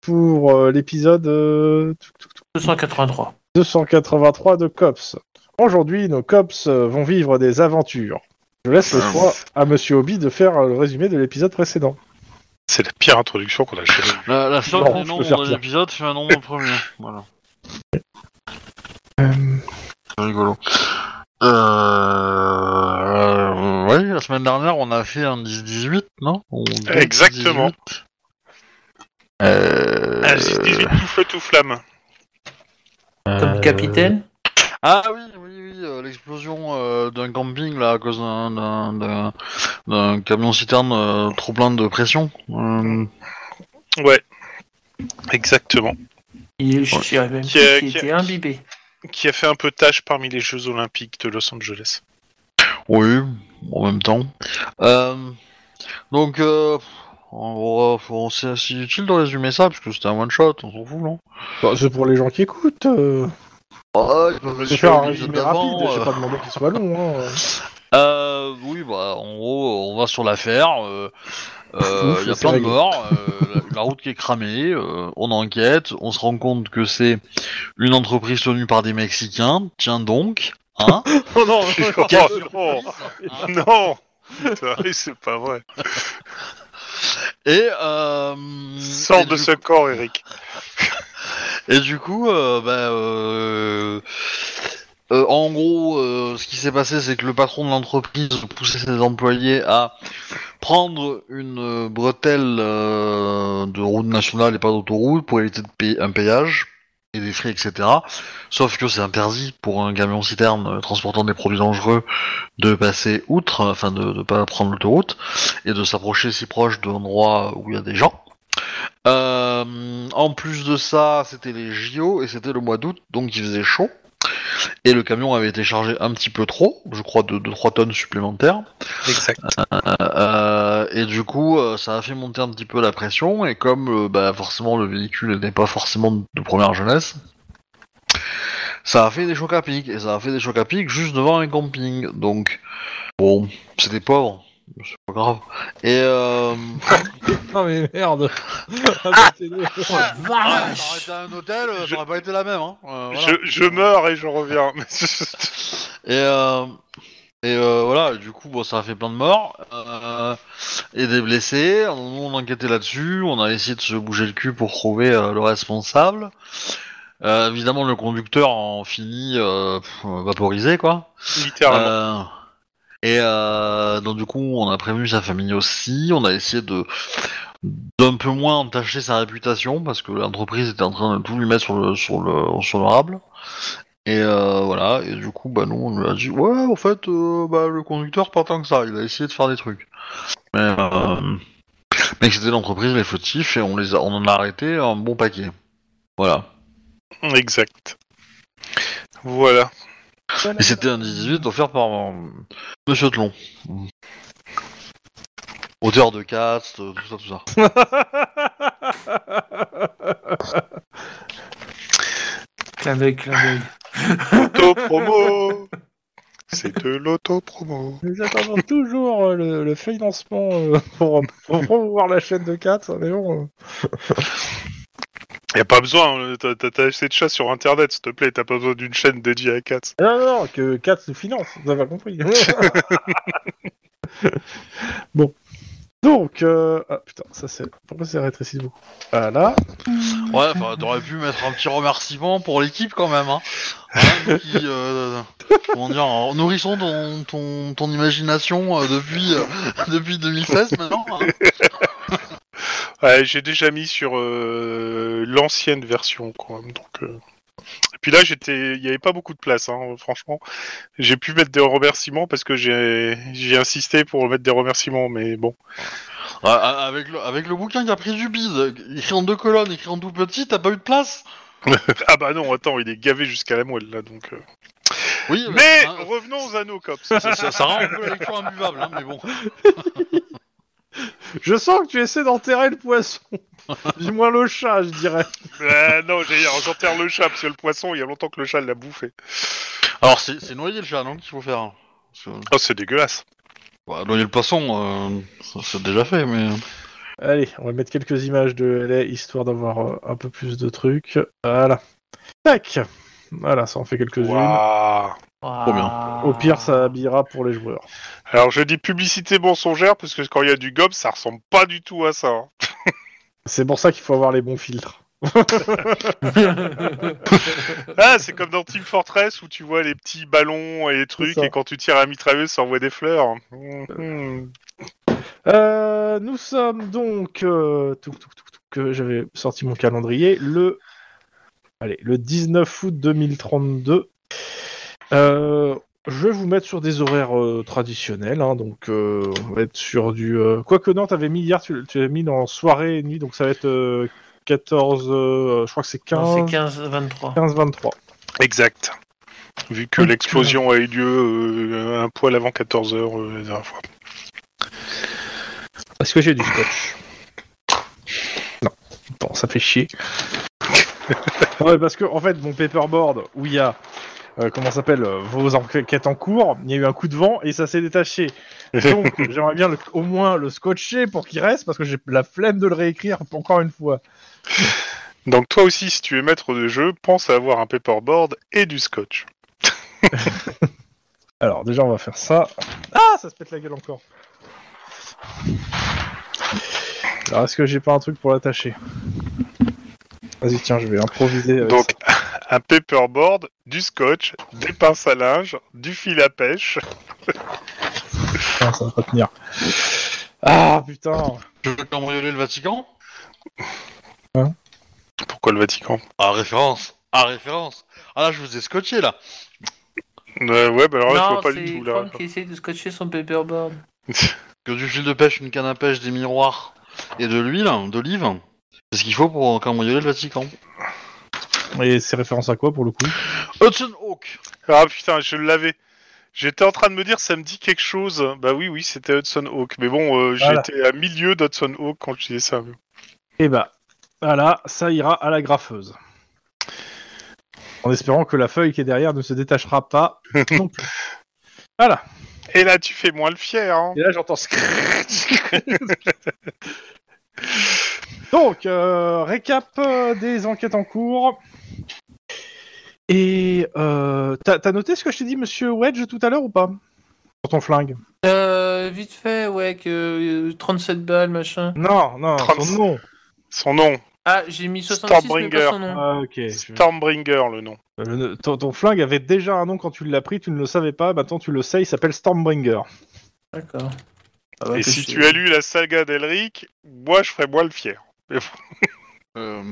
pour euh, l'épisode euh, 283. 283 de Cops. Aujourd'hui, nos Cops euh, vont vivre des aventures. Je laisse le Ah. choix à Monsieur Obi de faire euh, le résumé de l'épisode précédent. C'est la pire introduction qu'on a jamais eue. La, la somme Non, des je peux faire nombres pire. d'épisodes fait un nombre premier. Voilà. Euh. C'est rigolo. Euh... euh, Ouais, la semaine dernière, on a fait un 10-18, non Ou un 10-18. Exactement. Euh... Ah, 18 tout feu tout flamme. Euh. Euh, Comme capitaine Ah oui, oui, oui, euh, l'explosion euh, d'un camping là à cause d'un- d'un- d'un d'un camion citerne euh, trop plein de pression. Euh, Ouais. Exactement. il, Je dirais même Qui qui, a- qui qui a- était imbibé. Qui a fait un peu tâche parmi les Jeux Olympiques de Los Angeles. Oui, en même temps. Euh, donc, euh, on, va- on- c'est c'est utile de résumer ça parce que c'était un one shot, on s'en fout, non Bah, c'est pour les gens qui écoutent. euh, Ouais, je vais faire un résumé rapide, je euh. vais pas demander qu'il soit long. hein. Euh, oui, bah, en gros, on va sur l'affaire. euh, euh, Ouf, Il y a c'est plein de réglé. morts, euh, la, la route qui est cramée, euh, on enquête, on se rend compte que c'est une entreprise tenue par des Mexicains, tiens donc, hein Oh non Quelle non, surprise, hein non Putain, C'est pas vrai. Et, euh, et Mm, Sors de du ce corps, Eric. Et du coup, euh, bah, euh, euh, en gros, euh, ce qui s'est passé, c'est que le patron de l'entreprise poussait ses employés à prendre une euh, bretelle euh, de route nationale et pas d'autoroute pour éviter de payer un péage et des frais, etc. Sauf que c'est interdit pour un camion citerne euh, transportant des produits dangereux de passer outre, enfin de ne pas prendre l'autoroute et de s'approcher si proche de l'endroit où il y a des gens. Euh, en plus de ça, c'était les JO et c'était le mois d'août, donc il faisait chaud. Et le camion avait été chargé un petit peu trop, je crois de 2-3 tonnes supplémentaires. Exact. Euh, et du coup, euh, ça a fait monter un petit peu la pression. Et comme euh, bah, forcément le véhicule n'est pas forcément de première jeunesse, ça a fait des chocs à pic. Et ça a fait des chocs à pic juste devant un camping. Donc, bon, c'était pauvre, c'est pas grave. Et. Euh... Non mais merde Arrêtez-le. Ah, J'aurais Vache été à un hôtel, euh, Je- j'aurais pas été la même. Hein. Euh, voilà. Je, je meurs et je reviens. Et, euh, et euh, voilà, du coup, bon, ça a fait plein de morts euh, et des blessés. Nous, on enquêtait là-dessus, on a essayé de se bouger le cul pour trouver euh, le responsable. Euh, évidemment, le conducteur en finit euh, pff, vaporisé, quoi. Littéralement. Euh, et euh, donc du coup, on a prévenu sa famille aussi. On a essayé de d'un peu moins entacher sa réputation parce que l'entreprise était en train de tout lui mettre sur le sur le sur le rable. Et euh, voilà. Et du coup, bah nous, on lui a dit ouais, en fait, euh, bah, le conducteur pas tant que ça. Il a essayé de faire des trucs. Mais, euh, mais que c'était l'entreprise les fautifs et on les a, on en a arrêté un bon paquet. Voilà. Hum, Exact. Voilà. Et c'était un 18 offert par euh, Monsieur Tlon. Auteur de Cast, euh, tout ça, tout ça. Clin d'œil, clin d'œil. Auto-promo C'est de l'auto-promo. Nous attendons toujours euh, le, le financement euh, pour, pour promouvoir la chaîne de 4, mais bon... euh. Y a pas besoin, hein, t'as- t'as t'as assez de chat sur internet, s'il te plaît, t'as pas besoin d'une chaîne dédiée à Katz. Non, non, non, que 4 nous finance, vous avez compris. bon. Donc, euh... ah, putain, ça c'est... Pourquoi c'est rétréci de beaucoup Ah, Voilà. Ouais, enfin, t'aurais pu mettre un petit remerciement pour l'équipe quand même, hein. Hein, nous qui, euh, comment dire, en nourrissant ton, ton, ton imagination euh, depuis, euh, depuis 2016 maintenant. hein. Ouais, j'ai déjà mis sur euh, l'ancienne version, quoi. Donc, euh. Et puis là, j'étais, il y avait pas beaucoup de place, hein, franchement. J'ai pu mettre des remerciements parce que j'ai, j'ai insisté pour mettre des remerciements, mais bon. Ouais, a- Ah, avec, le, avec le bouquin qui a pris du bide, écrit en deux colonnes, écrit en tout petit, t'as pas eu de place Ah bah non, attends, il est gavé jusqu'à la moelle là, donc. euh. Oui, Mais hein, revenons aux anneaux, cops. ça, ça- ça rend un peu la lecture imbuvable, hein, mais bon. Je sens que tu essaies d'enterrer le poisson. du moins le chat, je dirais. Euh, non, j'ai j'enterre le chat parce que le poisson, il y a longtemps que le chat l'a bouffé. Alors, c'est c'est noyer le chat, non, qu'il faut faire hein. Parce que- Oh, c'est dégueulasse. Bah, noyer le poisson, euh, ça- c'est déjà fait, mais. Allez, on va mettre quelques images de LA histoire d'avoir euh, un peu plus de trucs. Voilà. Tac Voilà, ça en fait quelques-unes. Waouh. bien. Au pire, ça habillera pour les joueurs. Alors je dis publicité mensongère parce que quand il y a du gob, ça ressemble pas du tout à ça. hein. C'est pour ça qu'il faut avoir les bons filtres. Ah, c'est comme dans Team Fortress où tu vois les petits ballons et les trucs C'est ça. et quand tu tires à la mitrailleuse, ça envoie des fleurs. Mhm. Euh, nous sommes donc... euh, touc, touc, touc, touc, que J'avais sorti mon calendrier. Le... Allez, le 19 août 2032. Euh, je vais vous mettre sur des horaires euh, traditionnels. hein, donc, euh, on va être sur du... euh, Quoique non, t'avais mis hier, tu, tu l'as mis dans soirée et nuit. Donc, ça va être euh, 14... euh, je crois que c'est Non, 15... C'est 15-23. 15-23. Exact. Vu que Ok. l'explosion a eu lieu euh, un poil avant 14h la dernière fois. Est-ce que j'ai du scotch Non. Bon, ça fait chier. ouais, parce que, en fait, mon paperboard, où il y a, euh, comment ça s'appelle, euh, vos enquêtes en cours, il y a eu un coup de vent et ça s'est détaché. Donc, j'aimerais bien le- au moins le scotcher pour qu'il reste, parce que j'ai la flemme de le réécrire encore une fois. Donc toi aussi, si tu es maître de jeu, pense à avoir un paperboard et du scotch. Alors, déjà, on va faire ça. Ah, ça se pète la gueule encore. Alors, est-ce que j'ai pas un truc pour l'attacher Vas-y, tiens, je vais improviser. Avec Donc un paperboard, du scotch, des pinces à linge, du fil à pêche. Putain, ça va pas tenir. Ah putain Tu veux cambrioler le Vatican Pourquoi le Vatican À référence À référence Ah là, je vous ai scotché là Euh, Ouais, bah alors là, je non, vois pas c'est du tout là. Franck qui essaie de scotcher son paperboard. Que du fil de pêche, une canne à pêche, des miroirs et de l'huile, d'olive, c'est ce qu'il faut pour cambrioler le Vatican. Et c'est référence à quoi pour le coup Hudson Hawk Ah putain, je l'avais. J'étais en train de me dire, ça me dit quelque chose. Bah oui, oui, c'était Hudson Hawk. Mais bon, euh, Voilà. j'étais à milieu d'Hudson Hawk quand je disais ça. Eh bah, voilà, ça ira à la graffeuse. En espérant que la feuille qui est derrière ne se détachera pas non plus. Voilà. Et là, tu fais moins le fier. Hein. Et là j'entends ce Donc, euh, récap euh, des enquêtes en cours. Et euh, t'as t'as noté ce que je t'ai dit, monsieur Wedge, tout à l'heure ou pas Sur ton flingue Euh, vite fait, ouais, que euh, 37 balles, machin. Non, non, Trente- ton nom. Son nom, Ah, j'ai mis 66, mais Starbringer. pas son nom. Ah, ok. je- Stormbringer, le nom. Le- Euh, le- ton, ton flingue avait déjà un nom quand tu l'as pris, tu ne le savais pas, maintenant tu le sais, il s'appelle Stormbringer. D'accord. Ah Et si tu as lu la saga d'Elric, moi, je ferais moins le fier. Euh,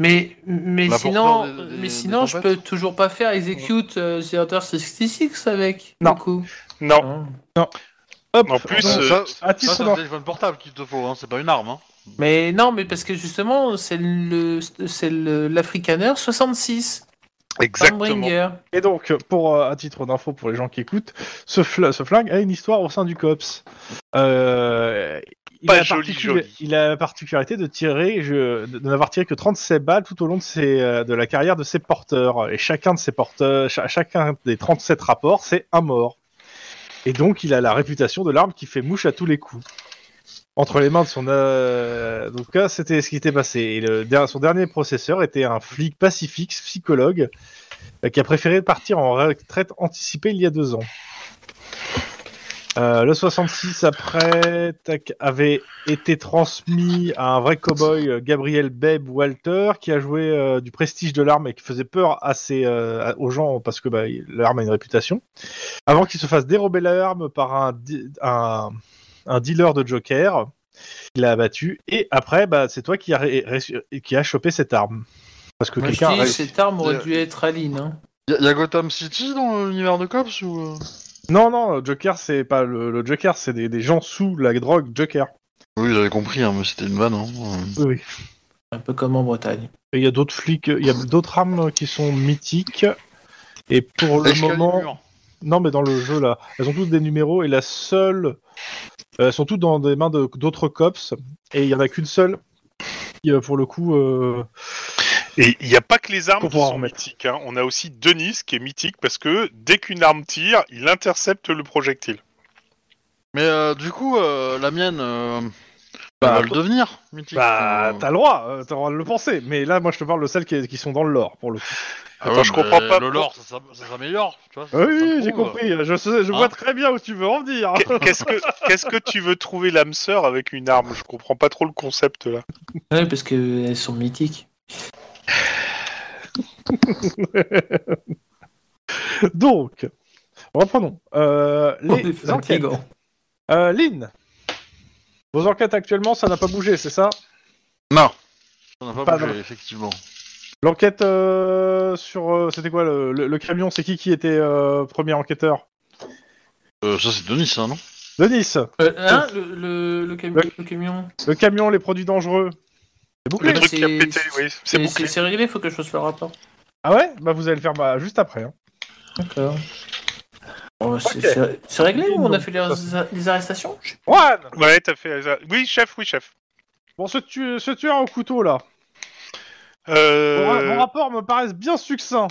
Mais, mais Bah, La sinon, euh, porteur des- des- mais des sinon je peux tempêtes. toujours pas faire execute euh, The Order 66 avec. Non. Du coup. Non, Hein. Hop, En plus, donc, euh, ça, à ça, titre c'est un d'en- téléphone portable qu'il te faut, hein, c'est pas une arme. Hein. Mais non, mais parce que justement, c'est le, c'est le- l'Africaner 66, exactement. Stormbringer. Et donc, pour, euh, à titre d'info pour les gens qui écoutent, ce, fl- ce flingue a une histoire au sein du COPS. Euh, il, Pas a la joli, particuli- joli. il a la particularité de tirer, je- de de n'avoir tiré que 37 balles tout au long de, ses, euh, de la carrière de ses porteurs. Et chacun de ses porteurs, cha- chacun des 37 rapports, c'est un mort. Et donc, il a la réputation de l'arme qui fait mouche à tous les coups. Entre les mains de son. euh, Donc là, c'était ce qui était passé. Et le der- son dernier processeur était un flic pacifique, psychologue, euh, qui a préféré partir en retraite anticipée il y a deux ans. Euh, le 66 après tac, avait été transmis à un vrai cowboy euh, Gabriel Babe Walter qui a joué euh, du prestige de l'arme et qui faisait peur à ses, euh, à- aux gens parce que bah, il- l'arme a une réputation. Avant qu'il se fasse dérober l'arme par un, di- un, un dealer de Joker, il l'a abattu et après bah, c'est toi qui a, ré- ré- qui a chopé cette arme. Parce que Moi, je quelqu'un a dis, réussi. cette arme aurait dû être Aline. Hein. Y'a y a Gotham City dans l'univers de Cops ou... euh Non, non, Joker, c'est pas le, le Joker, c'est des, des gens sous la drogue Joker. Oui, j'avais compris, hein, mais c'était une vanne. Hein. Oui, oui. Un peu comme en Bretagne. Et il y a d'autres flics, il y a d'autres armes qui sont mythiques. Et pour le moment, non, mais dans le jeu là, elles ont toutes des numéros et la seule, euh, elles sont toutes dans des mains de- d'autres cops et il y en a qu'une seule. qui, euh, pour le coup, euh, Et il n'y a pas que les armes Qu'on qui pourra sont remettre. mythiques. hein. On a aussi Denis qui est mythique parce que dès qu'une arme tire, il intercepte le projectile. Mais euh, du coup, euh, la mienne, euh, On Bah, va le devenir, mythique. Bah, Euh, t'as le droit, euh, t'as le droit de le penser. Mais là, moi, je te parle de celles qui, qui sont dans le lore, pour le coup. ah Attends, ouais, je comprends mais pas. Le lore, ça, s'am- ça s'améliore, tu vois. ça- Ah Oui, ça oui, j'ai prouve. compris. Je, sais- je Hein vois très bien où tu veux en venir. Qu'est- Qu'est-ce que qu'est-ce que tu veux trouver l'âme sœur avec une arme Je comprends pas trop le concept là. Ouais, parce qu'elles sont mythiques. Donc, reprenons. Euh, On est les enquêtes. fatigant. Euh, Lynn, vos enquêtes actuellement, ça n'a pas bougé, c'est ça Non. On n'a pas, Pas bougé, vrai. effectivement. L'enquête euh, sur... euh, C'était quoi le, le- le camion C'est qui qui était euh, premier enquêteur Euh, ça, c'est Denis, hein, non Denis, Euh, hein, le, le, le, cam- Le- le camion le camion, les produits dangereux. C'est bouclé Le Mais truc qui a c'est- pété, oui, c'est C'est- bouclé. C'est c'est réglé, faut que je fasse le rapport. Ah ouais Bah vous allez le faire bah, juste après. hein. D'accord. c'est Ok. c'est- c'est réglé ou on Non, a fait les, les arrestations Je sais Juan Ouais, t'as fait. euh, Oui, chef, oui, chef. Bon, ce, tu- ce tueur au couteau, là. Mon ra- Euh, Mon rapport me paraissent bien succinct.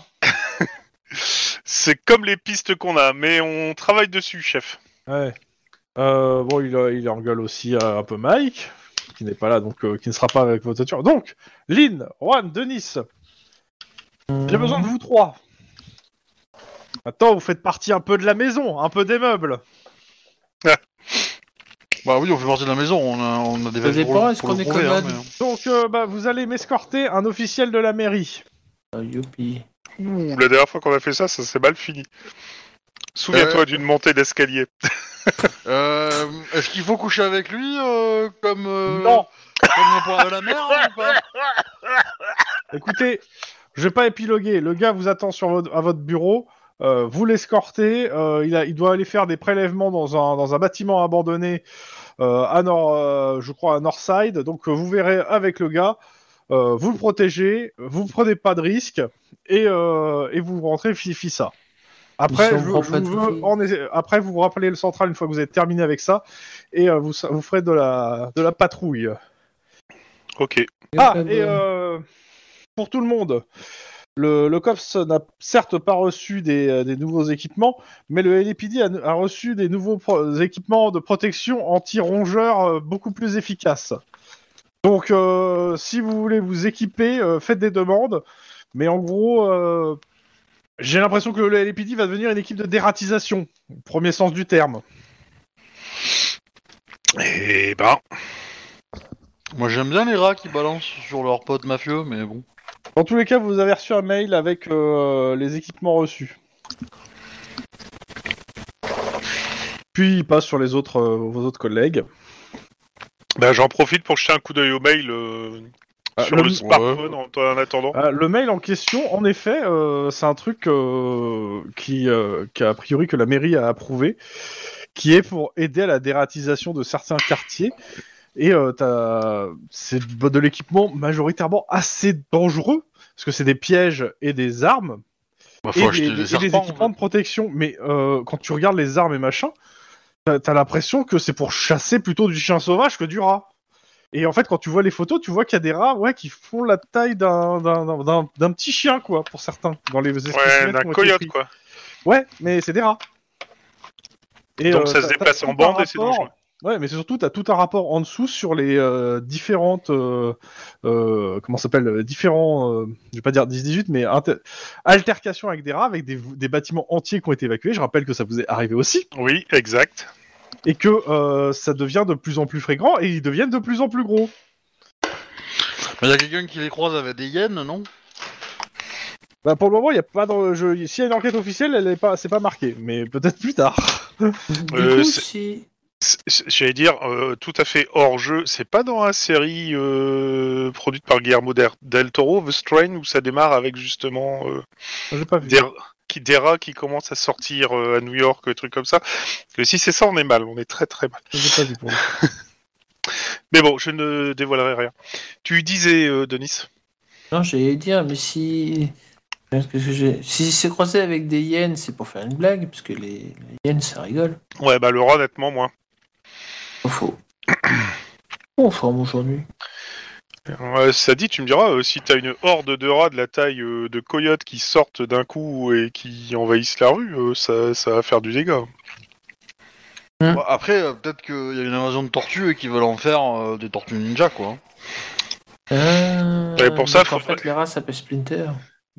c'est comme les pistes qu'on a, mais on travaille dessus, chef. Ouais. Euh, bon, il, euh, il engueule aussi euh, un peu Mike, qui n'est pas là, donc euh, qui ne sera pas avec votre tueur. Donc, Lynn, Juan, Denis, pas. j'ai besoin de vous trois. Maintenant, vous faites partie un peu de la maison, un peu des meubles. Bah oui, on fait partie de la maison, on a, on a des Ça valises dépend, le- est-ce qu'on le est prouver, hein, commode mais- Donc, euh, bah, vous allez m'escorter un officiel de la mairie. Ah, youpi. Ouh, la dernière fois qu'on a fait ça, ça s'est mal fini. Souviens-toi d'une montée d'escalier. Euh, est-ce qu'il faut coucher avec lui euh, comme euh, Non. comme le poire de la mer hein, ou pas Écoutez, je vais pas épiloguer. Le gars vous attend sur votre, à votre bureau. euh, vous l'escortez. euh, il, a- il doit aller faire des prélèvements dans un, dans un bâtiment abandonné euh, à Nor- euh, je crois à Northside. Donc euh, vous verrez avec le gars. euh, vous le protégez. Vous prenez pas de risque et, euh, et vous rentrez fifi ça. Après, Si je, on prend je pas de vous veux risque. en essa- après, vous vous rappelez le central une fois que vous êtes terminé avec ça, et euh, vous, sa- vous ferez de la, de la patrouille. Ok. Ah, et euh, pour tout le monde, le, le COPS n'a certes pas reçu des, euh, des nouveaux équipements, mais le LAPD a, a reçu des nouveaux pro- des équipements de protection anti-rongeurs euh, beaucoup plus efficaces. Donc, euh, si vous voulez vous équiper, euh, faites des demandes. Mais en gros, euh, j'ai l'impression que le LAPD va devenir une équipe de dératisation, au premier sens du terme. Eh ben, Moi j'aime bien les rats qui balancent sur leurs potes mafieux, mais bon. Dans tous les cas, vous avez reçu un mail avec euh, les équipements reçus. Puis il passe sur les autres, euh, vos autres collègues. ben, j'en profite pour jeter un coup d'œil au mail euh, Ah, sur le- le, smartphone en, en attendant. Euh, le mail en question, en effet, euh, c'est un truc euh, qui, euh, qu'a a priori que la mairie a approuvé, qui est pour aider à la dératisation de certains quartiers. Et euh, t'as- c'est de de l'équipement majoritairement assez dangereux, parce que c'est des pièges et des armes. Bah, et, faut acheter des, des, et des serpents. équipements de protection. Mais euh, quand tu regardes les armes et machin, t'as t'as l'impression que c'est pour chasser plutôt du chien sauvage que du rat. Et en fait, quand tu vois les photos, tu vois qu'il y a des rats ouais, qui font la taille d'un- d'un d'un- d'un- d'un petit chien, quoi, pour certains, dans les espèces Ouais, d'un coyote, quoi. Ouais, mais c'est des rats. Et, euh, Donc ça se t'as- déplace t'as en tout un bande et c'est rapport- dangereux. Ouais, mais c'est surtout, t'as tout un rapport en dessous sur les euh, différentes. euh, euh, comment ça s'appelle euh, Différents. euh, je vais pas dire 10-18, mais inter- altercations avec des rats, avec des, des bâtiments entiers qui ont été évacués. Je rappelle que ça vous est arrivé aussi. Oui, exact. Et que euh, ça devient de plus en plus fréquent et ils deviennent de plus en plus gros. Mais y a quelqu'un qui les croise avec des hyènes, non Bah, pour le moment, il y a pas de. je- S'il y a une enquête officielle, elle est pas, c'est pas marqué, mais peut-être plus tard. Du euh, coup, c'est- si. C'est- c'est- J'allais dire, euh, tout à fait hors jeu, c'est pas dans la série euh, produite par Guillermo del, del Toro, The Strain, où ça démarre avec justement euh, J'ai pas vu. des, qui, des rats qui commencent à sortir euh, à New York, des trucs comme ça. Parce que si c'est ça, on est mal, on est très très mal. J'ai pas vu pour le moment. Mais bon, je ne dévoilerai rien. Tu disais, euh, Denis Non, j'allais dire, mais si. Qu'est-ce que j'ai- Si c'est croisé avec des hyènes, c'est pour faire une blague, parce que les, les hyènes, ça rigole. Ouais, bah le rat, nettement, moins. Pas Faux. Bon, en forme aujourd'hui. Ouais, ça dit, tu me diras, euh, si t'as une horde de rats de la taille euh, de coyotes qui sortent d'un coup et qui envahissent la rue, euh, ça, ça va faire du dégât. Hmm. Bah, Après, euh, peut-être qu'il y a une invasion de tortues et qu'ils veulent en faire euh, des tortues ninja, quoi. Euh, Ouais, pour ça, donc, en faudrait- fait, les races s'appellent Splinter.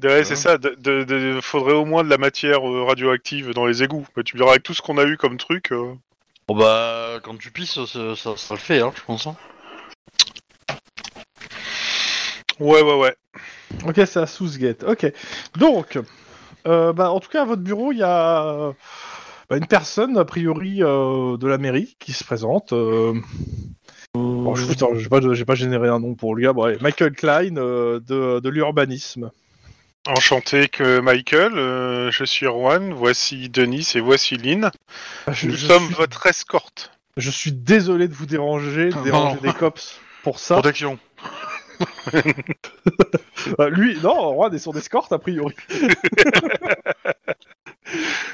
Ouais, c'est ça. De, de- de- faudrait au moins de la matière euh, radioactive dans les égouts. Mais tu me diras avec tout ce qu'on a eu comme truc. euh, Bon, bah, quand tu pisses, ça, ça- ça le fait, hein, je pense. hein. Ouais, ouais, ouais. Ok, c'est à Sousgate. Ok. Donc, euh, bah, en tout cas, à votre bureau, il y a euh, bah, une personne, a priori, euh, de la mairie qui se présente. euh, bon, je n'ai pas, j'ai pas généré un nom pour lui. Ah, bon, allez, Michael Klein euh, de, de l'urbanisme. Enchanté que Michael. euh, je suis Erwan. Voici Denis et voici Lynn. Je, Nous je sommes suis, votre escorte. je suis désolé de vous déranger, de Non. déranger des cops pour ça. Protection. Euh, lui, non, Juan est son escorte, a priori.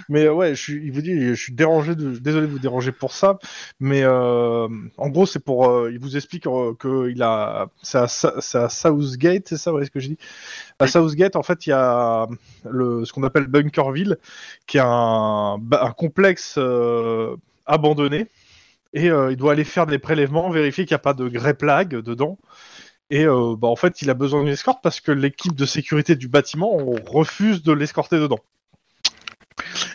mais euh, ouais, je suis, il vous dit, je suis dérangé, de- désolé de vous déranger pour ça, mais euh, en gros, c'est pour, euh, il vous explique euh, que il a, c'est à, Sa- c'est à Southgate, c'est ça, ouais, ce que je dis. À Southgate, en fait, il y a le, ce qu'on appelle Bunkerville, qui est un, ba- un complexe euh, abandonné, et euh, il doit aller faire des prélèvements, vérifier qu'il n'y a pas de grey plague dedans. Et euh, bah, en fait, il a besoin d'une escorte parce que l'équipe de sécurité du bâtiment on refuse de l'escorter dedans.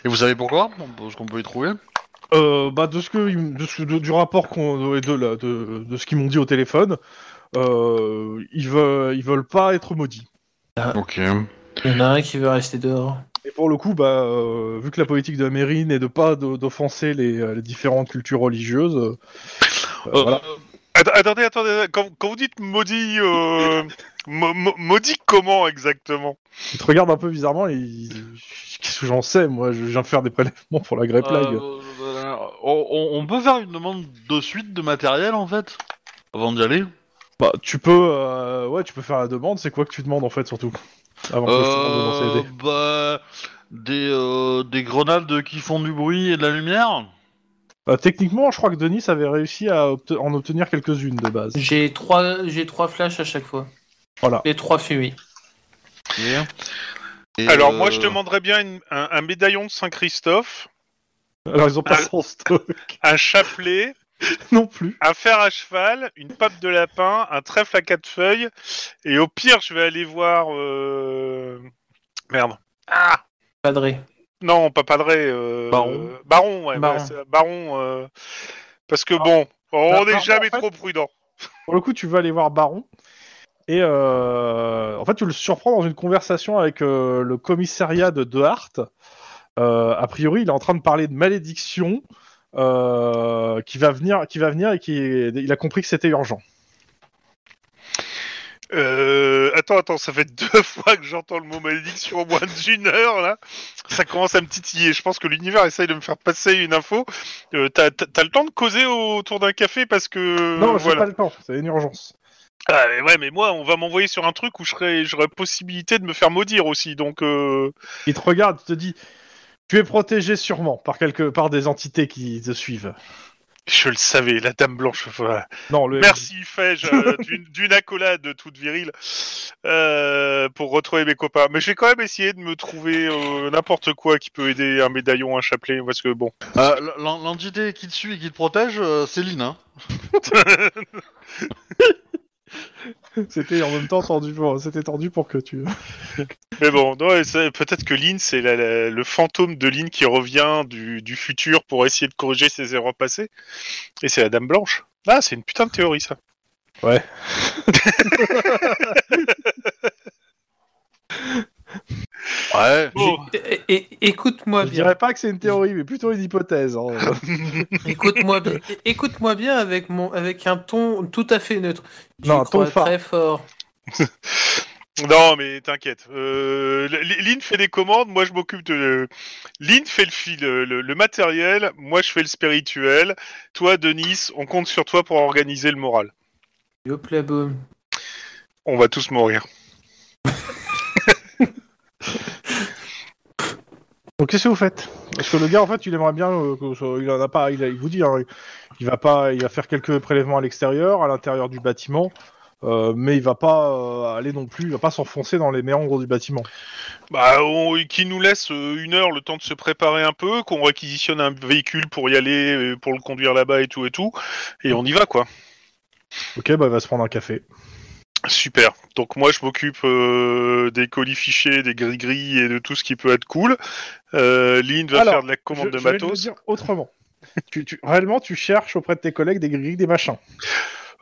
Et vous savez pourquoi On peut- Ce qu'on peut y trouver Euh, bah, de ce que, de ce- de- du rapport qu'on, et de, la- de, de ce qu'ils m'ont dit au téléphone, euh, ils, veulent, ils veulent pas être maudits. Ok. Il y en a un qui veut rester dehors. Et pour le coup, bah, euh, vu que la politique de la mairie n'est de pas de- d'offenser les, euh, les différentes cultures religieuses, euh, Euh. voilà. Att- attendez, attendez. Quand, quand vous dites maudit. euh, mo- mo- maudit comment exactement ils te regardent un peu bizarrement. et ils- Qu'est-ce que j'en sais, moi Je viens de faire des prélèvements pour la grey plague. Euh, euh, on, on- on peut faire une demande de suite de matériel, en fait Avant d'y aller Bah, tu peux, euh, ouais, tu peux faire la demande. C'est quoi que tu demandes en fait, surtout Avant que je te demande de lancer les dés. Euh, bah, des, euh, des grenades qui font du bruit et de la lumière Euh, techniquement, je crois que Denis avait réussi à obte- en obtenir quelques-unes de base. J'ai trois, j'ai trois flashs à chaque fois. Voilà. Et trois fumées. Et, Alors euh, moi je demanderais bien une- un, un médaillon de Saint Christophe, Alors, ils ont pas Ah. son stock un chapelet, non plus. un fer à cheval, une pape de lapin, un trèfle à quatre feuilles, et au pire je vais aller voir... euh, Merde. Ah Padré. Non, pas Padré. euh, Baron. euh, Baron, ouais. Baron. ouais, c'est- Baron euh, Parce Ah. que bon, on Baron, n'est Bah, en jamais fait- trop prudent. Pour le coup, tu vas aller voir Baron. Et euh, en fait, tu le surprends dans une conversation avec euh, le commissariat de Dehart. Euh, a priori, il est en train de parler de malédiction euh, qui va venir, qui va venir et qui il a compris que c'était urgent. Euh, attends, attends, ça fait deux fois que j'entends le mot malédiction au moins d'une heure là. Ça commence à me titiller. Je pense que l'univers essaye de me faire passer une info. Euh, T'as t'as- t'as le temps de causer autour d'un café parce que non, c'est voilà. pas le temps. C'est une urgence. Ah, mais ouais, mais moi, on va m'envoyer sur un truc où je serai- j'aurai possibilité de me faire maudire aussi. Donc euh, Il te regarde, il te dit. Tu es protégé sûrement par quelque par des entités qui te suivent. je le savais, la dame blanche. Voilà. Non, le Merci, fais-je, euh, d'une- d'une accolade toute virile euh, pour retrouver mes copains. Mais j'ai quand même essayé de me trouver euh, n'importe quoi qui peut aider un médaillon, un chapelet, parce que bon. euh, l- l'en- L'entité qui te suit et qui te protège, euh, c'est Lynn. Hein. C'était en même temps tendu pour, c'était tendu pour que tu. Mais bon, non, et ça- peut-être que Lynn, c'est la- la- le fantôme de Lynn qui revient du, du futur pour essayer de corriger ses erreurs passées. Et c'est la Dame Blanche. Ah, c'est une putain de théorie, ça. Ouais. Ouais. Bon. J'ai- é- é- Écoute-moi Oh. Je bien. dirais pas que c'est une théorie, mais plutôt une hypothèse. hein. Écoute-moi bien. Écoute-moi bien avec mon, avec un ton tout à fait neutre. J'y Non, un crois ton fort. très fort. Non, mais t'inquiète. Euh, L- Lynn fait des commandes, moi je m'occupe de. Lynn fait le fil, le, le matériel, moi je fais le spirituel. Toi, Denis, on compte sur toi pour organiser le moral. Yop la boum. On va tous mourir. Donc qu'est-ce que vous faites Parce que le gars, en fait, il aimerait bien. euh, que ce- il en a pas. Il, a- il vous dit, hein, il va pas. Il va faire quelques prélèvements à l'extérieur, à l'intérieur du bâtiment, euh, mais il va pas euh, aller non plus. Il va pas s'enfoncer dans les méandres du bâtiment. Bah, on- qui nous laisse euh, une heure le temps de se préparer un peu, qu'on réquisitionne un véhicule pour y aller, euh, pour le conduire là-bas et tout et tout, et on y va quoi. Ok, bah, il va se prendre un café. Super. Donc moi je m'occupe euh, des colis fichés, des gris-gris et de tout ce qui peut être cool. Euh, Lynn va Alors, faire de la commande Je- de je vais le matos. dire autrement. tu, tu- réellement, tu cherches auprès de tes collègues des grilles, des machins.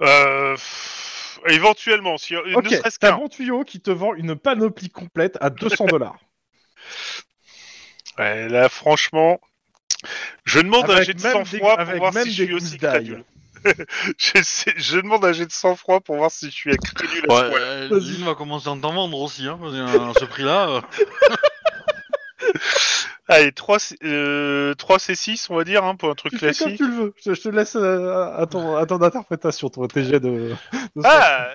Euh, pff, éventuellement, si, Ok, ne serait-ce t'as un qu'un. bon tuyau qui te vend une panoplie complète à 200 dollars. Ouais, là franchement, je demande un Avec jet de même sang-froid des- pour avec voir même si je des suis aussi gouttes d'ail. crédule. je, sais- je demande un jet de sang-froid pour voir si je suis crédule. Ouais, à ce point-là. euh, Vas-y. Lynn va commencer à t'en vendre aussi, hein, parce qu'à ce prix-là. euh, Allez, 3, euh, 3 C6, on va dire, hein, pour un truc tu fais comme classique. tu le veux. Je, je te laisse euh, à, ton, à ton interprétation, ton TG de. de Ah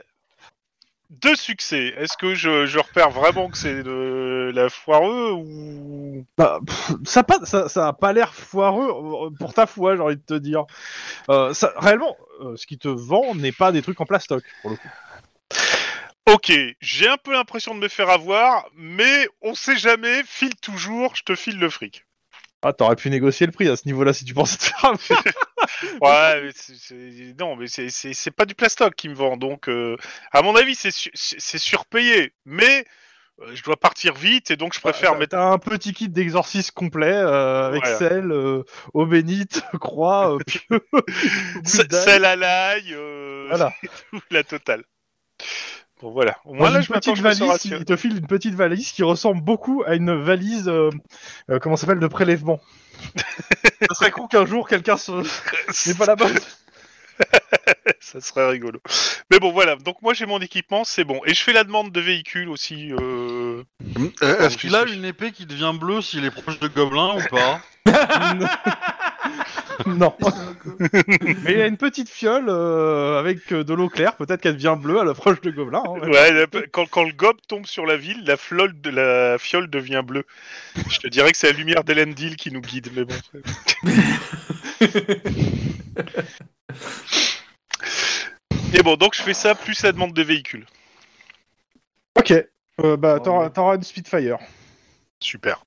Deux succès. Est-ce que je, je repère vraiment que c'est de la foireux ou... Bah, pff, ça, pas, ça, ça a pas l'air foireux euh, pour ta foi, j'ai envie de te dire. Euh, ça, réellement, euh, ce qui te vend n'est pas des trucs en plastoc, pour le coup. Ok, j'ai un peu l'impression de me faire avoir, mais on sait jamais, file toujours, je te file le fric. Ah, t'aurais pu négocier le prix à ce niveau-là si tu pensais te faire avoir. Ouais, mais c'est- c'est- non, mais c'est- c'est c'est pas du plastoc qui me vend, donc euh, à mon avis, c'est su- c'est c'est surpayé, mais euh, je dois partir vite et donc je préfère T'as- mettre... T'as un petit kit d'exorcisme complet euh, avec Voilà. sel, euh, eau bénite, croix, euh, pieux, goutte d'ail. Celle à l'ail, euh, Voilà. la totale. Bon voilà, au Moi, moins là une je m'attends petite je me valise, sors il rassuré. il te file une petite valise qui ressemble beaucoup à une valise, euh, euh, comment ça s'appelle, de prélèvement. ça serait con qu'un jour quelqu'un se... n'est pas là-bas. ça serait rigolo. Mais bon, voilà. Donc moi j'ai mon équipement, c'est bon. Et je fais la demande de véhicule aussi. euh. euh, Est-ce qu'il a une épée qui devient bleue s'il est proche de gobelins ou pas non. Mais il y a une petite fiole euh, avec euh, de l'eau claire, peut-être qu'elle devient bleue à l'approche de Gobelin. hein, ouais. Ouais, la- quand, quand le gob tombe sur la ville, la, flole de la fiole devient bleue. Je te dirais que c'est la lumière d'Elendil qui nous guide, mais bon. Et bon, donc je fais ça plus la demande de véhicule. Ok, Euh, bah t'auras Ouais. t'auras une Spitfire. Super.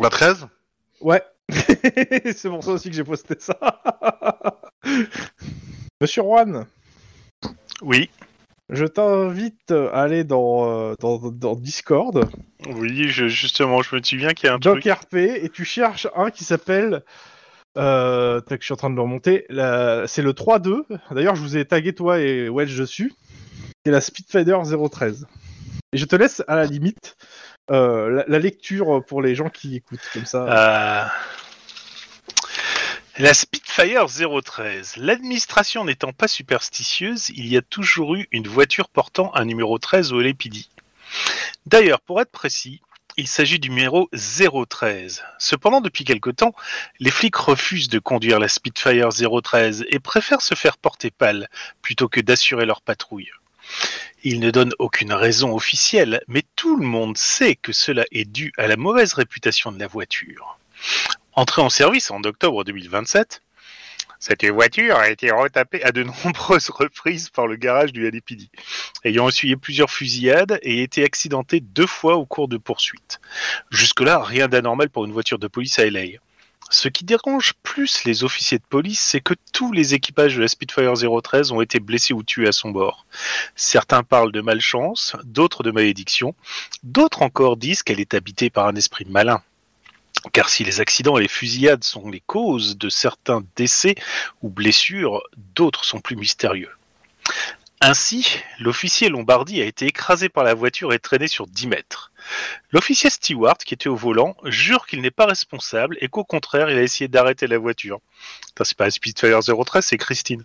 La 13 Ouais. C'est pour ça aussi que j'ai posté ça. Monsieur Juan, Oui. je t'invite à aller dans, euh, dans, dans Discord. Oui, je- justement, je me dis bien qu'il y a un truc. Joker P et tu cherches un qui s'appelle. Euh, tac, je suis en train de le remonter. La- C'est le 3-2. D'ailleurs, je vous ai tagué toi et Wedge dessus. C'est la Speedfighter 013. Et je te laisse à la limite euh, la, la lecture pour les gens qui écoutent comme ça. Euh, La Spitfire 013. L'administration n'étant pas superstitieuse, il y a toujours eu une voiture portant un numéro 13 au Lépidi. D'ailleurs, pour être précis, il s'agit du numéro 013. Cependant, depuis quelque temps, les flics refusent de conduire la Spitfire 013 et préfèrent se faire porter pâle plutôt que d'assurer leur patrouille. Ils ne donnent aucune raison officielle, mais tout le monde sait que cela est dû à la mauvaise réputation de la voiture. Entrée en service en octobre 2027, cette voiture a été retapée à de nombreuses reprises par le garage du Alipidi, ayant essuyé plusieurs fusillades et été accidentée deux fois au cours de poursuites. Jusque-là, rien d'anormal pour une voiture de police à LA. Ce qui dérange plus les officiers de police, c'est que tous les équipages de la Spitfire 013 ont été blessés ou tués à son bord. Certains parlent de malchance, d'autres de malédiction, d'autres encore disent qu'elle est habitée par un esprit malin. Car si les accidents et les fusillades sont les causes de certains décès ou blessures, d'autres sont plus mystérieux. Ainsi, l'officier Lombardi a été écrasé par la voiture et traîné sur 10 mètres. L'officier Stewart, qui était au volant, jure qu'il n'est pas responsable et qu'au contraire, il a essayé d'arrêter la voiture. Putain, c'est pas la Spitfire 013, c'est Christine.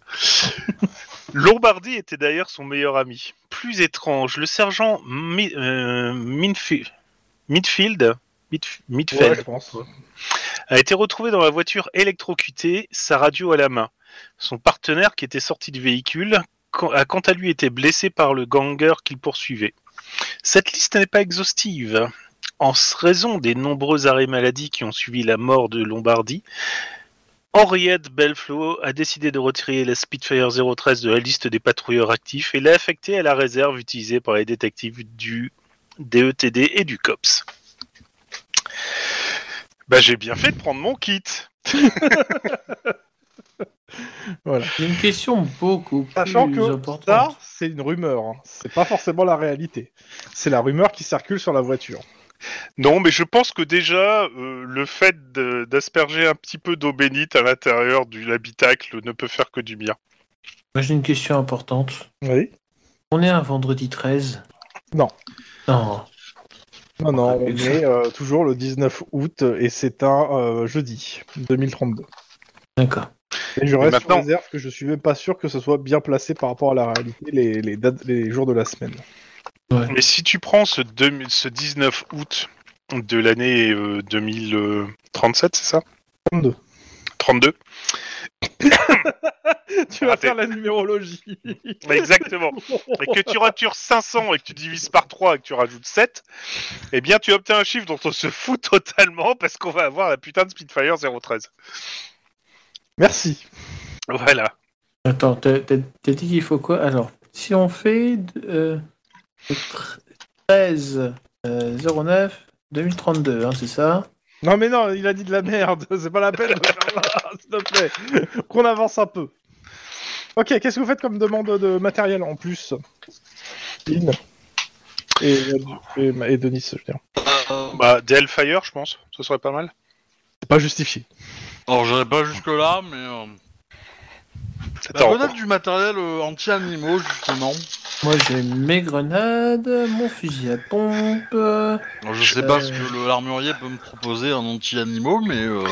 Lombardi était d'ailleurs son meilleur ami. Plus étrange, le sergent Mi- euh, Minfi- Midfield, Midf- Midfield Ouais, je pense. a été retrouvé dans la voiture électrocutée, sa radio à la main. Son partenaire, qui était sorti du véhicule, co- a quant à lui été blessé par le ganger qu'il poursuivait. Cette liste n'est pas exhaustive. En s- raison des nombreux arrêts maladie qui ont suivi la mort de Lombardi, Henriette Belflo a décidé de retirer la Spitfire 013 de la liste des patrouilleurs actifs et l'a affectée à la réserve utilisée par les détectives du E DETD et du COPS. Bah j'ai bien fait de prendre mon kit. J'ai une question beaucoup plus Sachant que importante. ça, c'est une rumeur. hein. C'est pas forcément la réalité. C'est la rumeur qui circule sur la voiture. Non, mais je pense que déjà, euh, le fait de- d'asperger un petit peu d'eau bénite à l'intérieur de l'habitacle ne peut faire que du bien. Moi, j'ai une question importante. Oui. On est un vendredi 13 Non. Non. Non, non, on Ah, ça. est euh, toujours le 19 août et c'est un euh, jeudi 2032. D'accord. Et je reste maintenant- sur réserve que je suis même pas sûr que ce soit bien placé par rapport à la réalité, les, les dates, les jours de la semaine. Mais si tu prends ce, 2000 ce 19 août de l'année euh, 2037, c'est ça 32. 32 tu vas Raté. faire la numérologie. Bah, Exactement. et que tu ratures 500 et que tu divises par 3 et que tu rajoutes 7, eh bien tu obtiens un chiffre dont on se fout totalement parce qu'on va avoir la putain de Spitfire 013. Merci. Voilà. Attends, t'as t'as- t'as dit qu'il faut quoi Alors, si on fait euh, le tr- 13 euh, 09 2032, hein, c'est ça Non, mais non, il a dit de la merde. C'est pas la peine de faire là, s'il te plaît. Qu'on avance un peu. Ok, qu'est-ce que vous faites comme demande de matériel en plus Lynn et, et, et Denis, je veux dire. Euh, Bah, des Hellfire, je pense, ce serait pas mal. C'est pas justifié. Alors, j'irai pas jusque-là, mais. euh, bah, Attends, Peut-être du matériel euh, anti-animaux, justement. Moi, j'ai mes grenades, mon fusil à pompe. euh, Alors, je sais pas Euh. ce que le- l'armurier peut me proposer en anti-animaux, mais. euh,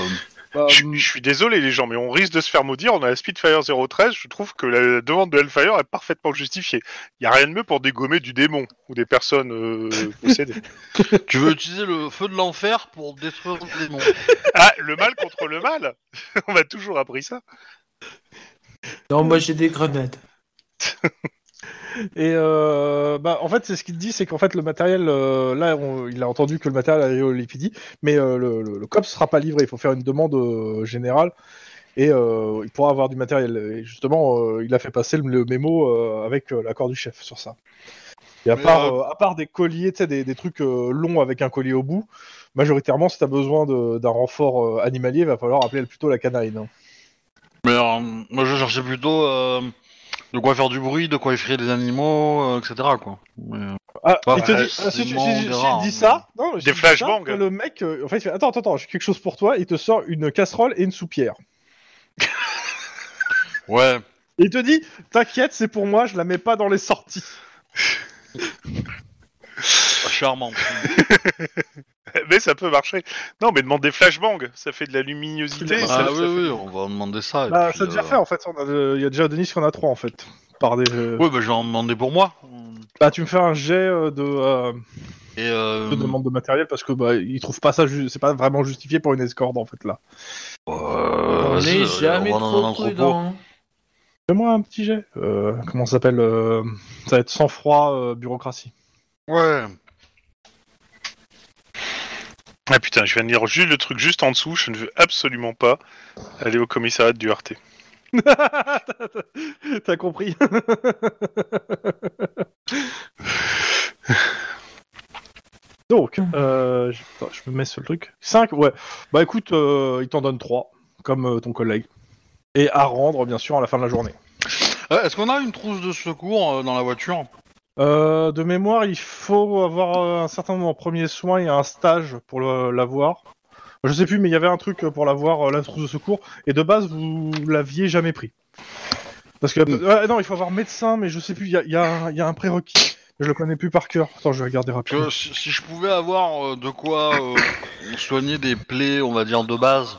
je, je suis désolé les gens, mais on risque de se faire maudire. On a la Spitfire 013. Je trouve que la demande de Hellfire est parfaitement justifiée. Il y a rien de mieux pour dégommer du démon ou des personnes euh, possédées. tu veux utiliser le feu de l'enfer pour détruire les démons. ah, le mal contre le mal. on m'a toujours appris ça. Non, moi, j'ai des grenades. Et euh, bah, en fait, c'est ce qu'il dit, c'est qu'en fait, le matériel, euh, là, on- il a entendu que le matériel allait au LPD, mais euh, le, le, le COP sera pas livré. Il faut faire une demande euh, générale et euh, il pourra avoir du matériel. Et justement, euh, il a fait passer le, le mémo euh, avec euh, l'accord du chef sur ça. Et à Mais, part, euh, euh, à part des colliers, tu sais, des, des trucs euh, longs avec un collier au bout, majoritairement, si t'as besoin de- d'un renfort euh, animalier, il va falloir appeler plutôt la canine. hein. Mais euh, moi, je cherchais plutôt euh, de quoi faire du bruit, de quoi effrayer les animaux, euh, etc. Quoi. Mais, euh, Ah, Pas il te dit, forcément, ah, si tu, si tu- on si tu verra, dis hein. ça, non, si Des tu dis ça, flashbangs. que Le mec, euh, en fait, il fait, attends, attends, attends, j'ai quelque chose pour toi. Il te sort une casserole et une soupière. Ouais. Et il te dit, t'inquiète, c'est pour moi, je la mets pas dans les sorties. Charmant. Mais ça peut marcher. Non, mais demande des flashbangs. Ça fait de la luminosité. Ah, ça- Ah ça oui, fait- oui, on va demander ça. et Bah, puis, ça a déjà euh, fait en fait. on a de- Il y a déjà Denis qui en a trois en fait. Par des. euh, Ouais, bah, je vais en demander pour moi. Bah, tu me fais un jet euh, de, euh, Et euh, de demande de matériel parce que bah, ils trouvent pas ça, ju- c'est pas vraiment justifié pour une escorte en fait là. euh, on vas-y, n'est euh, jamais on va dans un trop entrepôt. prudent. Fais-moi un petit jet. Euh, comment ça s'appelle euh, Ça va être sang-froid, euh, bureaucratie. Ouais. Ah putain, je viens de lire juste le truc juste en dessous. Je ne veux absolument pas aller au commissariat du RT. T'as compris Donc, euh, je, attends, je me mets sur le truc. 5, ouais. Bah écoute, euh, il t'en donne 3, comme euh, ton collègue. Et à rendre, bien sûr, à la fin de la journée. Euh, Est-ce qu'on a une trousse de secours euh, dans la voiture Euh, de mémoire, il faut avoir euh, un certain nombre de premiers soins et un stage pour le- l'avoir. Je sais plus, mais il y avait un truc pour l'avoir, euh, la trousse de secours. Et de base, vous l'aviez jamais pris. Parce que. Ah, non, il faut avoir médecin, mais je sais plus, il y a, il y a un- il y a un prérequis. Je le connais plus par cœur. Attends, je vais regarder rapidement. Que si, si je pouvais avoir euh, de quoi euh, soigner des plaies, on va dire, de base.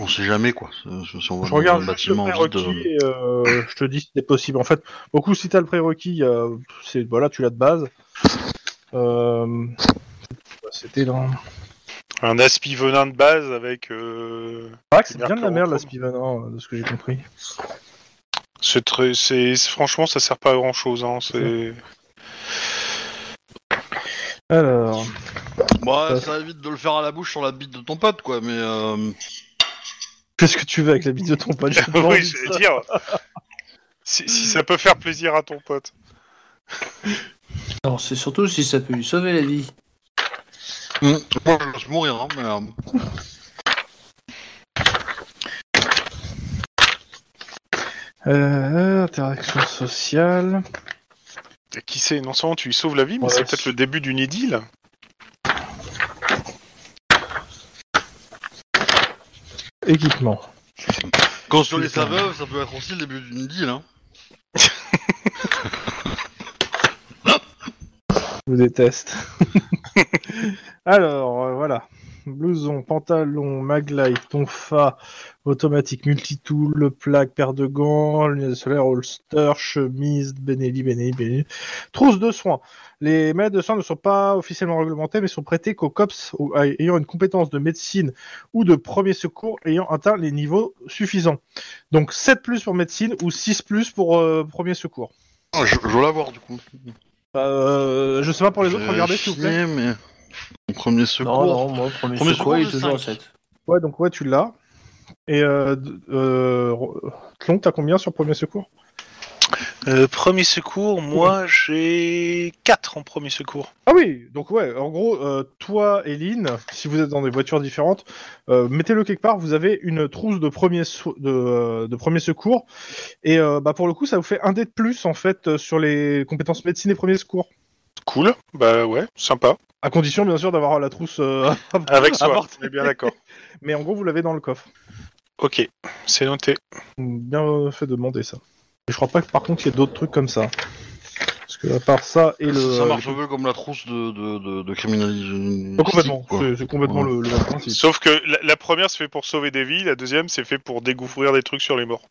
On sait jamais, quoi. Si- si on va Je dans regarde un juste le bâtiment vide, prérequis euh, et euh, je te dis si c'est possible. En fait, beaucoup si t'as le prérequis, euh, c'est voilà, tu l'as de base. Euh, C'était dans. Un aspi venin de base avec. euh, Ah, c'est Mercure bien de la merde au la chrome. Spivan, hein, de ce que j'ai compris. C'est très, c'est franchement, ça sert pas à grand chose. Hein. C'est Alors, bah, ça évite de le faire à la bouche sur la bite de ton pote, quoi. Mais euh, Qu'est-ce que tu veux avec la bite de ton pote J'ai pas oui, envie de je ça. vais dire. Si, si ça peut faire plaisir à ton pote. Non, c'est surtout si ça peut lui sauver la vie. Moi, je laisse mourir, hein, mais... euh, Euh, interaction sociale. Et Qui sait, non seulement tu lui sauves la vie, mais Ouais, c'est c'est- peut-être le début d'une idylle. Équipement. Consoler sa veuve, ça peut être aussi le début d'une deal, hein. Je vous déteste. Alors, euh, voilà. Blouson, pantalon, maglite, tonfa, automatique, multitool, plaque, paire de gants, lunettes de soleil, holster, chemise, Benelli, Benelli, Benelli. Trousse de soins. Les maîtres de soins ne sont pas officiellement réglementés, mais sont prêtés qu'aux COPS au- ay- ayant une compétence de médecine ou de premier secours ayant atteint les niveaux suffisants. Donc 7 plus pour médecine ou 6 plus pour euh, premier secours. Ah, Je, je veux l'avoir, du coup. Euh, je sais pas pour les autres, Je vais regardez s'il vous plaît. chier, mais... Mon premier Non, secours... non, moi, premier, Premier secours, secours, il est j'ai toujours en cinq. 7. Ouais, donc ouais, tu l'as. Et euh, d- euh, Ro- Tlon, t'as combien sur premier secours Euh, premier secours, moi j'ai 4 en premier secours. Ah oui, donc ouais, en gros, euh, toi et Lynn, si vous êtes dans des voitures différentes, euh, mettez-le quelque part, vous avez une trousse de premier, so- de, euh, de premier secours. Et euh, bah, pour le coup, ça vous fait un dé de plus, en fait, euh, sur les compétences médecine et premier secours. Cool, bah ouais, sympa. À condition, bien sûr, d'avoir la trousse euh, Avec à soi, portée. on est bien d'accord. Mais en gros, vous l'avez dans le coffre. Ok, c'est noté. Bien fait de demander ça. Et je crois pas que, par contre, il y ait d'autres trucs comme ça. Parce que, à part ça et le. euh, Ça marche le- un peu comme la trousse de, de, de, de criminalisme. Oh, complètement, c'est c'est complètement Ouais. le, le même principe. Sauf que la, la première se fait pour sauver des vies, la deuxième c'est fait pour découvrir des trucs sur les morts.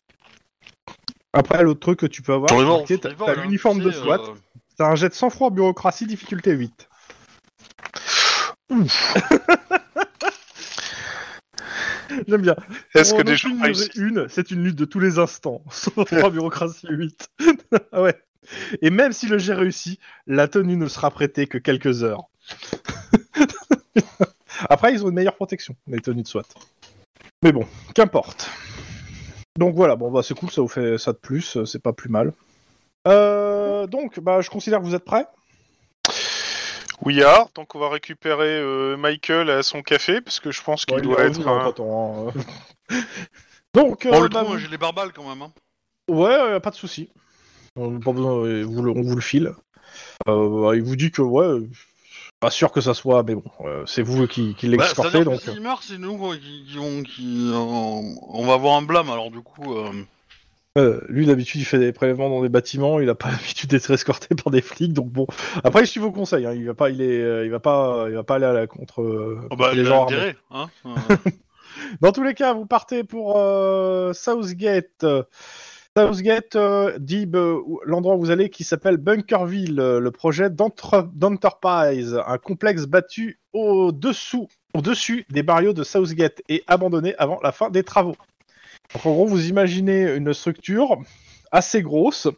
Après, l'autre truc que tu peux avoir, Sur les c'est morts, marqué, sur t'as les t'as morts, l'uniforme tu de sais, SWAT, euh, t'as un jet de sang-froid, bureaucratie, difficulté 8. J'aime bien. Est-ce On que en des a gens une, réussissent une, c'est une lutte de tous les instants. Sang-froid, bureaucratie 8. Ah ouais. Et même si le jet réussit, la tenue ne sera prêtée que quelques heures. Après, ils ont une meilleure protection, les tenues de SWAT. Mais bon, qu'importe. Donc voilà, bon bah c'est cool, ça vous fait ça de plus, euh, c'est pas plus mal. Euh, donc, bah je considère que vous êtes prêts. We are, donc on va récupérer euh, Michael à son café, parce que je pense qu'il doit être... hein, un- donc, euh, On le bah, trouve, vous- hein, j'ai les barbales quand même. Hein. Ouais, euh, pas de souci. On, pas besoin, euh, vous le- on vous le file. Euh, bah, il vous dit que ouais, euh, pas sûr que ça soit, mais bon, euh, c'est vous qui, qui Bah, l'exportez, c'est-à-dire que donc. euh, S'ils meurent, c'est nous quoi, qui, qui, on, qui euh, on va avoir un blâme alors du coup. euh, euh, lui d'habitude il fait des prélèvements dans des bâtiments, il a pas l'habitude d'être escorté par des flics, donc bon. Après il suit vos conseils, hein, il va pas, il est, euh, il va pas, il va pas aller à la contre. euh, oh, bah, contre les il a gens armés. intérêt, hein, euh, Dans tous les cas, vous partez pour euh, Southgate. euh, Southgate, euh, dit euh, où- l'endroit où vous allez, qui s'appelle Bunkerville, euh, le projet d'entre- d'Enterprise, un complexe battu au-dessous, au-dessus des barrios de Southgate et abandonné avant la fin des travaux. Donc, en gros, vous imaginez une structure assez grosse,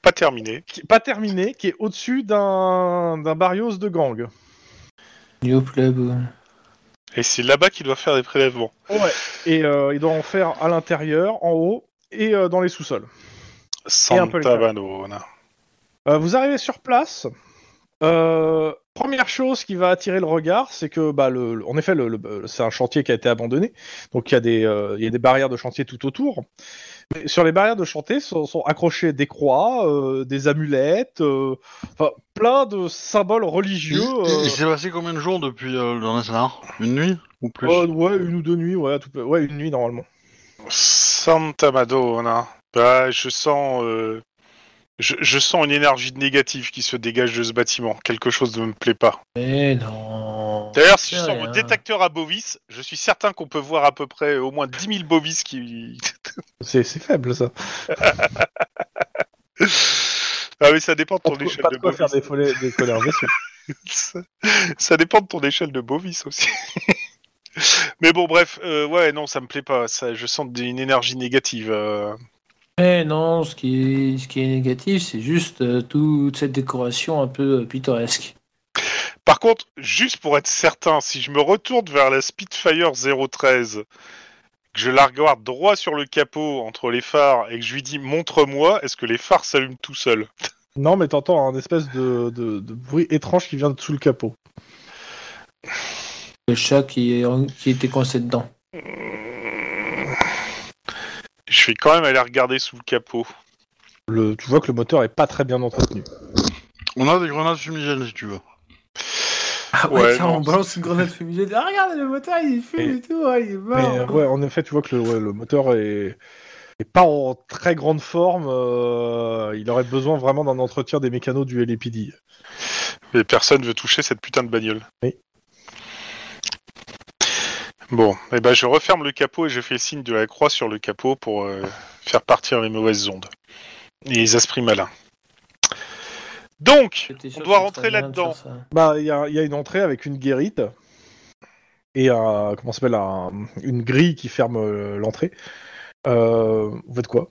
Pas terminé. qui, pas terminée, qui est au-dessus d'un d'un barrios de gang. New club. euh. Et c'est là-bas qu'il doit faire des prélèvements. Ouais. Et euh, il doit en faire à l'intérieur, en haut, et euh, dans les sous-sols. Et un peu le Santa café. Vanona. Euh, vous arrivez sur place. Euh, première chose qui va attirer le regard, c'est que, bah, le, le- en effet, le- le- c'est un chantier qui a été abandonné. Donc, il y, a des, euh, il y a des barrières de chantier tout autour. Mais sur les barrières de chantier sont, sont accrochées des croix, euh, des amulettes, euh, enfin, plein de symboles il religieux. il- il euh, s'est passé combien de jours depuis euh, le dernier scénar Une nuit ou plus euh, ouais, une ou deux nuits, ouais, à tout, peu- ouais, une nuit normalement. Santa Madonna. Bah, je sens, euh, je, je sens une énergie négative qui se dégage de ce bâtiment. Quelque chose ne me plaît pas. Mais non. D'ailleurs, si C'est je sens rien. mon détecteur à Bovis, je suis certain qu'on peut voir à peu près au moins 10 000 Bovis qui. C'est c'est faible ça. ah, mais ça dépend de ton Pas de échelle quoi- pas de de quoi faire des Bovis. follets, des follets inversions. ça, ça dépend de ton échelle de Bovis aussi. mais bon, bref, euh, ouais, non, ça me plaît pas. Ça, je sens des- une énergie négative. euh. Mais non, ce qui est, ce qui est négatif, c'est juste euh, toute cette décoration un peu euh, pittoresque. Par contre, juste pour être certain, si je me retourne vers la Spitfire 013 que je la regarde droit sur le capot entre les phares et que je lui dis montre-moi, est-ce que les phares s'allument tout seuls Non, mais t'entends un espèce de, de- de bruit étrange qui vient de sous le capot. Le chat qui, est en- qui était coincé dedans. Je vais quand même aller regarder sous le capot. Le, tu vois que le moteur est pas très bien entretenu. On a des grenades fumigènes si tu veux. Ah Ouais, ouais, tiens, on non. balance une grenade fumigène. Ah, regarde, le moteur, il fume Mais- et tout, ah, il est mort. Mais euh, ouais, en effet, tu vois que le, ouais, le moteur est, est pas en très grande forme. euh, il aurait besoin vraiment d'un entretien des mécanos du LAPD. Mais personne veut toucher cette putain de bagnole. Oui. Bon, et ben je referme le capot et je fais le signe de la croix sur le capot pour euh, faire partir les mauvaises ondes. Et les esprits malins. Donc, J'étais sûr on que doit ce serait rentrer bien de là-dedans. faire ça. Bah, il y a, il y a une entrée avec une guérite et un, comment ça s'appelle un- une grille qui ferme euh, l'entrée. Euh, vous faites quoi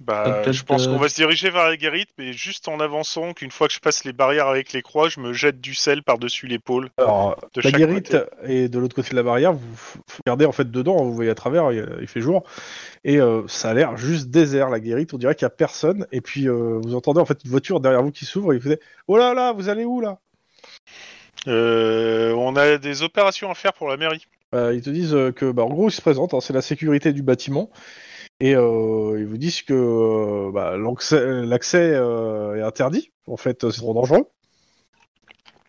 bah, Peut-être, je pense euh, qu'on va se diriger vers la guérite, mais juste en avançant, qu'une fois que je passe les barrières avec les croix, je me jette du sel par-dessus l'épaule Alors, de la chaque guérite côté. est de l'autre côté de la barrière. Vous f- regardez en fait dedans, vous voyez à travers, il, il fait jour. Et euh, ça a l'air juste désert, la guérite. On dirait qu'il n'y a personne. Et puis, euh, vous entendez en fait une voiture derrière vous qui s'ouvre et vous dites Oh là là, vous allez où là Euh, on a des opérations à faire pour la mairie. Euh, Ils te disent euh, que, bah, en gros, ils se présentent, hein, c'est la sécurité du bâtiment. Et euh, ils vous disent que euh, bah, l'accès l'accès, euh, est interdit. En fait, c'est trop dangereux.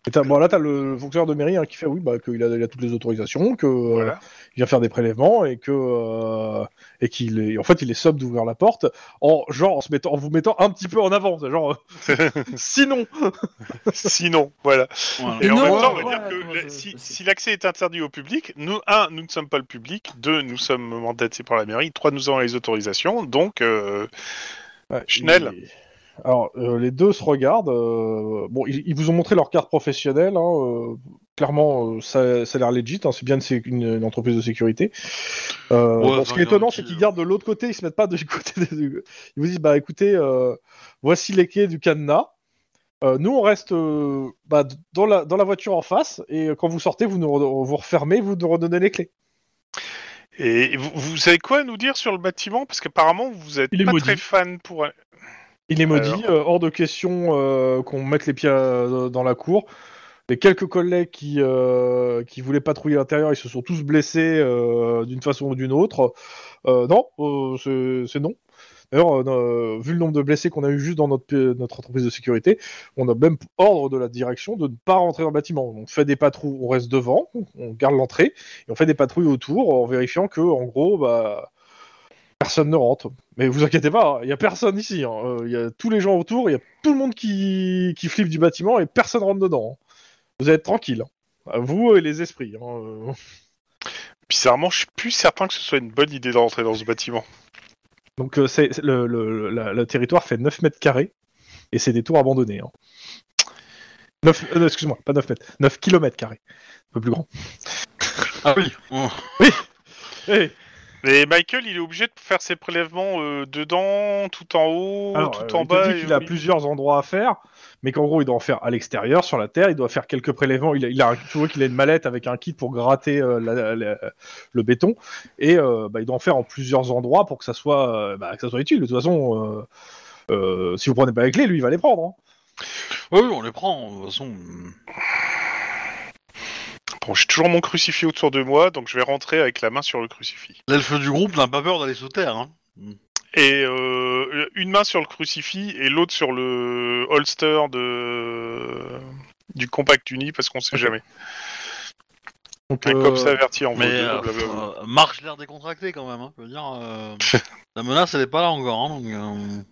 Et t'as- bon, là, t'as le fonctionnaire de mairie hein, qui fait oui, bah, qu'il a, il a toutes les autorisations, que. euh, Voilà. il vient faire des prélèvements et que euh, et qu'il est- en fait il est somme d'ouvrir la porte en genre en se mettant en vous mettant un petit peu en avant c'est genre euh, sinon Sinon, voilà. Et, Et en non, même temps, on va voilà, dire comment que ça la- va se si, passer. si l'accès est interdit au public, nous, un, nous ne sommes pas le public, deux, nous sommes mandatés par la mairie, trois, nous avons les autorisations, donc euh, Ouais, Schnell. il- alors euh, les deux se regardent euh, bon ils, ils vous ont montré leur carte professionnelle hein, euh, clairement euh, ça, ça a l'air legit hein, c'est bien une, sé- une- une entreprise de sécurité Euh, Ouais, bon, ce enfin, qui est étonnant garantie, c'est qu'ils euh. gardent de l'autre côté ils se mettent pas du côté des... ils vous disent bah écoutez euh, voici les quais du cadenas Euh, nous, on reste euh, bah, d- dans, la, dans la voiture en face, et euh, quand vous sortez, vous nous re- vous refermez, vous nous redonnez les clés. et vous, vous avez quoi à nous dire sur le bâtiment Parce qu'apparemment, vous êtes Il est pas maudit. très fan pour... Il est maudit, euh, hors de question euh, qu'on mette les pieds euh, dans la cour. Les quelques collègues qui, euh, qui voulaient patrouiller l'intérieur, ils se sont tous blessés euh, d'une façon ou d'une autre. Euh, non, euh, c'est- c'est non. D'ailleurs, euh, vu le nombre de blessés qu'on a eu juste dans notre, p- notre entreprise de sécurité, on a même ordre de la direction de ne pas rentrer dans le bâtiment. On fait des patrouilles, on reste devant, on garde l'entrée, et on fait des patrouilles autour en vérifiant que, en gros, bah, personne ne rentre. Mais vous inquiétez pas, il n'y a personne ici. hein. Euh, Il y a tous les gens autour, il y a tout le monde qui, qui flippe du bâtiment et personne rentre dedans. hein. Vous êtes tranquille. Euh, Vous et les esprits. hein, euh. Bizarrement, je suis plus certain que ce soit une bonne idée de rentrer dans ce bâtiment. Donc euh, c'est, c'est le, le- la- le territoire fait 9 mètres carrés et c'est des tours abandonnés. hein. 9, euh, non, excuse-moi, pas 9 mètres, 9 kilomètres carrés. Un peu plus grand. Ah oui. Oh. Eh, Mais Michael, il est obligé de faire ses prélèvements euh, dedans, tout en haut, Alors, tout euh, en il te bas. dit et qu'il au a milieu. plusieurs endroits à faire, mais qu'en gros, il doit en faire à l'extérieur, sur la terre. Il doit faire quelques prélèvements. Il a, il a un- tu vois qu'il a une mallette avec un kit pour gratter euh, la- la- le béton, et euh, bah, il doit en faire en plusieurs endroits pour que ça soit, euh, bah, que ça soit utile. De toute façon, euh, euh, si vous prenez pas les clés, lui, il va les prendre. hein. Ouais, oui, on les prend, de toute façon. Bon, j'ai toujours mon crucifix autour de moi, donc je vais rentrer avec la main sur le crucifix. L'elfe du groupe n'a pas peur d'aller se taire. Hein. Et euh, une main sur le crucifix et l'autre sur le holster de du compact uni parce qu'on Euh, sait jamais. Donc, Un euh, cop s'avertit en Mais vaut deux, euh, blablabla. euh, marche l'air décontracté quand même. Hein. Je veux dire, euh, la menace elle est pas là encore. Hein, donc, euh,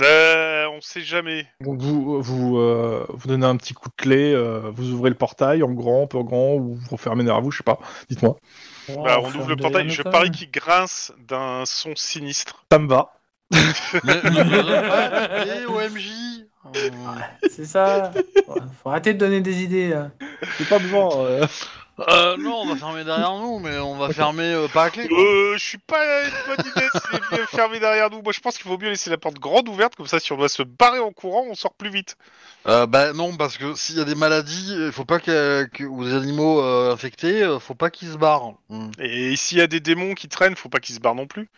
Euh, on sait jamais. donc vous, vous, euh, vous donnez un petit coup de clé, euh, vous ouvrez le portail en grand, peu grand, ou vous fermez derrière vous, je sais pas. Dites-moi. Bah, Oh, on ferme ouvre le derrière portail. nous, Je quand parie même. qu'il grince d'un son sinistre. Ça me va. Mais ne devrait pas être payé, OMJ. euh, C'est ça. Ouais, Faut arrêter de donner des idées. hein. là. J'ai pas besoin. euh, Euh, non, on va fermer derrière nous, mais on va fermer euh, pas à clé. quoi. Euh, je suis pas une bonne idée si les vieux fermés derrière nous. Moi, je pense qu'il vaut mieux laisser la porte grande ouverte, comme ça, si on doit se barrer en courant, on sort plus vite. Euh, bah non, parce que s'il y a des maladies, il faut pas que, que- ou des animaux euh, infectés, euh, faut pas qu'ils se barrent. Hmm. Et s'il y a des démons qui traînent, faut pas qu'ils se barrent non plus.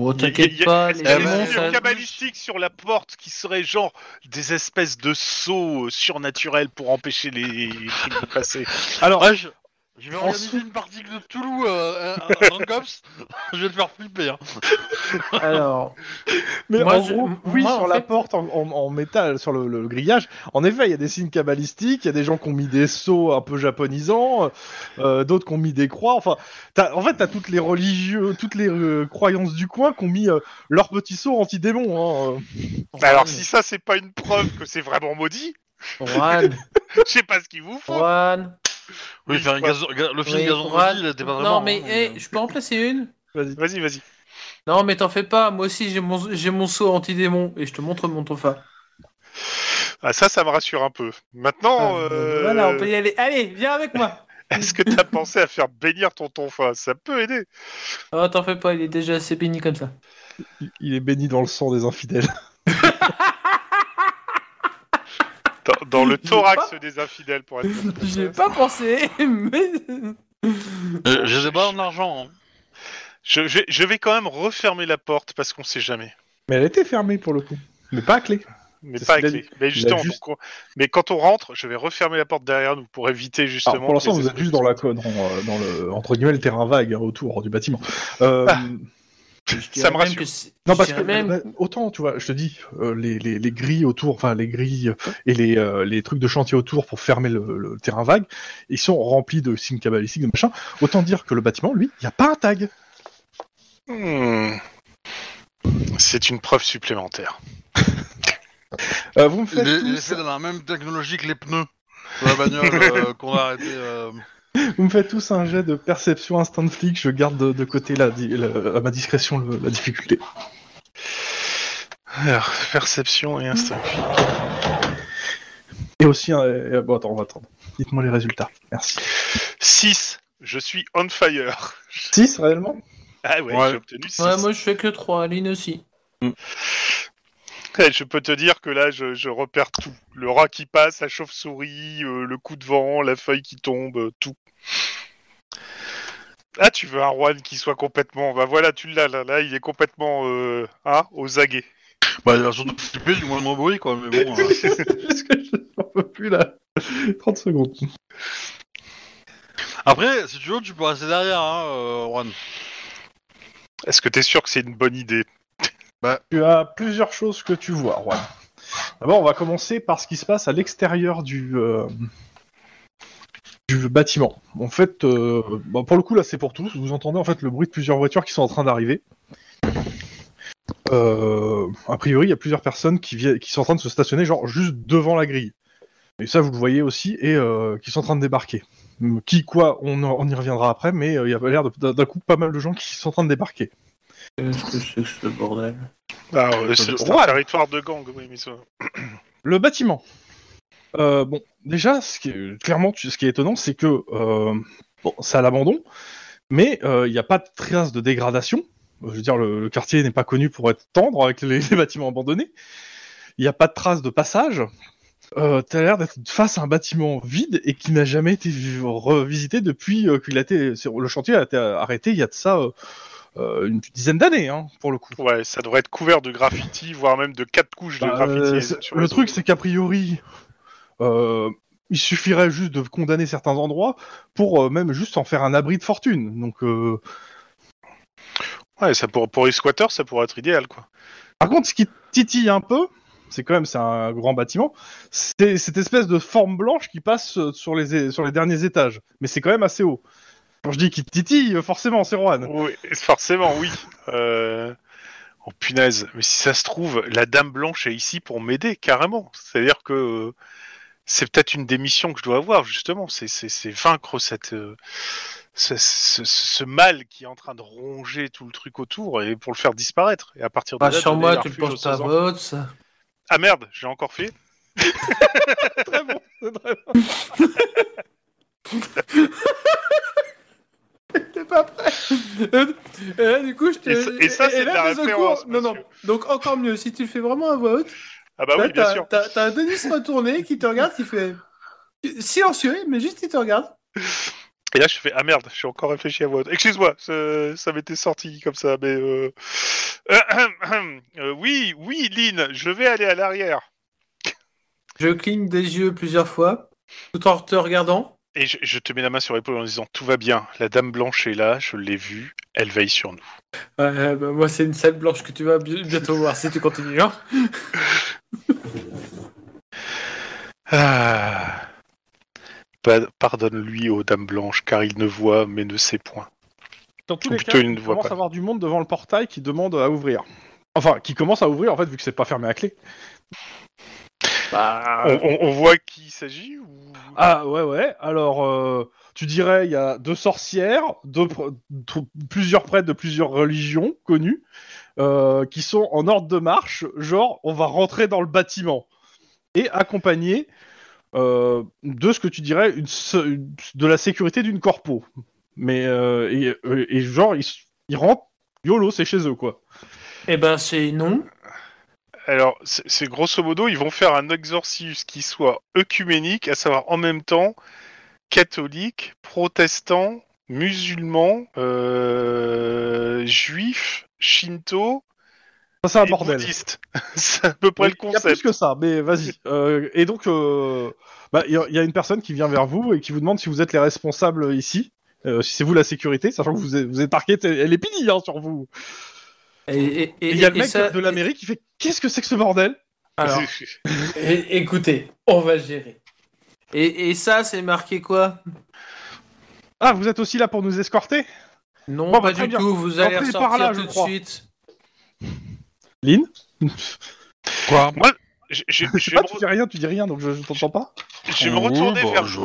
Oh, Il t'inquiète y a- pas, les Il y a Eh des ben, démons, c'est signes ça- cabalistiques sur la porte qui seraient genre des espèces de sauts euh, surnaturels pour empêcher les trucs de passer. Alors, Ouais, je, je vais En organiser sous- une partie de Toulouse euh, euh, dans le cops. Je vais te faire flipper. hein. Alors, mais moi, en je- gros, moi, oui, en sur la fait- porte en, en- en métal, sur le, le grillage. En effet, il y a des signes cabalistiques, il y a des gens qui ont mis des sceaux un peu japonisants, euh, d'autres qui ont mis des croix. Enfin, t'as- en fait, t'as toutes les religieux, toutes les euh, croyances du coin qui ont mis euh, leurs petits sceaux anti-démons. hein, euh. Bah, Alors, si ça, c'est pas une preuve que c'est vraiment maudit, Juan, je sais pas ce qu'il vous faut. Juan, Oui, Oui, faire un ouais. gazon- ga- le film oui, Gazon Juan. Rougi, il était pas vraiment. Non, mais hein, euh. eh, je peux en placer une euh. Vas-y. Vas-y, vas-y. Non, mais t'en fais pas, moi aussi j'ai mon, j'ai mon saut anti-démon et je te montre mon tofa. Ah, ça, ça me rassure un peu. Maintenant, euh, Ah, Voilà, on peut y aller. Allez, viens avec moi est-ce que t'as pensé à faire bénir ton tonfa Ça peut aider. Oh, t'en fais pas, il est déjà assez béni comme ça. Il- Il est béni dans le sang des infidèles. Dans, dans le Je sais thorax des infidèles, pour être. J'y ai pas pensé, mais. Euh, je sais pas en argent. hein. Je, je- je vais quand même refermer la porte parce qu'on sait jamais. Mais elle était fermée pour le coup. Mais pas à clé. Mais C'est pas ce avec qu'il a les- Mais justement, juste- donc, on- mais quand on rentre, je vais refermer la porte derrière nous pour éviter justement. Alors, pour l'instant, que les- vous êtes juste dans la dans, euh, dans le entre guillemets le terrain vague hein, autour du bâtiment. Euh, Ah. Ça me rassure. Non parce que même. bah, autant tu vois, je te dis euh, les, les, les grilles autour, enfin les grilles et les, euh, les trucs de chantier autour pour fermer le, le terrain vague, ils sont remplis de signes cabalistiques de machin. Autant dire que le bâtiment, lui, il y a pas un tag. Hmm. C'est une preuve supplémentaire. Euh, vous me faites Il est- il tous- essaie dans la même technologie que les pneus de la bagnole euh, qu'on a arrêté. euh, Vous me faites tous un jet de perception instant flic, je garde de, de côté la, di- la- à ma discrétion le- la difficulté. Alors, perception et instinct. Et aussi, un- euh, bon attends, on va attendre. Dites-moi les résultats. Merci. 6. Je suis on fire. 6 réellement Ah ouais, Ouais. j'ai obtenu 6. Ouais, moi je fais que 3, Lynn aussi. Eh, Je peux te dire que là, je, je repère tout. Le rat qui passe, la chauve-souris, euh, le coup de vent, la feuille qui tombe, euh, tout. Ah, tu veux un Juan qui soit complètement... Bah voilà, tu l'as, là, là, il est complètement... Euh, hein, aux aguets. Bah, il a surtout flippé du moindre bruit, quoi. Mais bon, euh, Parce que je n'en peux plus là. 30 secondes. Après, si tu veux, tu peux rester derrière, hein, euh, Juan. Est-ce que t'es sûr que c'est une bonne idée Tu as plusieurs choses que tu vois, Juan. D'abord, on va commencer par ce qui se passe à l'extérieur du, euh, du bâtiment. En fait, euh, bah, pour le coup, là, c'est pour tous. Vous entendez en fait le bruit de plusieurs voitures qui sont en train d'arriver. Euh, a priori, il y a plusieurs personnes qui, vi- qui sont en train de se stationner, genre juste devant la grille. Et ça, vous le voyez aussi, et euh, qui sont en train de débarquer. Hum, Qui, quoi, on, en- on y reviendra après, mais euh, il y a l'air de- d'un coup pas mal de gens qui sont en train de débarquer. Qu'est-ce que c'est que ce bordel Ah, ouais, c'est- c'est un territoire de gang, oui, mais ça... Le bâtiment. Euh, bon, déjà, ce qui est, clairement, tu- ce qui est étonnant, c'est que euh, bon, c'est à l'abandon, mais euh, il n'y a pas de trace de dégradation. Euh, Je veux dire, le, le quartier n'est pas connu pour être tendre avec les, les bâtiments abandonnés. Il n'y a pas de trace de passage. Euh, T'as l'air d'être face à un bâtiment vide et qui n'a jamais été vi- revisité depuis euh, qu'il a été c'est- le chantier a été arrêté il y a de ça euh, euh, une dizaine d'années hein, pour le coup. Ouais, ça devrait être couvert de graffiti, voire même de quatre couches de Bah, graffiti. euh, sur c'est- les le truc, autres. c'est qu'a priori, euh, il suffirait juste de condamner certains endroits pour euh, même juste en faire un abri de fortune. Donc, euh, Ouais, ça pour, pour les squatteurs, ça pourrait être idéal, quoi. Par contre, ce qui titille un peu, c'est quand même c'est un grand bâtiment, c'est cette espèce de forme blanche qui passe euh, sur les, sur les derniers étages. Mais c'est quand même assez haut. Quand je dis qui titille, euh, forcément, c'est Rohan. Oui, forcément, oui. Euh, Oh punaise, mais si ça se trouve, la Dame Blanche est ici pour m'aider, carrément. C'est-à-dire que euh, c'est peut-être une des missions que je dois avoir, justement. C'est- C'est c'est vaincre cette, euh, ce, ce- ce mal qui est en train de ronger tout le truc autour et pour le faire disparaître. Et à partir de là, Bah, sur donner moi, un tu le refuge aux penses pas à sans-enfants. vote, ça. Ah merde, j'ai encore fait. Très bon, c'est très bon. T'es pas prêt. Et là, du coup, je te. Et ça- et ça, c'est de là, la tes secours- référence, Non, non. monsieur. Donc, encore mieux, si tu le fais vraiment à voix haute, Ah bah là, oui, bien t'as- sûr. t'as t'as un Denis retourné qui te regarde, qui fait. Silencieux, mais juste il te regarde. Et là, je fais ah merde, je suis encore réfléchi à voix haute. Excuse-moi, ce- ça m'était sorti comme ça, mais euh... Euh, oui, oui, Lynn, je vais aller à l'arrière. Je cligne des yeux plusieurs fois, tout en te regardant. Et je, je te mets la main sur l'épaule en disant tout va bien. La dame blanche est là, je l'ai vue, elle veille sur nous. Ouais, bah, moi, c'est une salle blanche que tu vas bi- bientôt voir si tu continues. hein. Ah. Pa- Pardonne-lui aux dames blanches, car il ne voit mais ne sait point. Dans tous Ou les plutôt, cas, il ne il voit commence pas. à avoir du monde devant le portail qui demande à ouvrir. Enfin, qui commence à ouvrir en fait, vu que c'est pas fermé à clé. On, on- on voit qui il s'agit ou... Ah ouais, ouais. Alors, euh, tu dirais, il y a deux sorcières, deux pr- tr- plusieurs prêtres de plusieurs religions connues, euh, qui sont en ordre de marche, genre, on va rentrer dans le bâtiment. Et accompagné euh, de ce que tu dirais, une se- une- de la sécurité d'une corpo. Mais, euh, et, et- et genre, ils, s- ils rentrent, YOLO, c'est chez eux, quoi. Eh ben, c'est non. Alors, c'est c'est grosso modo, ils vont faire un exorcisme qui soit œcuménique, à savoir en même temps catholique, protestant, musulman, euh, juif, shinto Ça, c'est un et Ah, bordel. bouddhiste. C'est à peu près Oui, le Il y a plus concept. que ça, mais vas-y. Euh, et donc, euh, bah, il y, a- il y a une personne qui vient vers vous et qui vous demande si vous êtes les responsables ici, euh, si c'est vous la sécurité, sachant que vous êtes, vous êtes marqué, t'es- elle est pédille hein, sur vous. Et et- et- Et il y a et le mec ça- de la mairie qui fait Qu'est-ce que c'est que ce bordel Alors, é- écoutez, on va gérer. Et, et ça, c'est marqué quoi Ah, vous êtes aussi là pour nous escorter Non, Bon, bah, pas très du bien. tout. Vous allez Entrez ressortir par là, je tout de crois. suite. Lynn Quoi Je, je- je Je sais vais pas, me tu re- dis rien, tu dis rien, donc je, je t'entends pas. je vais me retourner Oui, bah, vers je...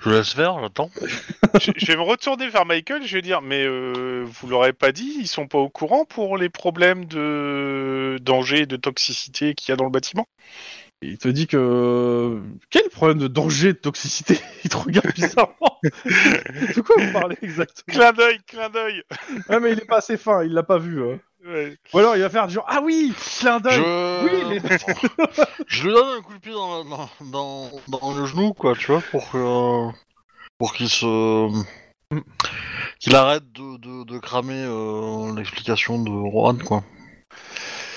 je laisse faire, j'attends. je, je vais me retourner vers Michael, je vais dire, mais euh, vous l'aurez pas dit, ils sont pas au courant pour les problèmes de danger et de toxicité qu'il y a dans le bâtiment Il te dit que. Quel problème de danger, de toxicité Il te regarde bizarrement. de quoi vous parlez exactement Clin d'œil, clin d'œil Ah, mais il est pas assez fin, il l'a pas vu. hein. Ouais. Ou alors il va faire genre Ah oui, clin d'œil Je... Oui, je lui donne un coup de pied dans, la- dans, dans, dans le genou, quoi, tu vois, pour que, euh, pour qu'il se, qu'il arrête de, de, de cramer euh, l'explication de Rohan, quoi.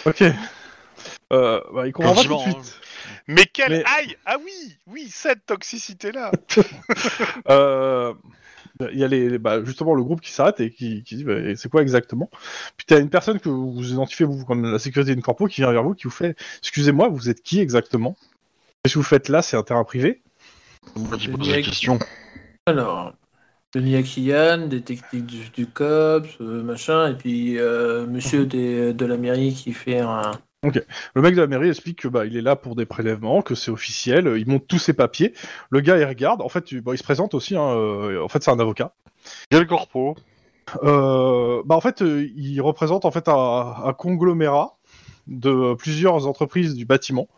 Ok. Euh, bah, il comprend pas tout de Gentiment, suite. hein. Mais quel Mais- aïe Ah oui Oui, cette toxicité-là Euh, Il y a les, les- bah, justement le groupe qui s'arrête et qui, qui dit bah, et c'est quoi exactement. Puis t'as une personne que vous identifiez vous, comme la sécurité d'une corpo qui vient vers vous qui vous fait Excusez-moi, vous êtes qui exactement Qu'est-ce que vous faites là C'est un terrain privé Moi, qui pose la Direct. question. Alors, Denis Akian, des techniques du, du COPS, euh, machin, et puis euh, monsieur des- de la mairie qui fait un. Le mec de la mairie explique que bah, il est là pour des prélèvements, que c'est officiel, euh, il monte tous ses papiers. Le gars il regarde, en fait tu- bon, il se présente aussi, hein, euh, en fait c'est un avocat. Quel corpo Euh, bah en fait, euh, il représente en fait un, un conglomérat de euh, plusieurs entreprises du bâtiment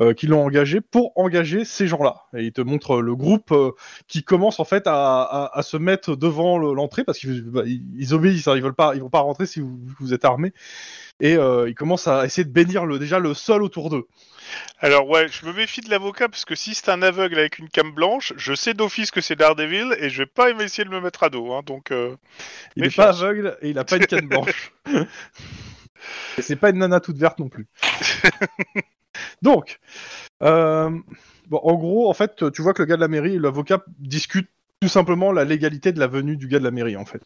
euh, qui l'ont engagé pour engager ces gens-là. Et il te montre euh, le groupe euh, qui commence en fait à, à- à se mettre devant le- l'entrée parce qu'ils bah, ils- ils obéissent, hein, ils veulent pas, ils vont pas rentrer si vous, vous êtes armés. Et euh, ils commencent à essayer de bénir le, déjà le sol autour d'eux. Alors ouais, je me méfie de l'avocat parce que si c'est un aveugle avec une cam blanche, je sais d'office que c'est Daredevil et je vais pas essayer de me mettre à dos. Hein, donc euh, Il n'est Méfiance. pas aveugle et il a pas une canne blanche. et c'est pas une nana toute verte non plus. Donc, euh, bon, en gros, en fait, tu vois que le gars de la mairie et l'avocat discutent tout simplement la légalité de la venue du gars de la mairie, en fait.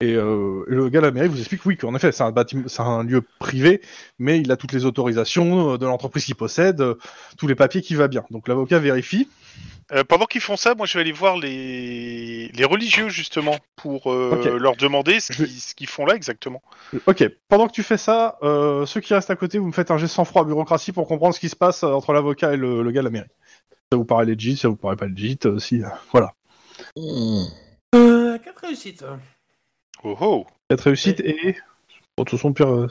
Et euh, le gars de la mairie vous explique, oui, qu'en effet, c'est un, bâtiment, c'est un lieu privé, mais il a toutes les autorisations euh, de l'entreprise qu'il possède, euh, tous les papiers qui va bien. Donc l'avocat vérifie. euh, pendant qu'ils font ça, moi je vais aller voir les, les religieux justement pour euh, Ok. leur demander ce Je vais- qu'ils ce qu'ils font là exactement. Ok, pendant que tu fais ça, euh, ceux qui restent à côté, vous me faites un geste sans froid bureaucratie pour comprendre ce qui se passe euh, entre l'avocat et le, le gars de la mairie. Ça vous paraît legit, ça vous paraît pas legit, euh, si, euh, voilà. Mmh. Hmm. Euh, quatre réussites. Oh oh Cette réussite et... Bon, de toute façon, pire, euh,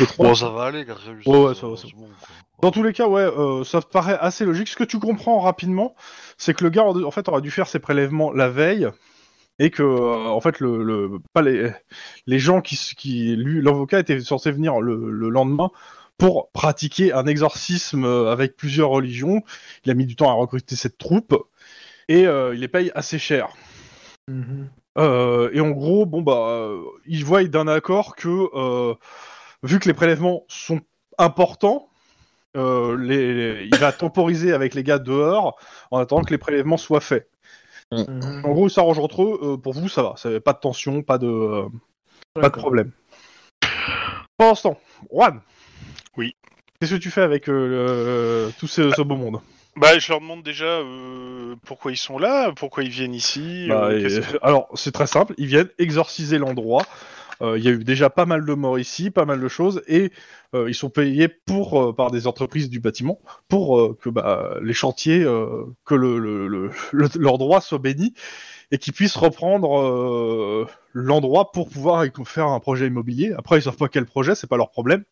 Les trois. Bon, ça va aller, 4 réussites. Ouais, ouais, ça euh, va, ça c'est bon, quoi. Dans tous les cas, ouais, euh, ça paraît assez logique. Ce que tu comprends rapidement, c'est que le gars, en fait, aurait dû faire ses prélèvements la veille et que, euh, en fait, le, le- pas les, les gens qui, s- qui lui, l'avocat était censé venir le, le lendemain pour pratiquer un exorcisme euh, avec plusieurs religions. Il a mis du temps à recruter cette troupe et euh, il les paye assez cher. Mhm. Euh, et en gros, bon bah, euh, ils voient d'un accord que euh, vu que les prélèvements sont importants, euh, les- les- il va temporiser avec les gars dehors en attendant que les prélèvements soient faits. Mhm. En gros, ils s'arrangent entre eux. euh, pour vous, ça va, c'est pas de tension, pas de, euh, pas de D'accord. problème. Pendant ce temps, Juan. Oui. Qu'est-ce que tu fais avec euh, le- tout ce, ce beau monde Bah, je leur demande déjà euh, pourquoi ils sont là, pourquoi ils viennent ici. Bah, euh, et- qu'est-ce que- Alors, c'est très simple, ils viennent exorciser l'endroit. Euh, Il y a eu déjà pas mal de morts ici, pas mal de choses, et euh, ils sont payés pour, euh, par des entreprises du bâtiment pour euh, que bah, les chantiers, euh, que le, le, le- le- leur droit soit béni et qu'ils puissent reprendre euh, l'endroit pour pouvoir y- faire un projet immobilier. Après, ils savent pas quel projet, c'est pas leur problème.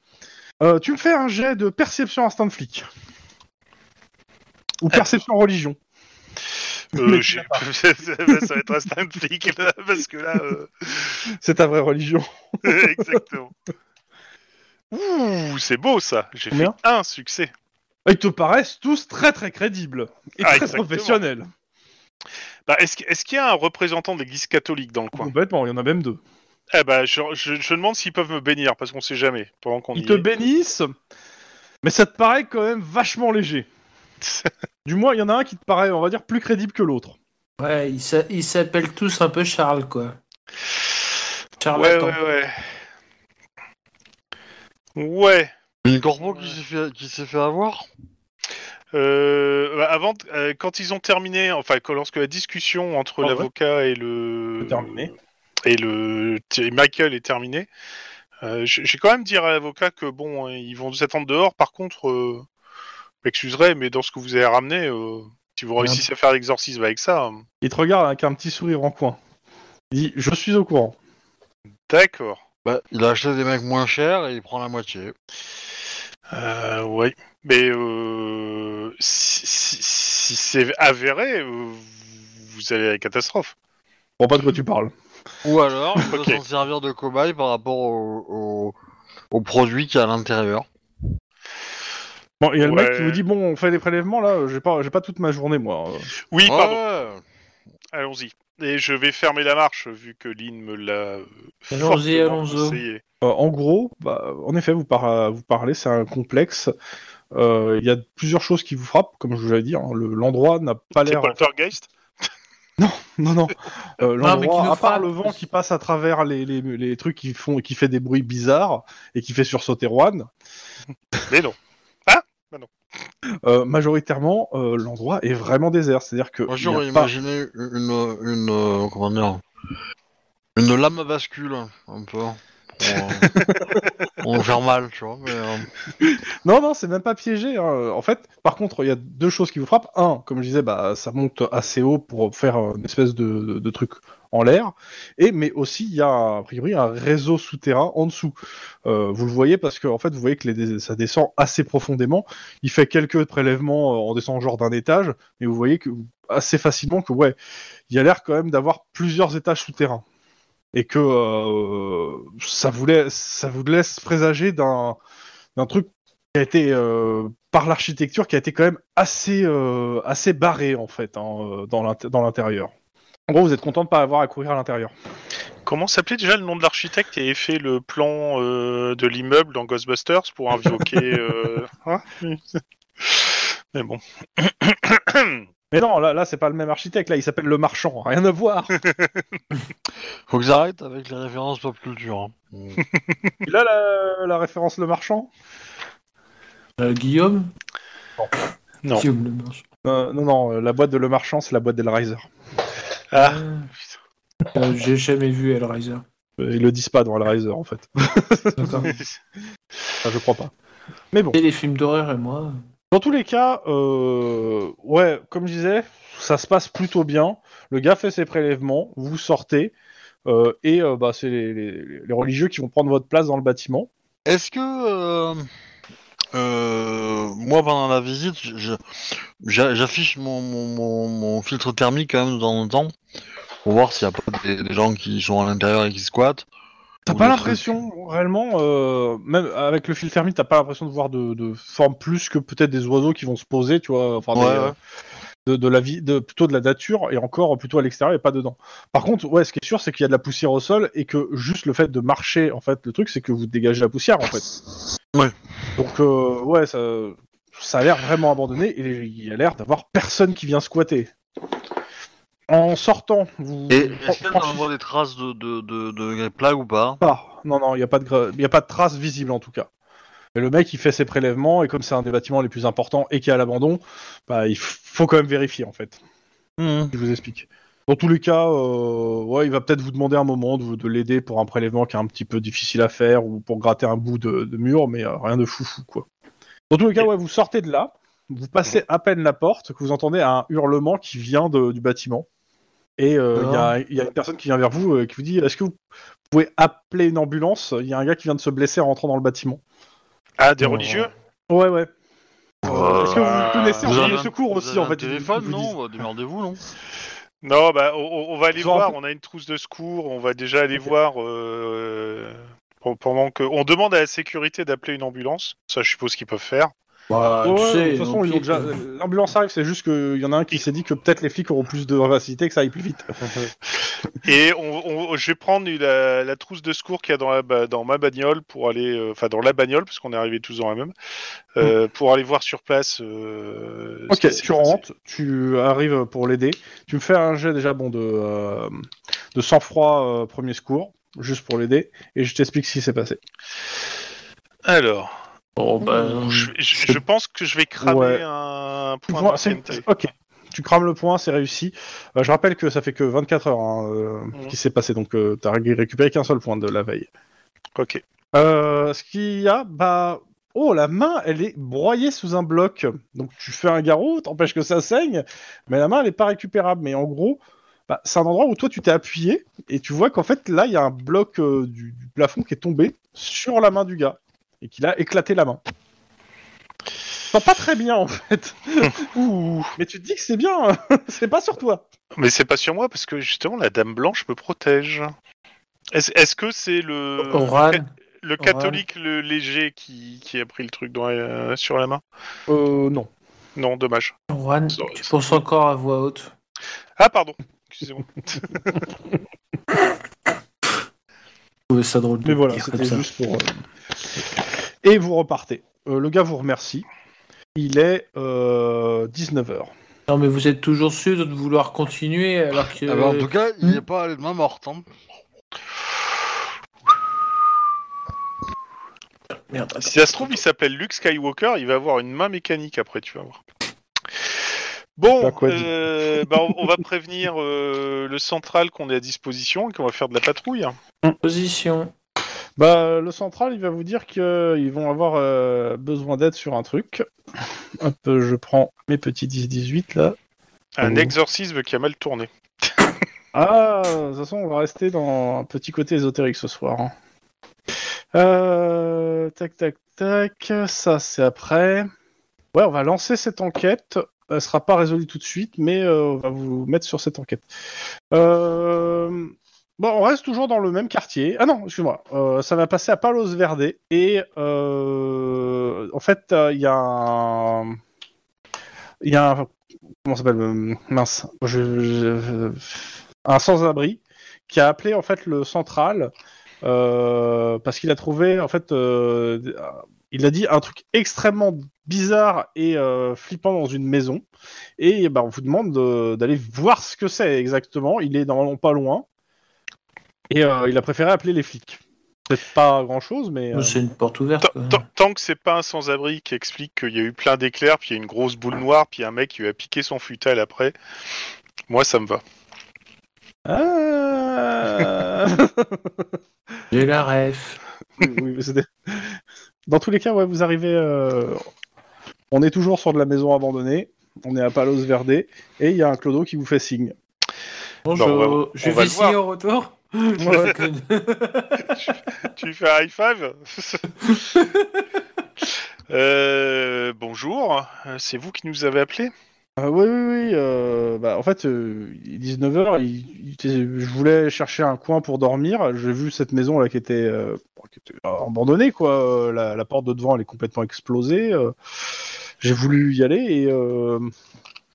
Euh, tu me fais un jet de perception instinct de flic ou perception religion. Euh, j'ai- ça va être instinct de flic, là, parce que là, euh, C'est ta vraie religion. exactement. Ouh, c'est beau ça. J'ai fait Combien un succès. Ils te paraissent tous très très crédibles et Ah, très exactement. professionnels. Bah, est-ce, que- est-ce qu'il y a un représentant de l'Église catholique dans le coin Complètement, il y en a même deux. Eh bah, je, je- je demande s'ils peuvent me bénir, parce qu'on sait jamais pendant qu'on Ils y te est. bénissent, mais ça te paraît quand même vachement léger. Du moins, il y en a un qui te paraît, on va dire, plus crédible que l'autre. Ouais, ils s'a- ils s'appellent tous un peu Charles, quoi. ouais, Charlatan. ouais, ouais. Ouais. Une corpo qui s'est fait, qui s'est fait avoir Euh, bah, avant, euh, quand ils ont terminé, enfin, quand, lorsque la discussion entre Ah ouais. l'avocat et le Terminé. et le et Michael est terminée, euh, j'ai j'ai quand même dire à l'avocat que bon, hein, ils vont nous attendre dehors. Par contre, euh, je m'excuserai, mais dans ce que vous avez ramené, euh, si vous réussissez à faire l'exorcisme avec ça, euh, Il te regarde avec un petit sourire en coin. Il dit Je suis au courant. d'accord. Bah, il a acheté des mecs moins chers et il prend la moitié. Euh, oui. Mais euh, si, si- si c'est avéré, euh, vous allez à la catastrophe. Bon, pas de quoi tu parles. Ou alors, il peut Ok. s'en servir de cobaye par rapport au, au, au produit qui est à l'intérieur. Bon, il y a le mec Ouais. qui vous dit Bon, on fait les prélèvements là, j'ai pas, j'ai pas toute ma journée moi. Oui, pardon. Ouais. Allons-y. Et je vais fermer la marche, vu que Lynn me l'a. euh, Allons-y, fortement allons-y. conseillé. Euh, en gros, bah, en effet, vous, par- vous parlez, c'est un complexe. Euh, Il y a plusieurs choses qui vous frappent, comme je vous l'ai dit. hein. Le- L'endroit n'a pas C'est l'air. Poltergeist Non, non. Euh, Non, mais qui nous L'endroit, à part frappe. le vent qui passe à travers les, les, les trucs qui font qui fait des bruits bizarres et qui fait sursauter Juan, Mais non. euh, majoritairement, euh, l'endroit est vraiment désert. C'est-à-dire que. Moi, il y a j'aurais pas- imaginé une, une, euh, comment dire, une lame à bascule, un peu. Pour, euh, pour nous faire mal, tu vois. Mais, euh, Non, non, c'est même pas piégé. hein. En fait, par contre, il y a deux choses qui vous frappent. Un, comme je disais, bah, ça monte assez haut pour faire une espèce de, de- de truc en l'air. Et mais aussi, il y a a priori un réseau souterrain en dessous. Euh, vous le voyez parce que en fait, vous voyez que les- ça descend assez profondément. Il fait quelques prélèvements euh, en descendant genre d'un étage, mais vous voyez que assez facilement que ouais, il y a l'air quand même d'avoir plusieurs étages souterrains. Et que euh, ça, vous laisse, ça vous laisse présager d'un d'un truc qui a été euh, par l'architecture qui a été quand même assez euh, assez barré en fait hein, euh, dans l'int- dans l'intérieur. En gros, vous êtes content de pas avoir à courir à l'intérieur. Comment s'appelait déjà le nom de l'architecte qui avait fait le plan euh, de l'immeuble dans Ghostbusters pour invoquer. euh, hein Mais bon. Mais non, là, là c'est pas le même architecte. Là, il s'appelle le marchand. Rien à voir. faut que j'arrête avec les références pop culture. hein. Mm. Il a la, la référence le marchand. Euh, Guillaume Non. Guillaume Le Marchand. Euh, non, non, euh, la boîte de le marchand, c'est la boîte d'Hellraiser. Ah, Euh, J'ai jamais vu Hellraiser. Euh, Ils le disent pas dans Hellraiser en fait. D'accord. Enfin, je crois pas. Mais bon. Et les films d'horreur et moi. Dans tous les cas, euh, ouais, comme je disais, ça se passe plutôt bien. Le gars fait ses prélèvements, vous sortez, euh, et euh, bah, c'est les, les- les religieux qui vont prendre votre place dans le bâtiment. Est-ce que euh, euh, moi pendant la visite, je- je- j'a- j'affiche mon, mon- mon- mon filtre thermique quand même de temps en temps pour voir s'il n'y a pas des, des gens qui sont à l'intérieur et qui squattent. T'as Ou pas des l'impression, réellement, euh, même avec le fil thermique, t'as pas l'impression de voir de, de forme plus que peut-être des oiseaux qui vont se poser, tu vois, enfin, des, Ouais, euh, ouais. de, de la vie, de, plutôt de la nature et encore plutôt à l'extérieur et pas dedans. Par contre, ouais, ce qui est sûr, c'est qu'il y a de la poussière au sol et que juste le fait de marcher, en fait, le truc, c'est que vous dégagez la poussière, en fait. Ouais. Donc, euh, ouais, ça, ça a l'air vraiment abandonné et il y a l'air d'avoir personne qui vient squatter. En sortant, vous. Et est-ce qu'on fran- franchissez- voit des traces de, de, de, de plaques ou pas pas. Ah, Non, non, il n'y a pas de, gra- y a pas de traces visibles en tout cas. Et le mec, il fait ses prélèvements et comme c'est un des bâtiments les plus importants et qui est à l'abandon, bah, il f- faut quand même vérifier en fait. Hmm. Je vous explique. Dans tous les cas, euh, ouais, il va peut-être vous demander un moment de, vous- de l'aider pour un prélèvement qui est un petit peu difficile à faire ou pour gratter un bout de, de mur, mais euh, rien de foufou quoi. Dans tous les cas, ouais, vous sortez de là, vous passez à peine la porte que vous entendez un hurlement qui vient de- du bâtiment. Et euh, il y a- il y, a une personne qui vient vers vous euh, qui vous dit Est-ce que vous pouvez appeler une ambulance Il y a un gars qui vient de se blesser en rentrant dans le bâtiment. Ah, des Non. religieux Ouais, ouais. Euh, Est-ce que Euh, vous connaissez vous un avez le un- secours vous aussi avez en un fait ils vous- téléphone, ils vous disent. non Bah, Démerdez-vous, non Non, bah, on- on, on va aller Ils ont un voir. peu- On a une trousse de secours. On va déjà aller voir. euh, pen- Pendant que... On demande à la sécurité d'appeler une ambulance. Ça, je suppose qu'ils peuvent faire. Bah, Ouais, tu ouais, sais, de toute façon, donc, ils ont déjà- euh, l'ambulance arrive, c'est juste qu'il y en a un qui s'est dit que peut-être les flics auront plus de vivacité, que ça aille plus Euh, vite. Et on, on- je vais prendre la, la trousse de secours qu'il y a dans, la, ba- dans ma bagnole pour aller, euh, enfin dans la bagnole parce qu'on est arrivés tous dans la même, euh, pour aller voir sur place. euh, ce Hmm. Ok, qui s'est tu passé. rentres, tu arrives pour l'aider. Tu me fais un jet déjà bon de, euh, de sang-froid euh, premier secours, juste pour l'aider, et je t'explique ce qui s'est passé. Alors, bon, bah, je, je- je pense que je vais cramer Ouais. un Tu point vois, c'est- d'ancienneté. ok, tu crames le point, c'est réussi. Euh, je rappelle que ça fait que 24 heures hein, euh, Mhm. qui s'est passé, donc tu t'as ré- récupéré qu'un seul point de la veille. Ok. Euh, ce qu'il y a, bah. Oh, la main, elle est broyée sous un bloc. Donc tu fais un garrot, t'empêches que ça saigne, mais la main, elle est pas récupérable. Mais en gros, bah, c'est un endroit où toi, tu t'es appuyé, et tu vois qu'en fait, là, il y a un bloc euh, du, du plafond qui est tombé sur la main du gars, et qu'il a éclaté la main. Enfin, pas très bien, en fait. Ouh. Mais tu te dis que c'est bien, hein. c'est pas sur toi. Mais c'est pas sur moi parce que justement la Dame Blanche me protège. Est-ce est-ce que c'est Euh, le Oral. le catholique le léger qui, qui a pris le truc dans la- sur la main Euh, non. Non, dommage. Juan, Ça- tu penses encore à voix haute. Ah pardon. Excusez-moi. Je trouvais ça drôle de Mais voilà, dire c'était comme ça. juste pour. euh, Et vous repartez. Euh, le gars vous remercie. Il est euh, 19h. Non, mais vous êtes toujours sûr de vouloir continuer alors que. Ah bah, En tout cas, il hmm. n'est pas allé de main morte. Hein. Merde, attends. Si ça se trouve, il s'appelle Luke Skywalker, il va avoir une main mécanique après, tu vas voir. Bon, Bah, quoi euh, bah, on, on va prévenir euh, le central qu'on est à disposition et qu'on va faire de la patrouille. hein. Position. Bah, le central, il va vous dire qu'ils vont avoir euh, besoin d'aide sur un truc. Hop, je prends mes petits 10-18 là. Un Oh. exorcisme qui a mal tourné. Ah, de toute façon, on va rester dans un petit côté ésotérique ce soir. hein. Euh, tac, tac, tac. Ça, c'est après. Ouais, on va lancer cette enquête. Elle sera pas résolue tout de suite, mais euh, on va vous mettre sur cette enquête. Euh, Bon, on reste toujours dans le même quartier. Ah non, excuse-moi. Euh, ça va passer à Palos Verde. Et euh, en fait, euh, il y a un... Il y a un... Comment ça s'appelle euh, Mince. Je- je- un sans-abri qui a appelé en fait le central euh, parce qu'il a trouvé en fait euh, il a dit un truc extrêmement bizarre et euh, flippant dans une maison et bah, on vous demande de- d'aller voir ce que c'est exactement il est normalement pas loin et euh, il a préféré appeler les flics peut-être pas grand chose mais euh, C'est une porte ouverte. Tant- quoi. tant- Tant que c'est pas un sans-abri qui explique qu'il y a eu plein d'éclairs, puis il y a une grosse boule noire, puis un mec qui lui a piqué son futal après, moi ça me va. ah J'ai la ref. Oui, oui, mais c'était- Dans tous les cas, ouais, vous arrivez. euh, On est toujours sur de la maison abandonnée. On est à Palos Verde et il y a un clodo qui vous fait signe. Bonjour. on va- je on va vais le voir. signer au retour. Ouais, que- Tu lui fais un high five Euh, Bonjour, euh, c'est vous qui nous avez appelé Euh, oui, oui, oui. euh, bah, en fait, euh, 19h, il- il était- je voulais chercher un coin pour dormir. J'ai vu cette maison là qui était, euh, qui était, euh, abandonnée, quoi. Euh, La, la porte de devant, elle est complètement explosée. euh. J'ai voulu y aller et euh,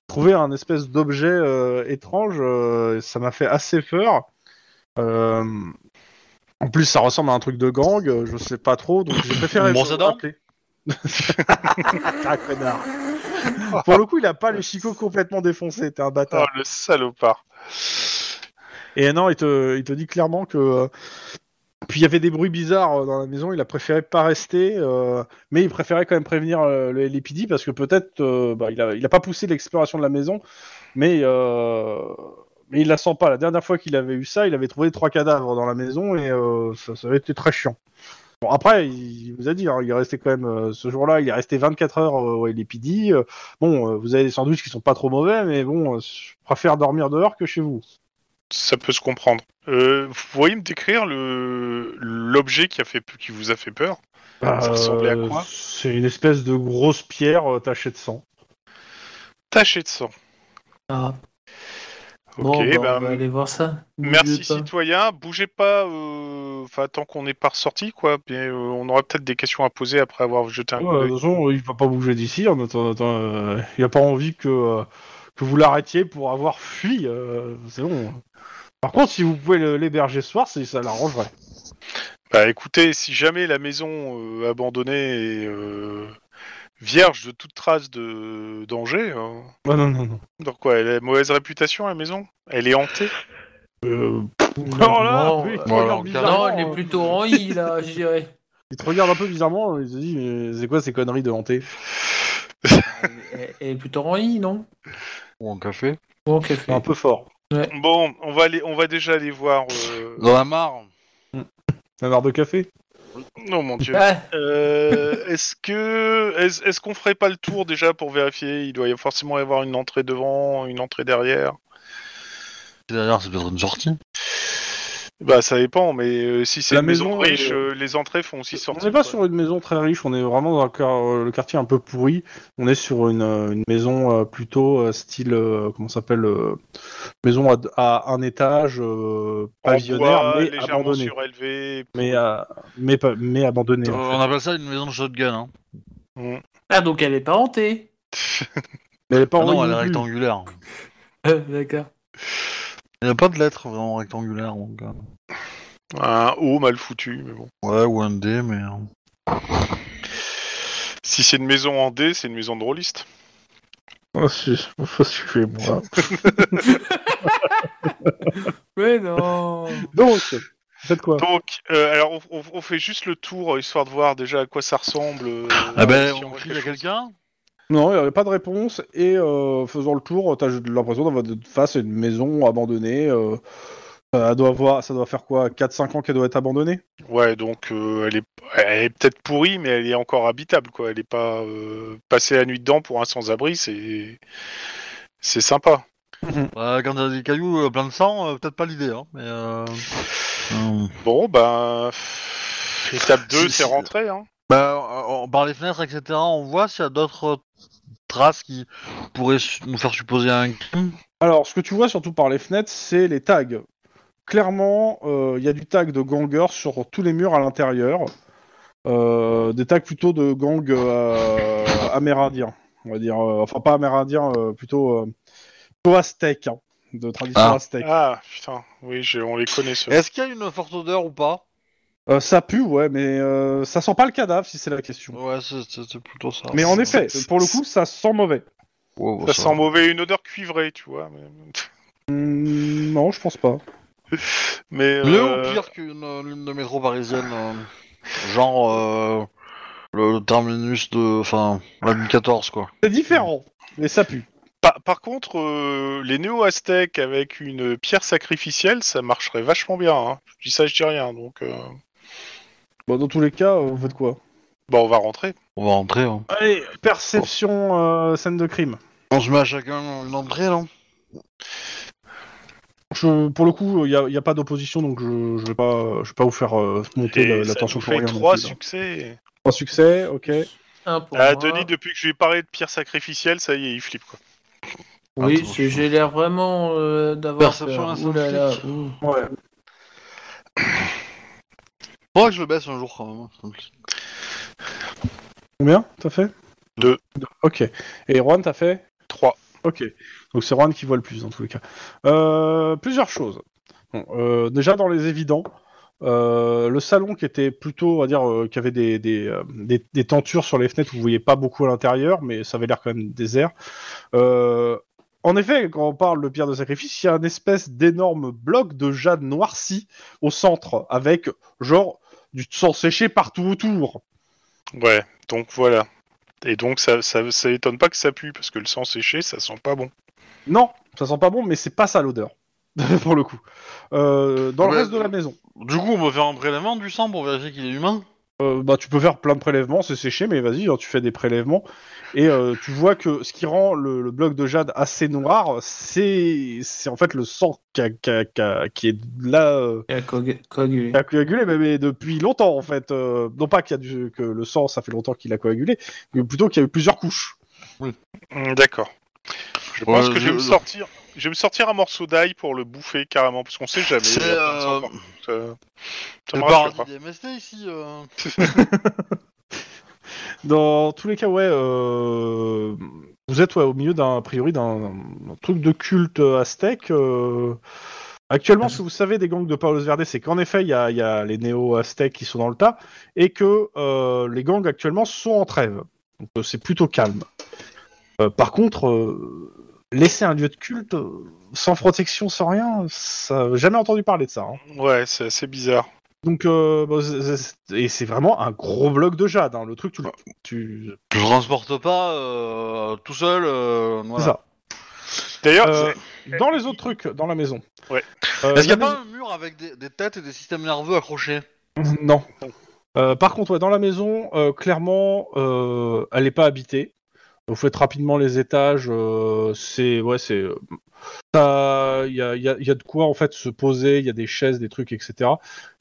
trouver un espèce d'objet euh, étrange. euh, ça m'a fait assez peur. Euh, en plus, ça ressemble à un truc de gang. euh, Je sais pas trop, donc j'ai préféré. Brosse à dents appeler. Ah, connard. Pour le coup, il a pas le chicot complètement défoncé, t'es un Oh, bâtard. le salopard. Et non, il te, il te dit clairement que. euh, Puis il y avait des bruits bizarres euh, dans la maison, il a préféré pas rester, euh, mais il préférait quand même prévenir euh, le LPD parce que peut-être euh, bah, il, a, il a pas poussé l'exploration de la maison, mais, euh, mais il la sent pas. La dernière fois qu'il avait eu ça, il avait trouvé trois cadavres dans la maison et euh, ça, ça avait été très chiant. Bon, après, il, il vous a dit, hein, il est resté quand même euh, ce jour-là, il est resté 24 heures euh, au LPD. euh, bon, euh, vous avez des sandwichs qui sont pas trop mauvais, mais bon, euh, je préfère dormir dehors que chez vous. Ça peut se comprendre. Euh, vous pourriez me décrire le l'objet qui a fait qui vous a fait peur Ça ressemblait à quoi Bah, euh, C'est une espèce de grosse pierre euh, tachée de sang. Taché de sang. Ah, Ok, bon, bah, ben, on va aller voir ça. Merci N'oubliez pas. citoyen, bougez pas, euh, enfin tant qu'on n'est pas ressorti quoi, mais euh, on aura peut-être des questions à poser après avoir jeté un coup Ouais, de d'œil. toute façon, il va pas bouger d'ici. En attendant, attends, euh, il a pas envie que, euh, que vous l'arrêtiez pour avoir fui. euh, c'est bon. Par contre, si vous pouvez le- l'héberger ce soir, c'est- ça l'arrangerait. Bah écoutez, si jamais la maison euh, abandonnée est euh, vierge de toute trace de danger, euh, Ah, Non, non, non, non. donc quoi, elle a mauvaise réputation la maison Elle est hantée Euh, Alors là, non, oui, il te voilà, regarde en bizarrement, Non, il est euh, plutôt en I, là, je dirais. Il te regarde un peu bizarrement, il se dit, mais c'est quoi ces conneries de hanté Elle elle est plutôt en I, non Ou en café. Bon, qu'elle fait. Un peu fort. Bon, on va aller, on va déjà aller voir. euh, Dans la mare. Un verre de café Non oh mon dieu. Ah, Euh, est-ce que est-ce, est-ce qu'on ferait pas le tour déjà pour vérifier Il doit y- forcément y avoir une entrée devant, une entrée derrière. Derrière, c'est peut-être une sortie. Bah ça dépend, mais euh, si c'est La une maison, maison, riche, euh, euh, les entrées font aussi sortir. On n'est pas sur une maison très riche, on est vraiment dans le quar- euh, le quartier un peu pourri. On est sur une, euh, une maison euh, plutôt euh, style, euh, comment ça s'appelle euh, Maison à, à un étage, euh, pavillonnaire, mais légèrement abandonnée. surélevée. Mais, euh, mais, pas- mais abandonnée. Euh, on appelle ça une maison de shotgun. Hein. Hmm. ah, donc elle est pas hantée. Mais elle est pas Ah non, envoyée elle est non plus. rectangulaire. Euh, D'accord. Il n'y a pas de lettres vraiment rectangulaires. Donc, euh. Un haut mal foutu, mais bon. Ouais, ou un D, mais. euh, Si c'est une maison en D, c'est une maison de rôliste. Oh, c'est- oh, suivez-moi. Mais non Donc, faites quoi Donc, euh, alors on, on- on fait juste le tour euh, histoire de voir déjà à quoi ça ressemble. euh, Ah ben, si on on voit crie quelque à chose. quelqu'un Non, il n'y avait pas de réponse. Et euh, faisant le tour, t'as l'impression d'avoir de face une maison abandonnée. euh, ça, doit avoir, ça doit faire quoi 4-5 ans qu'elle doit être abandonnée Ouais, donc euh, elle est, elle est peut-être pourrie, mais elle est encore habitable, quoi. Elle est pas euh, passer la nuit dedans pour un sans-abri, c'est c'est sympa. Euh, Quand t'as des cailloux euh, plein de sang, euh, peut-être pas l'idée. Hein, mais. euh, euh, Bon, ben étape 2, Si, c'est si. rentré. Hein. Bah, euh, euh, par les fenêtres, etc., on voit s'il y a d'autres traces qui pourraient su- nous faire supposer un crime. Alors, ce que tu vois surtout par les fenêtres, c'est les tags. Clairement, euh, il y a du tag de gangers sur tous les murs à l'intérieur. Euh, des tags plutôt de gangs euh, amérindiens. On va dire, euh, enfin pas amérindiens, euh, plutôt, euh, plutôt aztèques, hein, de tradition Ah. aztèque. Ah putain, oui, je- on les connaît ceux. Est-ce qu'il y a une forte odeur ou pas Euh, ça pue, ouais, mais euh, ça sent pas le cadavre si c'est la question. Ouais, c'est- c'est c'est plutôt ça. Mais en effet, c'est- pour le coup, ça sent mauvais. Ouais, bah, Ça ça- sent mauvais, une odeur cuivrée, tu vois. Mais, Hmm, non, je pense pas. mais, Mieux euh, ou pire qu'une euh, ligne de métro parisienne euh, Genre euh, le terminus de. Enfin, la ligne 14, quoi. C'est différent, mais ça pue. par, par contre, euh, les néo-aztèques avec une pierre sacrificielle, ça marcherait vachement bien. Hein. Je dis ça, je dis rien. Donc euh, Bon, dans tous les cas, euh, vous faites quoi bon, on va rentrer. On va rentrer. hein. Allez, perception scène de crime. On se met à chacun une entrée, non Je je- pour le coup, il n'y a, il y a pas d'opposition, donc je ne vais, pas- je vais pas vous faire euh, monter la- Et la ça tension nous pour fait rien. non trois plus, là. succès. Trois succès, ok. Un pour Ah, moi. Denis, depuis que je lui ai parlé de pierre sacrificielle, ça y est, il flippe quoi. Oui, Ah, Attends, c'est- je- j'ai l'air vraiment euh, d'avoir. Perception peur. oh. instant Ouh là là, flic. ouh. Ouais. Faudrait que je le baisse un jour quand même. hein. Combien t'as fait Deux. Ok. Et Juan, t'as fait Trois. Ok. Donc c'est Juan qui voit le plus dans tous les cas. Euh, plusieurs choses. Bon, euh, déjà dans les évidents, euh, le salon qui était plutôt, on va dire, euh, qui avait des, des, euh, des- des tentures sur les fenêtres, où vous voyez pas beaucoup à l'intérieur, mais ça avait l'air quand même désert. Euh, en effet, quand on parle de pierre de sacrifice, il y a une espèce d'énorme bloc de jade noirci au centre, avec genre du sang séché partout autour. Ouais, donc voilà. Et donc ça, ça, ça étonne pas que ça pue, parce que le sang séché, ça sent pas bon. Non, ça sent pas bon, mais c'est pas ça l'odeur. pour le coup. Euh, dans le Ouais. reste de la maison. Du coup, on peut faire un prélèvement du sang pour vérifier qu'il est humain Euh, bah, tu peux faire plein de prélèvements, c'est séché, mais vas-y, hein, tu fais des prélèvements. Et euh, tu vois que ce qui rend le, le bloc de jade assez noir, c'est c'est en fait le sang qui, a- qui a- qui a- qui est là, euh, Il a coag- coagulé. qui a coagulé, mais, mais depuis longtemps en fait. Euh, non pas qu'il y a du, que le sang, ça fait longtemps qu'il a coagulé, mais plutôt qu'il y a eu plusieurs couches. Hum, D'accord. Je Ouais, pense que je vais je- me sortir. Je vais me sortir un morceau d'ail pour le bouffer carrément, parce qu'on sait jamais. C'est il y a plein de sang euh, partout, ça- ça le me rassure paradis des MST ici. euh. Dans tous les cas, ouais, euh, vous êtes ouais, au milieu d'un, a priori, d'un d'un truc de culte euh, aztèque. euh. Actuellement, ce que vous savez des gangs de Palos Verde, c'est qu'en effet, il y a, il y a les néo-aztèques qui sont dans le tas et que euh, les gangs actuellement sont en trêve. Donc euh, c'est plutôt calme. Euh, par contre, euh, laisser un lieu de culte euh, sans protection, sans rien, ça, jamais entendu parler de ça. hein. pas. Ouais, c'est assez bizarre. Donc, euh, bah, c'est- c'est- et c'est vraiment un gros bloc de jade. hein. Le truc, tu, le- tu, Je le transporte pas euh, tout seul. euh, voilà. C'est ça. D'ailleurs, Euh, dans les autres trucs, dans la maison. Ouais. Euh, Est-ce qu'il la n'y a pas un mur avec des, des têtes et des systèmes nerveux accrochés maison- Non. Euh, par contre, ouais, dans la maison, euh, clairement, euh, elle n'est pas habitée. Vous faites rapidement les étages. euh, c'est ouais, c'est euh, ça. Il y a, il y a- il y a de quoi en fait se poser. Il y a des chaises, des trucs, etc.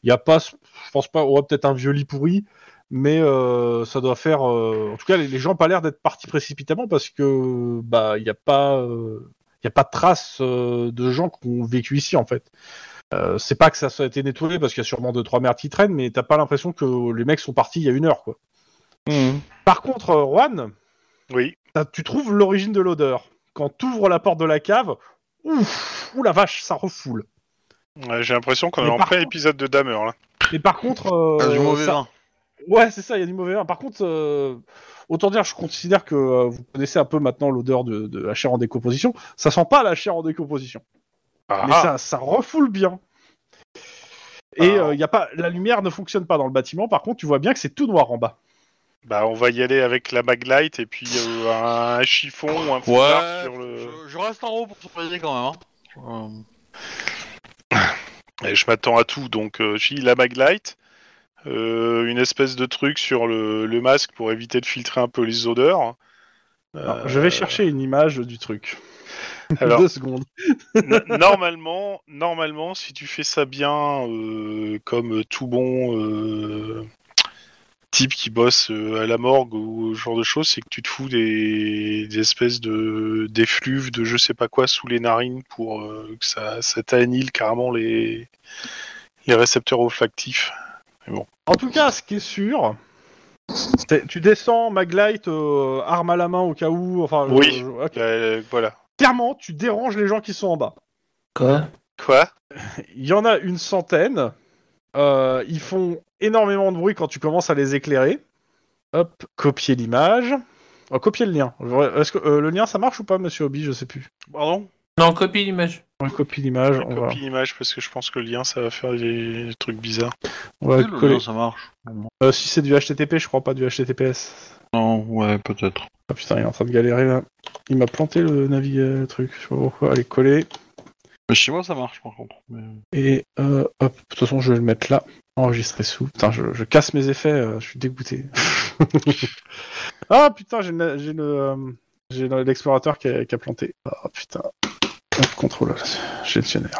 Il y a pas, je pense pas. On va peut-être un vieux lit pourri, mais euh, ça doit faire. euh, en tout cas, les, les gens n'ont pas l'air d'être partis précipitamment parce que bah il n'y a pas, euh, il y a pas de traces euh, de gens qui ont vécu ici en fait. Euh, c'est pas que ça soit été nettoyé parce qu'il y a sûrement deux trois merdes qui traînent, mais t'as pas l'impression que les mecs sont partis il y a une heure quoi. Par contre, euh, Juan, oui. t'as- tu trouves l'origine de l'odeur. Quand t'ouvres la porte de la cave, ouf, ouh la vache, ça refoule. Ouais, J'ai l'impression qu'on est Mais en par plein contre- épisode de Damer là. Mais par contre, euh, Ah, du mauvais ça- vin. ouais c'est ça, il y a du mauvais vin. Par contre, euh, autant dire, je considère que euh, vous connaissez un peu maintenant l'odeur de, de la chair en décomposition. Ça sent pas la chair en décomposition, Ah, mais ça, ça refoule bien. Et Ah. euh, y a pas, la lumière ne fonctionne pas dans le bâtiment. Par contre, tu vois bien que c'est tout noir en bas. Bah, on va y aller avec la maglite et puis euh, un chiffon ou un foulard Ouais, sur le. je, je reste en haut pour surveiller quand même. hein. Et je m'attends à tout, donc euh, j'ai la maglite, euh, une espèce de truc sur le, le masque pour éviter de filtrer un peu les odeurs. Alors, Euh, Je vais chercher une image du truc. alors, Deux secondes. n- normalement, normalement, si tu fais ça bien, euh, comme tout bon euh, type qui bosse euh, à la morgue ou ce genre de choses, c'est que tu te fous des, des espèces de d'effluves de je sais pas quoi sous les narines pour euh, que ça, ça t'annihile carrément les, les récepteurs olfactifs. En tout cas, ce qui est sûr, c'est- tu descends Maglite, euh, arme à la main au cas où. Enfin, je- Oui. je- ok. Euh, voilà. Clairement, tu déranges les gens qui sont en bas. Quoi Quoi Il y en a une centaine. Euh, ils font énormément de bruit quand tu commences à les éclairer. Hop, copier l'image. Oh, copier le lien. Est-ce que euh, le lien ça marche ou pas, monsieur Obi Je sais plus. Pardon Non, copie l'image. On copie l'image. Je On, va- copie image parce que je pense que le lien ça va faire des trucs bizarres. on va Oui, le coller. lien, ça marche. Euh, si c'est du HTTP, je crois pas du HTTPS. Non, ouais, peut-être. Ah putain, il est en train de galérer là. Il m'a planté le navi euh, truc, je sais pas pourquoi. Allez, coller. Mais chez moi, ça marche par contre. mais- Et euh, hop, de toute façon, je vais le mettre là. Enregistrer sous. Putain, je, je casse mes effets, euh, je suis dégoûté. ah putain, j'ai le. J'ai le, euh, j'ai le- l'explorateur qui a, qui a planté. Ah putain. Hop, Contrôle, gestionnaire. sais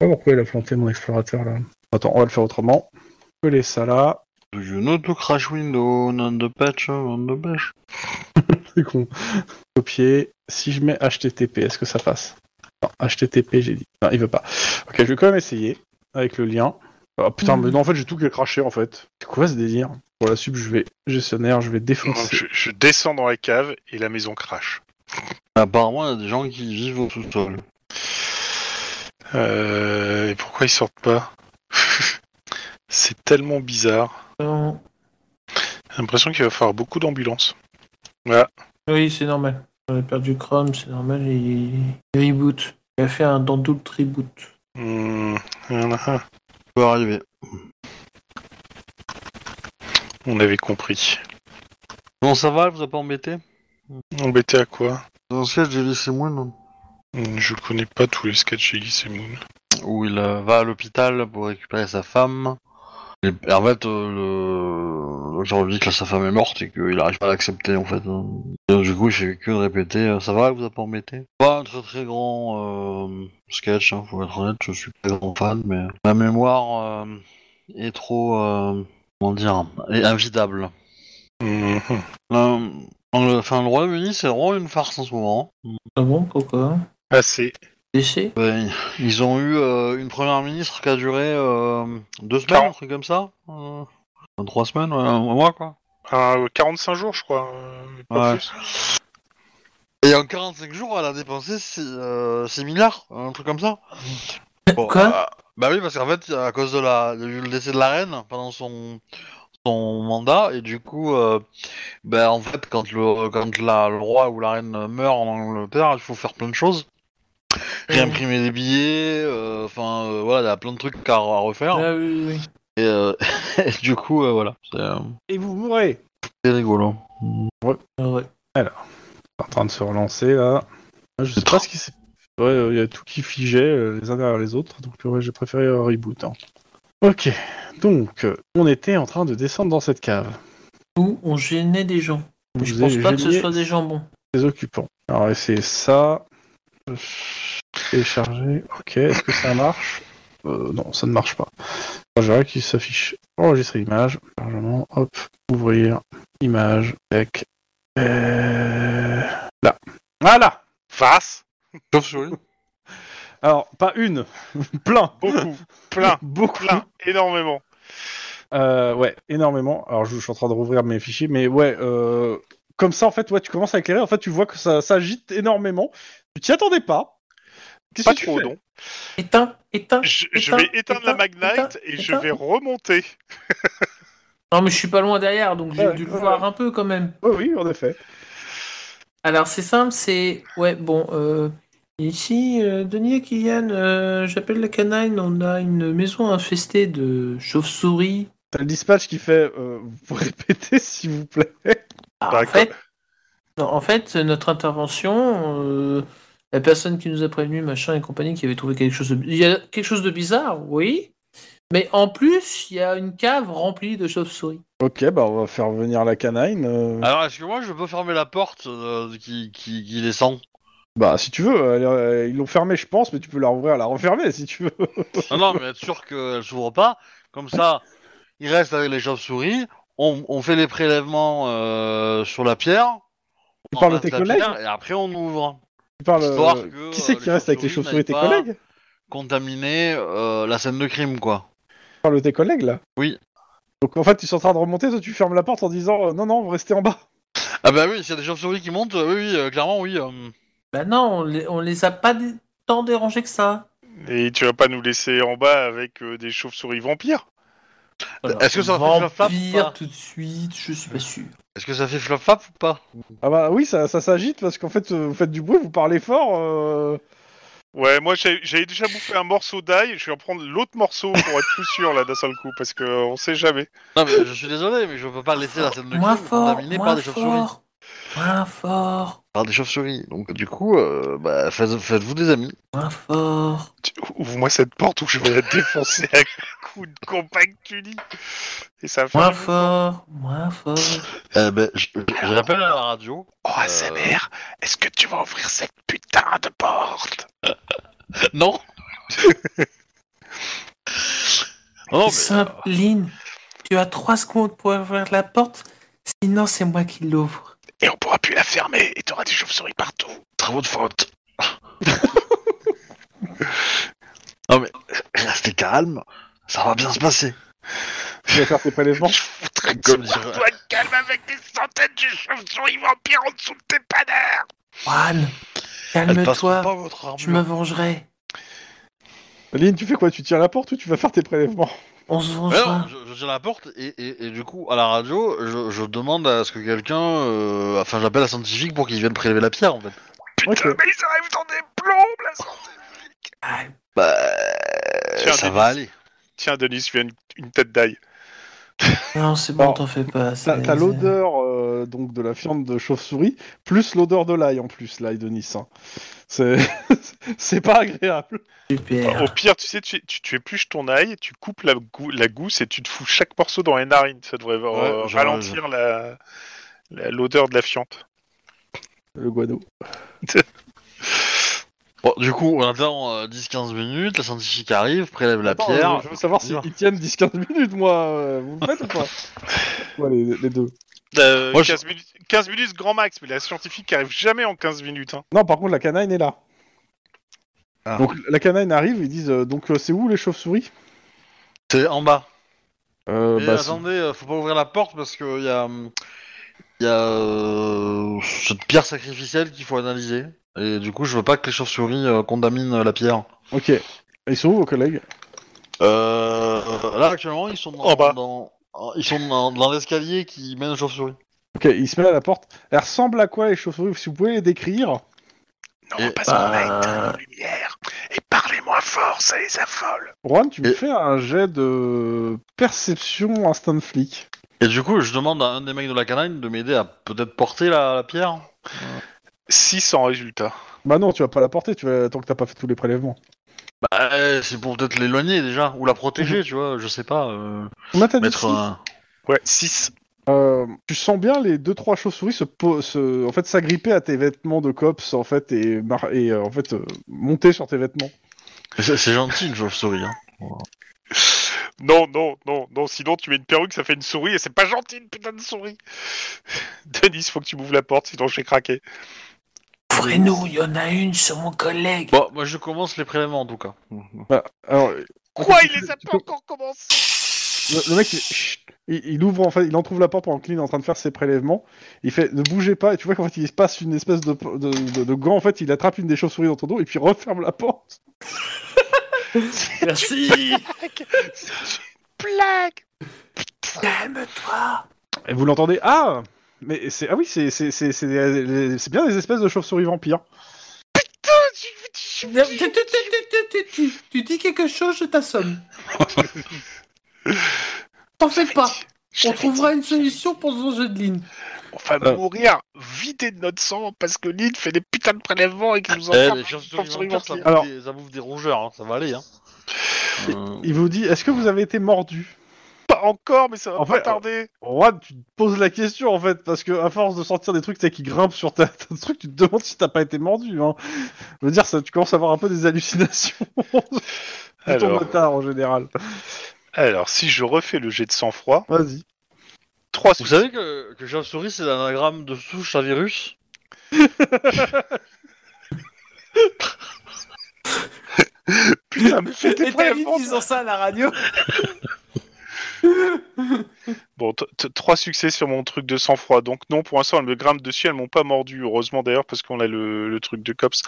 pas pourquoi il a planté mon explorateur là. Attends, on va le faire autrement. Coller ça là. Do you know to crash window, non de patch, non de patch C'est con. Copier. Si je mets HTTP, est-ce que ça passe Non, HTTP, j'ai dit. Non, il veut pas. Ok, je vais quand même essayer avec le lien. Ah putain, Mhm. mais non, en fait, j'ai tout que craché en fait. C'est quoi ce délire Pour la sub, je vais gestionnaire, je vais Donc, défoncer. je, je descends dans la cave et la maison crache. Apparemment, il y a des gens qui vivent au sous-sol. Euh, et pourquoi ils sortent pas C'est tellement bizarre. Non. J'ai l'impression qu'il va falloir beaucoup d'ambulances. Voilà. Oui, c'est normal. On a perdu Chrome, c'est normal. Il... il reboot. Il a fait un Dandoult reboot. Hmm, voilà. Ça peut arriver. On avait compris. Non, ça va, elle vous a pas embêté Embêté à quoi Dans ce cas, j'ai laissé moi, non Hmm, Je connais pas tous les sketchs d'Elysée Moon. où il euh, va à l'hôpital pour récupérer sa femme. Et et en fait, euh, le docteur lui dit que sa femme est morte et qu'il n'arrive pas à l'accepter en fait. Et donc, du coup, j'ai que de répéter euh, Ça va, elle vous a pas embêté Pas un très très grand euh, sketch, hein, faut être honnête, je suis pas grand fan, mais ma mémoire euh, est trop. euh, comment dire Est invitable. Hmm, hmm. Euh, en- Enfin, le Royaume-Uni, c'est vraiment une farce en ce moment. Ah bon, pourquoi Assez. Décès Ouais, ils ont eu euh, une première ministre qui a duré euh, deux semaines, Quarante. un truc comme ça euh, Trois semaines, ouais, un mois quoi. Un, euh, 45 jours, je crois. euh, mais pas Ouais. plus. Et en 45 jours, elle a dépensé 6, milliards, un truc comme ça. Bon, Quoi euh, Bah oui, parce qu'en fait, à cause de la, il y a eu le décès de la reine pendant son, son mandat, et du coup, euh, bah, en fait, quand, le, quand la, le roi ou la reine meurt en Angleterre, il faut faire plein de choses. Réimprimer des billets, euh, enfin euh, voilà, il y a plein de trucs à, à refaire. Ah oui, oui. Et, euh, et du coup, euh, voilà, c'est euh, Et vous mourrez c'est rigolo. Ah ouais. C'est En train de se relancer là. Ah, Je sais pas ce qui s'est. Ouais, euh, il y a tout qui figeait euh, les uns derrière les autres, donc ouais, j'ai préféré euh, reboot. hein. Ok, donc euh, on était en train de descendre dans cette cave. Où on gênait des gens. Mais je Vous pense avez pas que ce gêné soit des jambons. les occupants. Alors c'est ça. Télécharger. Ok, est-ce que ça marche Euh, Non, ça ne marche pas. Alors, je verrai qu'il s'affiche. Enregistrer image. Chargement. Hop. Ouvrir. Image. Tac. Euh, Là. Voilà Face. Chauve-souris Alors, pas une. Plein. Beaucoup. plein. Beaucoup. Plein. Énormément. Euh, ouais, énormément. Alors, je, je suis en train de rouvrir mes fichiers, mais ouais, euh, comme ça, en fait, ouais, tu commences à éclairer. En fait, tu vois que ça s'agite énormément. Tu t'y attendais pas. Qu'est-ce Pas que tu trop, fais non. Éteins, éteins. Je, je Éteins, vais éteindre la éteins, Magnite éteins, et je éteins. vais remonter. Non, mais je suis pas loin derrière, donc j'ai Ouais, dû le ouais, voir ouais. un peu quand même. Ouais, oui, en effet. Alors c'est simple, c'est ouais bon euh, ici euh, Denis et Kylian, euh, j'appelle la canine, on a une maison infestée de chauves-souris. T'as le dispatch qui fait euh, Vous pouvez répéter, s'il vous plaît Ah, en D'accord. fait, non, en fait notre intervention, euh, la personne qui nous a prévenu machin et compagnie qui avait trouvé quelque chose, de... il y a quelque chose de bizarre, oui, mais en plus il y a une cave remplie de chauves-souris. Ok, bah on va faire venir la canine. euh, Alors, est-ce que moi je peux fermer la porte euh, qui, qui, qui descend Bah, si tu veux, elle, euh, ils l'ont fermée, je pense, mais tu peux la rouvrir, la refermer si tu veux. Non, non, mais être sûr qu'elle s'ouvre pas. Comme ça, il reste avec les chauves-souris. On, on fait les prélèvements euh, sur la pierre. Tu on parles de rase tes la collègues pierre, Et après, on ouvre. Tu parles. euh, Histoire que, qui c'est euh, qui les reste avec les chauves-souris chauves-souris Tes n'aillent pas collègues Contaminer euh, la scène de crime, quoi. Tu parles de tes collègues là Oui. Donc en fait, tu es en train de remonter, toi tu fermes la porte en disant euh, Non, non, restez en bas. Ah, bah oui, s'il y a des chauves-souris qui montent, euh, oui, oui, euh, clairement, oui. euh. Bah non, on les, on les a pas dé- tant dérangés que ça. Et tu vas pas nous laisser en bas avec euh, des chauves-souris vampires Alors, Est-ce que ça va faire flap, vampire pas tout de suite, je suis pas sûr. Est-ce que ça fait flop-flop ou pas Ah bah oui, ça, ça s'agite parce qu'en fait, euh, vous faites du bruit, vous parlez fort. euh, Ouais, moi j'ai- j'avais déjà bouffé un morceau d'ail, je vais en prendre l'autre morceau pour être plus sûr là d'un seul coup, parce que euh, on sait jamais. Non, mais je suis désolé, mais je peux pas laisser la scène de Moins crime fort, contaminée moins par des chauves-souris. fort, moins fort, Par des chauves-souris. Donc, du coup, euh, bah, faites- faites-vous des amis. moins fort. Tu- Ouvre-moi cette porte ou je vais la défoncer à coups de compact tuni. Et ça va faire. Moins du- fort, moins fort. Eh ben, je, je- je rappelle à la radio. Oh, ASMR, est-ce que tu vas ouvrir cette putain de porte Non Non, mais, euh, Simple, Lynn, tu as trois secondes pour ouvrir la porte, sinon c'est moi qui l'ouvre. Et on pourra plus la fermer et t'auras des chauves-souris partout. travaux de faute. non mais restez calme, ça va bien se passer. Tu vas faire tes prélèvements Je foutrais que Comme ce dirait- toi calme avec des centaines de chauves-souris vampires en dessous de tes panards. Juan, Elle passe calme-toi, pas votre je me armure. vengerai. Lynn, tu fais quoi Tu tires la porte ou tu vas faire tes prélèvements On se Mais non, vengera. je, je tiens la porte et, et- et du coup à la radio, je, je demande à ce que quelqu'un, euh, enfin j'appelle un scientifique pour qu'il vienne prélever la pierre en fait. Putain, Ok. mais ils arrivent dans des plombes là. Ah, Bah Tiens, ça Denis. va aller. Tiens, Denis, tu as une, une tête d'ail. non, c'est bon, Alors, t'en fais pas. T'as c'est- t'as l'odeur euh, donc de la viande de chauve-souris, plus l'odeur de l'ail en plus, l'ail de Nice. hein. C'est c'est pas agréable. c'est Enfin, Oh, Super. au pire, tu sais, tu, tu, tu épluches ton ail, tu coupes la, gou- la gousse et tu te fous chaque morceau dans les narines. Ça devrait euh, Ouais, genre, ralentir la- la- l'odeur de la fiente. Le guano. Bon, du coup on attend euh, 10-15 minutes, le scientifique arrive, prélève la Attends, pierre. euh, je veux savoir s'ils Bien. tiennent 10-15 minutes, moi. euh, Vous me faites ou pas Ouais, les, les deux. Euh, Moi, je- 15, minutes, 15 minutes grand max, mais la scientifique arrive jamais en 15 minutes. hein. Non, par contre, la canine est là. Ah. Donc la canine arrive, ils disent euh, donc euh, c'est où les chauves-souris C'est en bas. euh, Mais bah, c'est- attendez, euh, faut pas ouvrir la porte parce que y a, hum, y a euh, cette pierre sacrificielle qu'il faut analyser. Et du coup, je veux pas que les chauves-souris euh, contaminent euh, la pierre. Ok. Ils sont où vos collègues Euh, euh, là, actuellement, ils sont dans, En bas. dans- euh, ils sont dans, dans l'escalier qui mène aux chauves-souris. Ok, ils se mettent à la porte. Elles ressemblent à quoi les chauves-souris Si vous pouvez les décrire. Non, Et- parce bah- qu'on a éteint nos lumières. Et parlez moins fort, ça les affole. Juan, tu me Et- fais un jet de perception instant flic. Et du coup, je demande à un des mecs de la canine de m'aider à peut-être porter la, la pierre. 6 en résultat. Bah non, tu vas pas la porter, tu vas... tant que t'as pas fait tous les prélèvements. Bah, euh, c'est pour peut-être l'éloigner déjà ou la protéger, tu vois. Je sais Mhm. pas. euh, Combien t'as dit mettre six un- Ouais, 6. Euh, Tu sens bien les deux trois chauves-souris se, po- se- en fait s'agripper à tes vêtements de cops en fait et, mar- et euh, en fait euh, monter sur tes vêtements. C'est c'est gentil une chauve-souris. hein. Non, non, non, non, sinon tu mets une perruque, ça fait une souris, et c'est pas gentil une putain de souris. Denis, faut que tu m'ouvres la porte, sinon je vais craquer. Ouvrez-nous, il y en a une sur mon collègue. Bon, moi, je commence les prélèvements en tout cas. Bah, Alors Quoi, tu- il les a tu pas peux- encore commencés le, le mec il... fait Chut Il- il ouvre en fait, il entrouve la porte pendant que Lynn est en train de faire ses prélèvements. Il fait ne bougez pas et tu vois qu'en fait il se passe une espèce de, de, de- de gant en fait, il attrape une des chauves-souris dans ton dos et puis referme la porte. Merci. Plaque Calme-toi. Et vous l'entendez ah mais c'est ah oui c'est c'est c'est c'est des- c'est bien des espèces de chauves-souris vampires. Tu- tu- tu- tu- tu- tu- Tu dis quelque chose, je t'assomme. T'en fais pas. On trouvera une solution pour ce jeu de ligne. On va Euh. mourir vidé de notre sang parce que Lynn fait des putains de prélèvements et qu'il nous Eh, enferme. les dans une chauves-souris chauve-souris vampires, ça, vampire. bouffe Alors- des- ça bouffe des rongeurs, hein, ça va aller. Hein. Euh, Il vous dit est-ce que vous avez été mordu Pas encore, mais ça va En pas fait, tarder. Juan, tu te poses la question en fait, parce que à force de sortir des trucs tu sais, qui grimpent sur ta, ta truc, tu te demandes si t'as pas été mordu. Hein. Je veux dire, ça, tu commences à avoir un peu des hallucinations de ton Alors. motard en général. Alors, si je refais le jet de sang-froid, Vas-y. 3 Vous savez que, que chauve-souris, c'est l'anagramme de souche à virus Putain, mais fais tes Et t'as dit prélèvements. disant ça à la radio Bon, 3 succès sur mon truc de sang-froid. Donc, non, pour l'instant, elles me grimpent dessus, elles m'ont pas mordu. Heureusement d'ailleurs, parce qu'on a le, le truc de cops.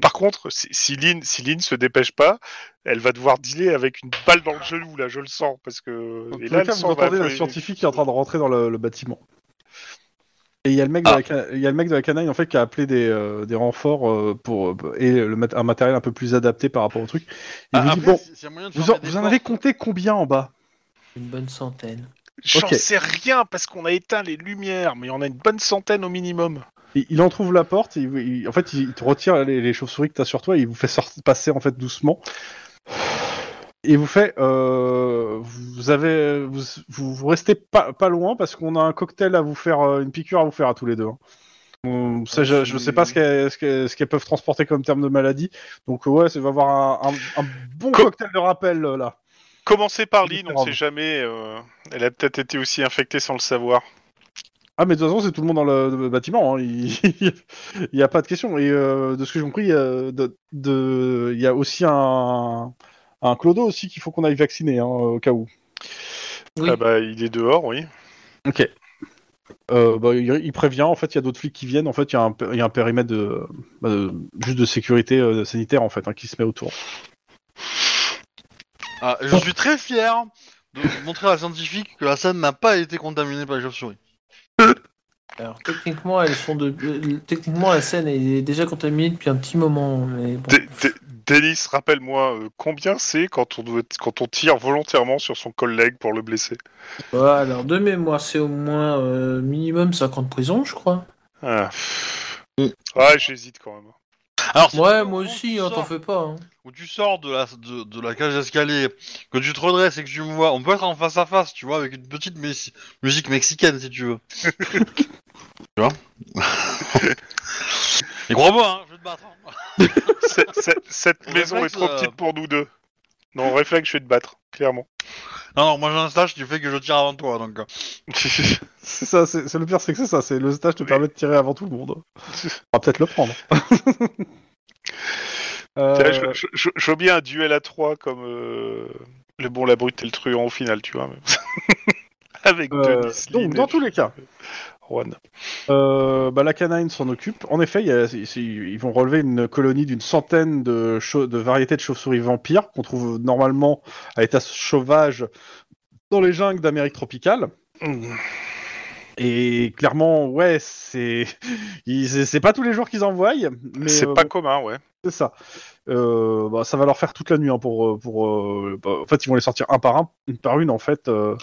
Par contre, si, si, Lynn, si Lynn se dépêche pas, elle va devoir dealer avec une balle dans le genou, là, je le sens. Parce que. Dans tous et les là, le cas, vous sang va entendez la affluer. scientifique qui est en train de rentrer dans le, le bâtiment. Et il y, a le mec de Ah. la cana- il y a le mec de la canaille en fait qui a appelé des, euh, des renforts euh, pour euh, et le mat- un matériel un peu plus adapté par rapport au truc. Il vous Ah, dit après, bon, si- s'il y a moyen de vous en, fermer des vous en avez portes- compté combien en bas Une bonne centaine. J'en Ok. sais rien, parce qu'on a éteint les lumières, mais on a une bonne centaine au minimum. Il, il en trouve la porte, il, il- en fait, il te retire les, les chauves-souris que t'as sur toi, et il vous fait sorti- passer en fait doucement. Et il vous fait, euh, vous avez, vous, vous, vous restez pas, pas loin parce qu'on a un cocktail à vous faire, euh, une piqûre à vous faire à tous les deux. hein. On- ça, je, je sais pas ce qu'elles ce qu'elles- ce qu'elles peuvent transporter comme terme de maladie, donc ouais, ça va avoir un, un- un bon Co- cocktail de rappel euh, là. Commencez par Lynn, on ne sait jamais. euh, elle a peut-être été aussi infectée sans le savoir. Ah, mais de toute façon, c'est tout le monde dans le bâtiment. hein. Il n'y a pas de question. Et euh, de ce que j'ai compris, il y a, de- de- il y a aussi un, un clodo aussi qu'il faut qu'on aille vacciner hein, au cas où. Oui. Ah bah, il est dehors, oui. Euh, bah, il, il prévient. En fait, il y a d'autres flics qui viennent. En fait, il y a un, p- il y a un périmètre de, bah, de- juste de sécurité euh, sanitaire en fait hein, qui se met autour. Ah, je suis très fier de montrer à la scientifique que la scène n'a pas été contaminée par les chauves-souris. Alors techniquement, elles sont de... euh, techniquement la scène est déjà contaminée depuis un petit moment, mais bon. Dé- dé- Délice, rappelle-moi euh, combien c'est quand on, doit- quand on tire volontairement sur son collègue pour le blesser. Voilà, alors de mémoire, c'est au moins euh, minimum 50 prisons, je crois. Ah, Ouais, j'hésite quand même. Alors, c'est Ouais, pas moi quand aussi, tu hein, sors- t'en fais pas. hein. Où tu sors de la, de, de la cage d'escalier, que tu te redresses et que tu me vois. On peut être en face à face, tu vois, avec une petite mes- musique mexicaine si tu veux. tu vois Et crois-moi, hein, je vais te battre. hein. C'est- c'est- cette maison Réflexe, est trop euh, petite pour nous deux. Non, réflexe, je vais te battre, clairement. Non, non, moi j'ai un stage qui fait que je tire avant toi, donc. euh, C'est ça. C'est c'est le pire, c'est que c'est ça. C'est le stage te permet de tirer avant tout le monde. On va peut-être le prendre. Euh, Tiens, je, je- je- je veux bien un duel à trois comme euh, le bon, la brute et le truand au final, tu vois. mais- Avec Euh, Denis, donc, Lynn et dans tous les cas. Juan. Euh, bah, la canine s'en occupe. En effet, il y a- c'est- c'est- ils vont relever une colonie d'une centaine de, chau- de variétés de chauves-souris vampires qu'on trouve normalement à état sauvage dans les jungles d'Amérique tropicale. Hmm. Et clairement, ouais, c'est ils- c'est c'est pas tous les jours qu'ils envoient, mais C'est euh, pas commun, ouais. c'est ça. Euh, bah, ça va leur faire toute la nuit hein, pour euh, pour. euh, bah, en fait, ils vont les sortir un par un, une par une en fait, euh,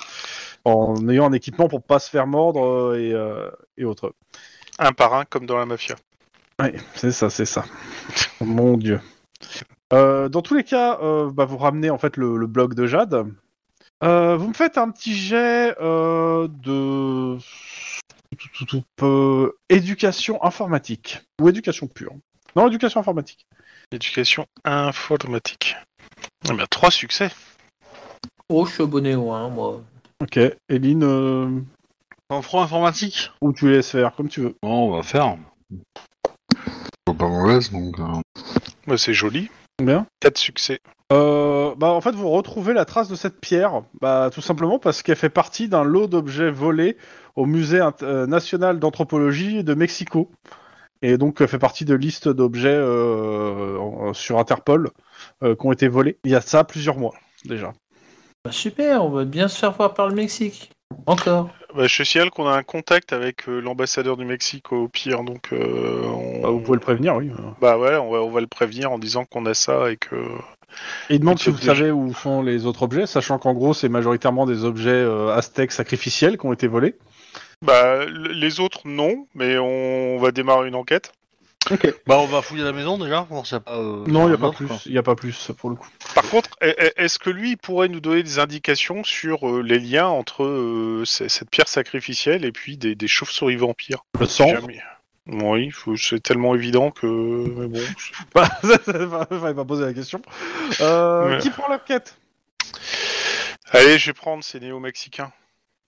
en ayant un équipement pour pas se faire mordre euh, et euh, et autres. Un par un, comme dans la mafia. Ouais, c'est ça, c'est ça. Mon dieu. Euh, dans tous les cas, euh, bah, vous ramenez en fait le, le blog de Jade. Euh, vous me faites un petit jet euh, de tout, tout, tout, peu- éducation informatique ou éducation pure. Non, éducation informatique. Éducation informatique. Ah ben, trois succès. Oh, je suis abonné au 1, moi. Ok, Eline, euh, En franc informatique ou tu laisses faire comme tu veux. Non, on va faire. Pas mauvaise, donc. euh, Ouais, Bah, c'est joli. Combien Quatre succès. Euh, bah, en fait, vous retrouvez la trace de cette pierre, bah, tout simplement parce qu'elle fait partie d'un lot d'objets volés au musée Int- euh, national d'anthropologie de Mexico. Et donc, elle fait partie de listes d'objets euh, en- sur Interpol euh, qui ont été volés. Il y a ça plusieurs mois déjà. Bah, super, on va bien se faire voir par le Mexique. Encore. Bah, je te signale qu'on a un contact avec euh, l'ambassadeur du Mexique au pire, donc euh, on... Bah, vous pouvez le prévenir, oui. Bah ouais, on va, on va le prévenir en disant qu'on a ça et que. Et il demande si vous Objet. savez où sont les autres objets, sachant qu'en gros, c'est majoritairement des objets euh, aztèques sacrificiels qui ont été volés. Bah l- les autres non, mais on, va démarrer une enquête. Bah, on va fouiller la maison déjà, pour voir s'il y a pas. euh, Non, il n'y a un pas autre, plus. quoi. Il y a pas plus pour le coup. Par contre, e- e- est-ce que lui il pourrait nous donner des indications sur euh, les liens entre euh, c- cette pierre sacrificielle et puis des, des chauves-souris vampires Le sang. Jamais. Oui, faut- c'est tellement évident que. mais bon, Bah, ça, ça, va- fallait pas poser la question. Euh, Ouais. Qui prend la quête Allez, je vais prendre ces néo-mexicains.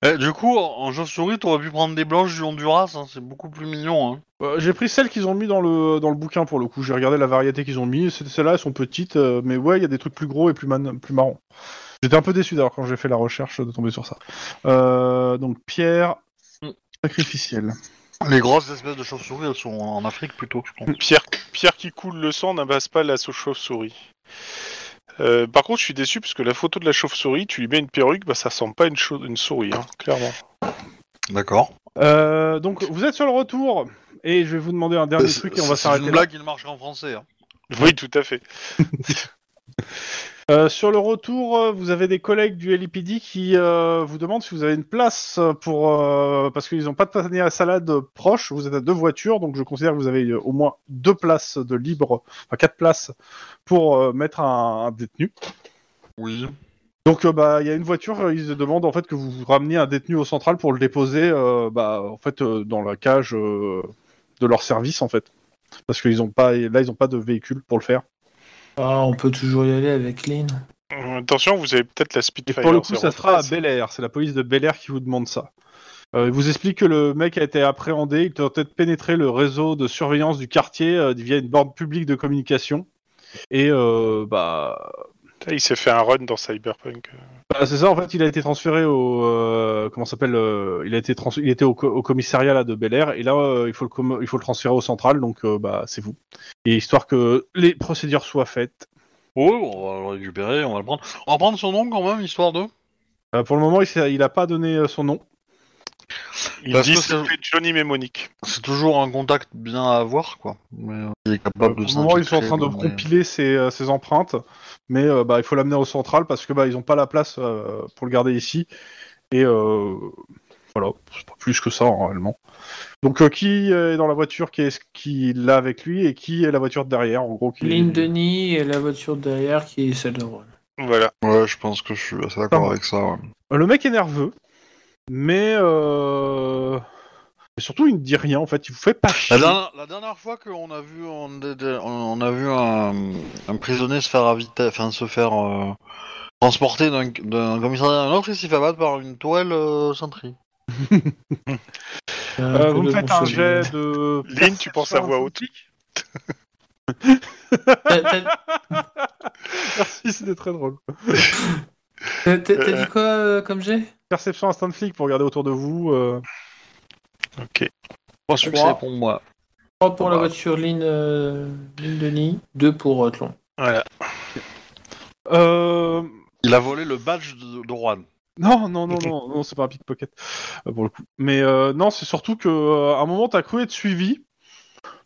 Eh, du coup, en, en chauve-souris, t'aurais pu prendre des blanches du Honduras, hein, c'est beaucoup plus mignon. Hein. Euh, J'ai pris celles qu'ils ont mis dans le, dans le bouquin pour le coup. J'ai regardé la variété qu'ils ont mis. C'est- Celles-là, elles sont petites, euh, mais ouais, il y a des trucs plus gros et plus, man- plus marrons. J'étais un peu déçu d'ailleurs quand j'ai fait la recherche de tomber sur ça. Euh, donc pierre Mm. sacrificielle. Les grosses espèces de chauves-souris, elles sont en Afrique plutôt, je pense. Pierre, Pierre qui coule le sang n'abasse pas la sau- chauve-souris. Euh, par contre, je suis déçu parce que la photo de la chauve-souris, tu lui mets une perruque, bah ça ressemble pas à une, chau- une souris, hein, clairement. Mm. D'accord. Euh, donc vous êtes sur le retour et je vais vous demander un dernier C'est- truc et on va c'est s'arrêter une là. blague, il marche en français. hein. Oui, tout à fait. Euh, sur le retour, euh, vous avez des collègues du LIPD qui euh, vous demandent si vous avez une place euh, pour euh, parce qu'ils n'ont pas de panier à salade euh, proche. Vous êtes à deux voitures, donc je considère que vous avez euh, au moins deux places de libre, enfin quatre places pour euh, mettre un, un détenu. Oui. Donc euh, bah il y a une voiture, euh, ils demandent en fait que vous vous rameniez un détenu au central pour le déposer euh, bah en fait euh, dans la cage euh, de leur service en fait parce qu'ils ont pas là ils ont pas de véhicule pour le faire. Ah, on peut toujours y aller avec Lynn. Euh, Attention, vous avez peut-être la Et Spitfire. pour le coup, ça 013. sera à Bel Air. C'est la police de Bel Air qui vous demande ça. Euh, il vous explique que le mec a été appréhendé, il tentait de pénétrer le réseau de surveillance du quartier euh, via une borne publique de communication. Et euh, bah, Putain, Il s'est fait un run dans Cyberpunk. bah, c'est ça. En fait, il a été transféré au euh, comment ça s'appelle euh, Il a été trans il était au, co- au commissariat là de Bel Air et là euh, il faut le com- il faut le transférer au central. Donc euh, bah c'est vous. Et histoire que les procédures soient faites. Oui, on va le récupérer, on va le prendre. On va prendre son nom quand même, histoire de. Euh, pour le moment, il, s'est- il a pas donné euh, son nom. Il Parce dit Bah, que c'est Johnny Mémonique. C'est toujours un contact bien à avoir, quoi. Mais euh, il est capable Pour de le moment, ils sont en s'infiltrer train de dans les- compiler ces, euh, ces empreintes, mais euh, bah, il faut l'amener au central parce que bah, ils n'ont pas la place euh, pour le garder ici. Et euh, voilà, c'est pas plus que ça en réellement. Donc euh, qui est dans la voiture qui, est, qui l'a avec lui et qui est la voiture derrière en gros qui... Ligne Denis et la voiture derrière qui est celle de Ron. Voilà. Ouais, je pense que je suis assez d'accord Attends. avec ça. ouais. Euh, Le mec est nerveux, mais, euh... mais surtout il ne dit rien en fait, il vous fait pas chier. La dernière, la dernière fois qu'on a vu, on, dé- dé- on- on a vu un, un prisonnier se faire avita- enfin se faire euh, transporter d'un d'un commissariat à un autre, il s'est fait abattre par une toile euh, cintrée. Euh, vous me faites un jet de... Lynn, tu penses à voix haute. T'as t'as- Merci, c'était très drôle. t'as- t'as dit quoi euh, comme jet Perception instant flic pour regarder autour de vous. euh. Moi, je crois. c'est pour moi. 3 pour la Bah. voiture ligne, euh, ligne Denis, 2 pour euh, Tlon. Voilà. Euh... Il a volé le badge de, de Juan. Non, non, non, non, non, c'est pas un pickpocket euh, pour le coup. Mais euh, non, c'est surtout que euh, à un moment, t'as cru être suivi.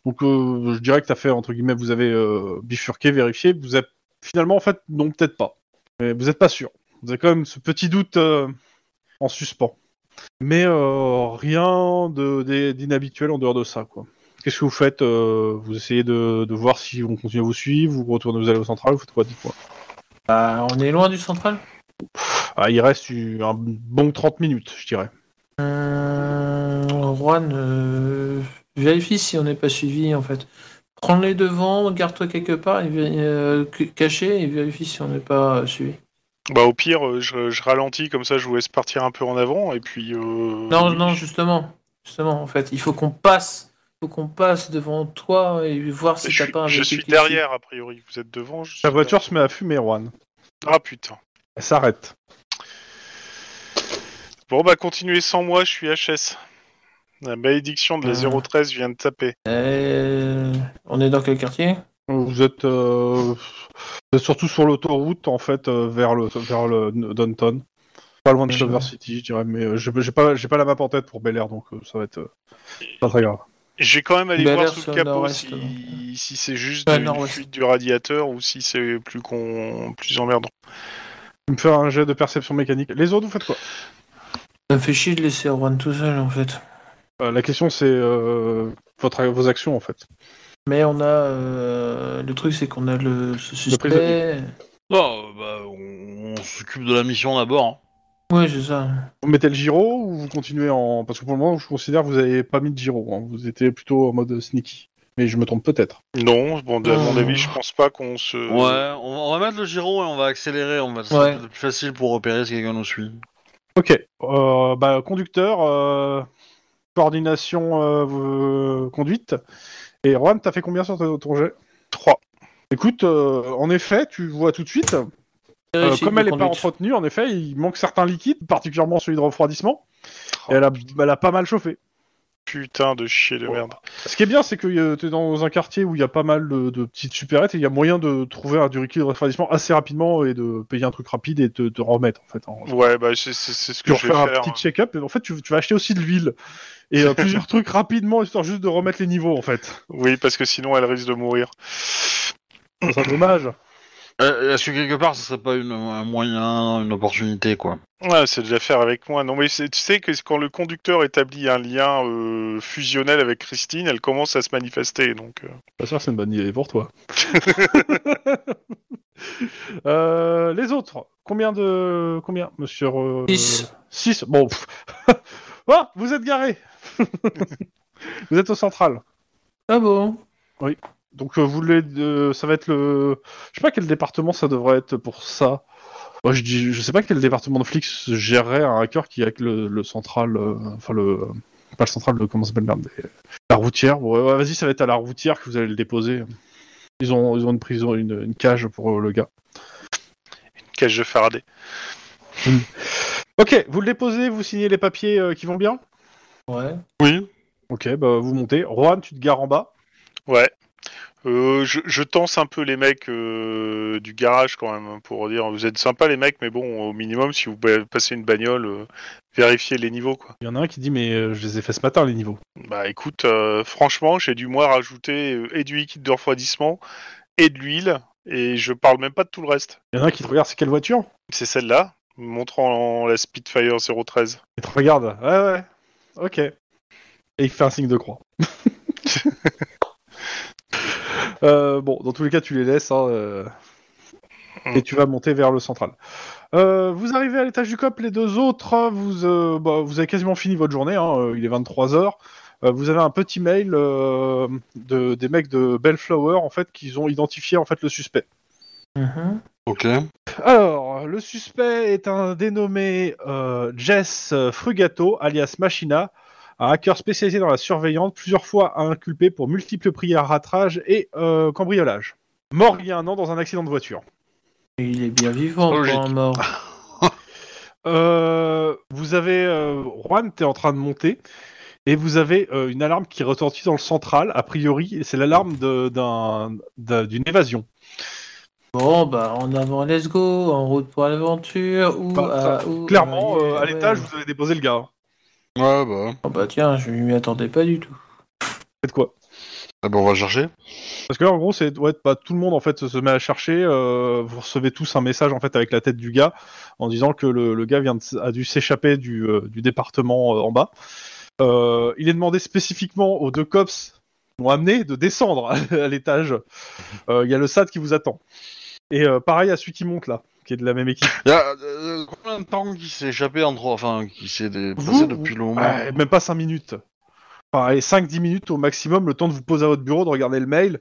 Donc, euh, je dirais que t'as fait entre guillemets, vous avez euh, bifurqué, vérifié. Vous êtes finalement, en fait, non, peut-être pas. Mais vous êtes pas sûr. Vous avez quand même ce petit doute euh, en suspens. Mais euh, rien de- d'é- d'inhabituel en dehors de ça, quoi. Qu'est-ce que vous faites euh, Vous essayez de, de voir si on continue à vous suivre, vous retournez, vous allez au central, vous faites quoi Dites-moi. Bah, on est loin du central Ah, il reste euh, un bon 30 minutes, je dirais. Euh, Juan, euh, vérifie si on n'est pas suivi en fait. Prends les devants, garde-toi quelque part, et, vér- euh, c- caché et vérifie si on n'est pas euh, suivi. Bah au pire, euh, je, je ralentis comme ça, je vous laisse partir un peu en avant et puis. euh, Non, non, justement, justement en fait, il faut qu'on passe, faut qu'on passe devant toi et voir Je, si t'as suis- pas un je véhicule suis qui te suit. derrière a priori. Vous êtes devant. je La sais voiture se met à fumer, Juan. pas. Ah putain. Elle s'arrête. Bon bah continuez sans moi, je suis HS. La malédiction de la Ah. 013 vient de taper. Euh, on est dans quel quartier Vous êtes, euh, vous êtes surtout sur l'autoroute, en fait, euh, vers le, vers le Downton. Pas loin de Ouais. Silver City, je dirais, mais euh, j'ai j'ai pas, j'ai pas la map en tête pour Bel Air, donc euh, ça va être euh, pas très grave. J'ai quand même allé Bah, voir l'air, sous c'est au le capot nord-est, si, donc. si c'est juste Ouais, une nord-ouest. fuite du radiateur ou si c'est plus con, plus emmerdant. Tu me fais un jet de perception mécanique. Les autres, vous faites quoi Ça me fait chier de laisser Juan tout seul en fait. Euh, La question, c'est euh, votre, vos actions, en fait. Mais on a. euh, le truc, c'est qu'on a le ce prisonnier. suspect. Non, euh, bah, on, on s'occupe de la mission d'abord. hein. Oui, c'est ça. Vous mettez le gyro ou vous continuez en... Parce que pour le moment, je considère que vous avez pas mis de gyro. hein. Vous étiez plutôt en mode sneaky. Mais je me trompe peut-être. Non, bon, de- à mon Oh. avis, je pense pas qu'on se. Ouais, on va, on va mettre le gyro et on va accélérer. On va c'est Ouais. peut-être plus facile pour repérer si quelqu'un nous suit. Ok. Euh, bah, conducteur, euh, coordination, euh, euh, conduite. Et Juan, t'as fait combien sur ton, ton jet 3. Écoute, euh, en effet, tu vois tout de suite, euh, Réussite comme de elle n'est pas conduite. entretenue, en effet, il manque certains liquides, particulièrement celui de refroidissement. Et elle, a, elle a pas mal chauffé. Putain de chier de Oh. merde. Ce qui est bien, c'est que euh, t'es dans un quartier où il y a pas mal de, de petites supérettes et il y a moyen de trouver un, du liquide de refroidissement assez rapidement et de payer un truc rapide et de te remettre en fait. en- Ouais, bah c'est c'est- c'est ce que Tu je vais refais un faire. hein. petit check-up et en fait tu, tu vas acheter aussi de l'huile et euh, plusieurs trucs rapidement histoire juste de remettre les niveaux en fait. Oui, parce que sinon elle risque de mourir. C'est un dommage. Euh, Est-ce que quelque part, ce serait pas une, un moyen, une opportunité, quoi Ouais, c'est de la faire avec moi. Non, mais c'est- tu sais que quand le conducteur établit un lien euh, fusionnel avec Christine, elle commence à se manifester. Donc, euh. Pas sûr que c'est une bonne idée pour toi. Euh, les autres, combien de combien, Monsieur euh, Six. six. Bon, pff. Oh, vous êtes garé. vous êtes au central. Ah bon Donc euh, vous voulez, de- ça va être le, je sais pas quel département ça devrait être pour ça. Moi je dis, je sais pas quel département de flics gérerait un hacker qui hack le, le central, euh, enfin le, pas le central, le comment ça s'appelle merde, des- la routière. Ouais, ouais, vas-y, ça va être à la routière que vous allez le déposer. Ils ont, ils ont une prison, une, une cage pour euh, le gars. Cage de Faraday. Ok, vous le déposez, vous signez les papiers euh, qui vont bien. Ouais. Oui. Ok, bah vous montez. Juan, tu te gares en bas. Ouais. Euh, je, je tense un peu les mecs euh, du garage quand même hein, pour dire vous êtes sympas les mecs mais bon au minimum si vous ba- passez une bagnole euh, vérifiez les niveaux quoi. Il y en a un qui dit mais euh, je les ai fait ce matin les niveaux. Bah écoute euh, franchement j'ai dû moi rajouter euh, et du liquide de refroidissement et de l'huile et je parle même pas de tout le reste. Il y en a un qui te regarde, c'est quelle voiture C'est celle-là montrant la Spitfire 013. Il te regarde. Ouais ouais. Ok. Et il fait un signe de croix. Euh, bon, dans tous les cas, tu les laisses hein, euh, et tu vas monter vers le central. Euh, vous arrivez à l'étage du COP, les deux autres, euh, vous, euh, bah, vous avez quasiment fini votre journée, hein, euh, il est 23h. vous avez un petit mail euh, de, des mecs de Bellflower en fait qu'ils ont identifié en fait le suspect. Mhm. Ok. Alors, le suspect est un dénommé euh, Jess Frugato, alias Machina, un hacker spécialisé dans la surveillance, plusieurs fois inculpé pour multiples prix à ratrage et euh, cambriolage. Mort il y a un an dans un accident de voiture. Il est bien vivant, Oh, Logique. pas un mort. Euh, vous avez euh, Juan, t'es en train de monter, et vous avez euh, une alarme qui retentit dans le central. A priori, c'est l'alarme de- d'un- d'un- d'une évasion. Bon, bah, en avant, let's go, en route pour l'aventure, ou, Bah, à- ou- Clairement, ah, euh, yeah, à l'étage, ouais. vous avez déposé le gars. hein. Ouais, bah. Oh, bah, tiens, je m'y attendais pas du tout. Faites quoi Ah bah, on va le chercher. Parce que là, en gros, c'est ouais, bah, tout le monde en fait se- se met à chercher. euh, vous recevez tous un message en fait avec la tête du gars en disant que le, le gars vient de s- a dû s'échapper du, euh, du département euh, en bas. Euh, il est demandé spécifiquement aux deux cops qui l'ont amené de descendre à l'étage. Euh, Il y a le SAD qui vous attend. Et euh, pareil à celui qui monte là, qui est de la même équipe. Y a, euh, combien de temps qui s'est échappé en trois. Enfin, qui s'est dé- Vous, passé depuis le moment. Ouais, même pas 5 minutes. Enfin, 5-10 minutes au maximum, le temps de vous poser à votre bureau, de regarder le mail,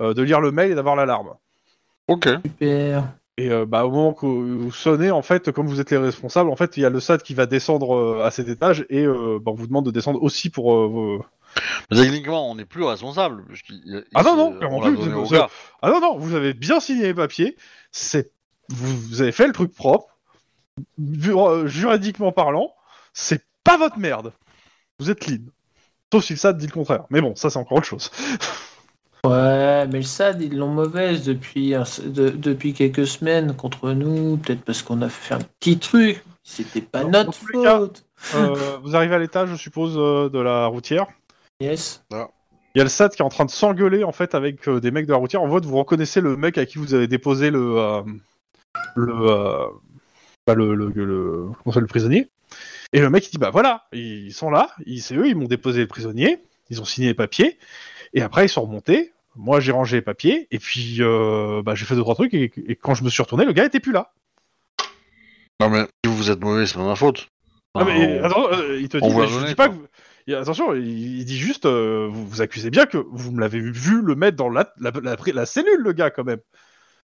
euh, de lire le mail et d'avoir l'alarme. Ok. Super. Et euh, bah, au moment que vous sonnez, en fait, comme vous êtes les responsables, en fait, il y a le SAD qui va descendre euh, à cet étage et euh, bah, on vous demande de descendre aussi pour. euh, vos- Mais techniquement, on n'est plus responsable. puisqu'il- il- Ah non, c'est- non, clairement on l'a plus, donné c'est- au c'est- gars. Ah non, non, vous avez bien signé les papiers, c'est... Vous, vous avez fait le truc propre, Ju- euh, juridiquement parlant, c'est pas votre merde. Vous êtes clean. Sauf si le SAD dit le contraire. Mais bon, ça, c'est encore autre chose. Ouais, mais le SAD, ils l'ont mauvaise depuis, un- de- depuis quelques semaines contre nous. Peut-être parce qu'on a fait un petit truc. C'était pas Dans notre tous les cas- faute. Euh, vous arrivez à l'étage, je suppose, euh, de la routière. Yes. Il y a le SAD qui est en train de s'engueuler en fait avec euh, des mecs de la routière. En fait, vous reconnaissez le mec à qui vous avez déposé le euh, le, euh, bah, le, le, le- comment ça, le prisonnier. Et le mec il dit bah voilà, ils sont là, ils, c'est eux, ils m'ont déposé le prisonnier, ils ont signé les papiers, et après ils sont remontés. Moi j'ai rangé les papiers et puis euh, bah, j'ai fait deux trois trucs et, et quand je me suis retourné, le gars était plus là. Non, mais si vous êtes mauvais, c'est pas ma faute. Ah, mais, on- attends, euh, il te dit, on vous mais l'a je donné, dis pas que quoi. vous- il- attention, il, il dit juste, euh, vous vous accusez bien que vous me l'avez vu le mettre dans la, la, la- la cellule, le gars, quand même.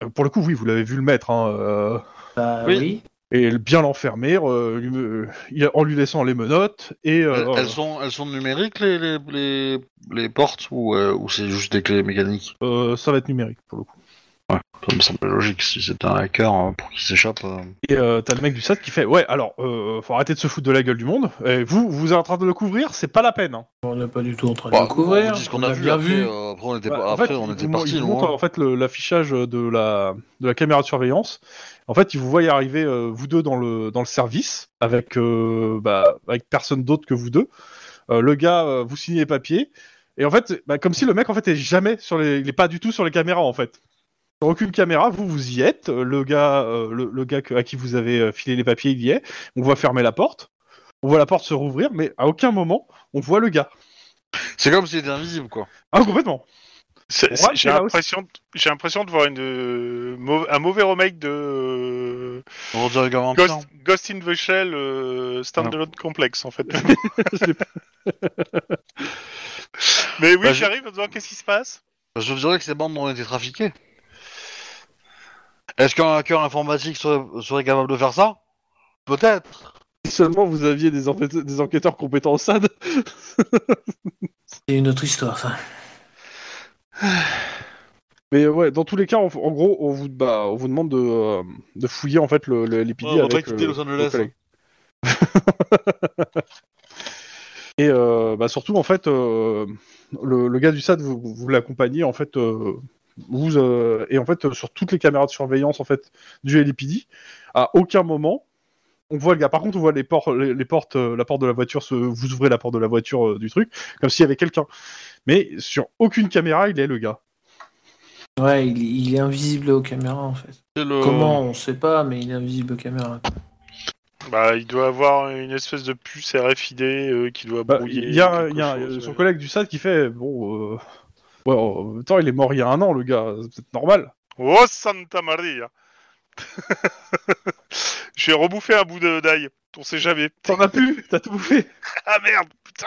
Euh, Pour le coup, oui, vous l'avez vu le mettre, hein, euh, Bah Oui. oui. et le- bien l'enfermer, euh, lui- euh, il- en lui laissant les menottes, et... euh, Elles, elles sont, elles sont numériques les, les, les, les portes ou, euh, ou c'est juste des clés mécaniques euh, ça va être numérique, pour le coup. Ça me semble logique si c'est un hacker hein, pour qu'il s'échappe. euh. Et euh, t'as le mec du SAT qui fait, ouais, alors, euh, faut arrêter de se foutre de la gueule du monde, et vous, vous êtes en train de le couvrir, c'est pas la peine, hein. On n'est pas du tout en train Bah, de le couvrir. on vous dit ce qu'on a, vu. Après, euh, après, on était, Bah, pas- en après, fait, on il était vous mo- parti il vous montre, loin. en fait le- l'affichage de la de la caméra de surveillance. En fait, ils vous voient arriver euh, vous deux dans le dans le service avec euh, bah, avec personne d'autre que vous deux. Euh, le gars euh, vous signe les papiers et en fait, bah, comme si le mec en fait est jamais sur les il est pas du tout sur les caméras en fait. Sur aucune caméra, vous vous y êtes. Euh, Le gars euh, le, le gars que- à qui vous avez euh, filé les papiers, il y est. On voit fermer la porte. On voit la porte se rouvrir, mais à aucun moment on voit le gars. C'est comme s'il était invisible quoi. Ah complètement. C'est- Ouais, c'est- c'est J'ai là aussi. l'impression de- j'ai l'impression de voir une, euh, mau- un mauvais remake de euh, On dirait comme un Ghost, Ghost in the Shell euh, Standalone Complex en fait. Je l'ai Mais oui, Bah, je- j'arrive en disant qu'est-ce qui se passe Je dirais que ces bandes ont été trafiquées. Est-ce qu'un hacker informatique serait, serait capable de faire ça Peut-être. Si seulement vous aviez des, enquête- des enquêteurs compétents au SAD. C'est une autre histoire, ça. Mais euh, ouais, dans tous les cas, on- en gros, on vous, bah, on vous demande de, euh, de fouiller en fait le, le- l'épidie Ouais, on va avec, euh, pas quitter Los Angeles, vos collègues. Et euh, bah, surtout, en fait, euh, le, le gars du SAD, vous, vous l'accompagnez en fait, euh, vous euh, et en fait euh, sur toutes les caméras de surveillance en fait du LPD, à aucun moment on voit le gars. Par contre, on voit les, por- les, les portes, euh, la porte de la voiture, se, vous ouvrez la porte de la voiture euh, du truc, comme s'il y avait quelqu'un. Mais sur aucune caméra, il est le gars. Ouais, il, il est invisible aux caméras, en fait. C'est le- Comment, on sait pas, mais il est invisible aux caméras. Bah, il doit avoir une espèce de puce RFID euh, qui doit Bah, brouiller. Il y a, quelque il y a, chose, euh, ouais. son collègue du SAD qui fait bon. euh, Ouais, en même temps, il est mort il y a un an, le gars, c'est peut-être normal. Oh Santa Maria J'ai rebouffé un bout de- d'ail, on sait jamais. T'en as plus, t'as tout bouffé. Ah merde, putain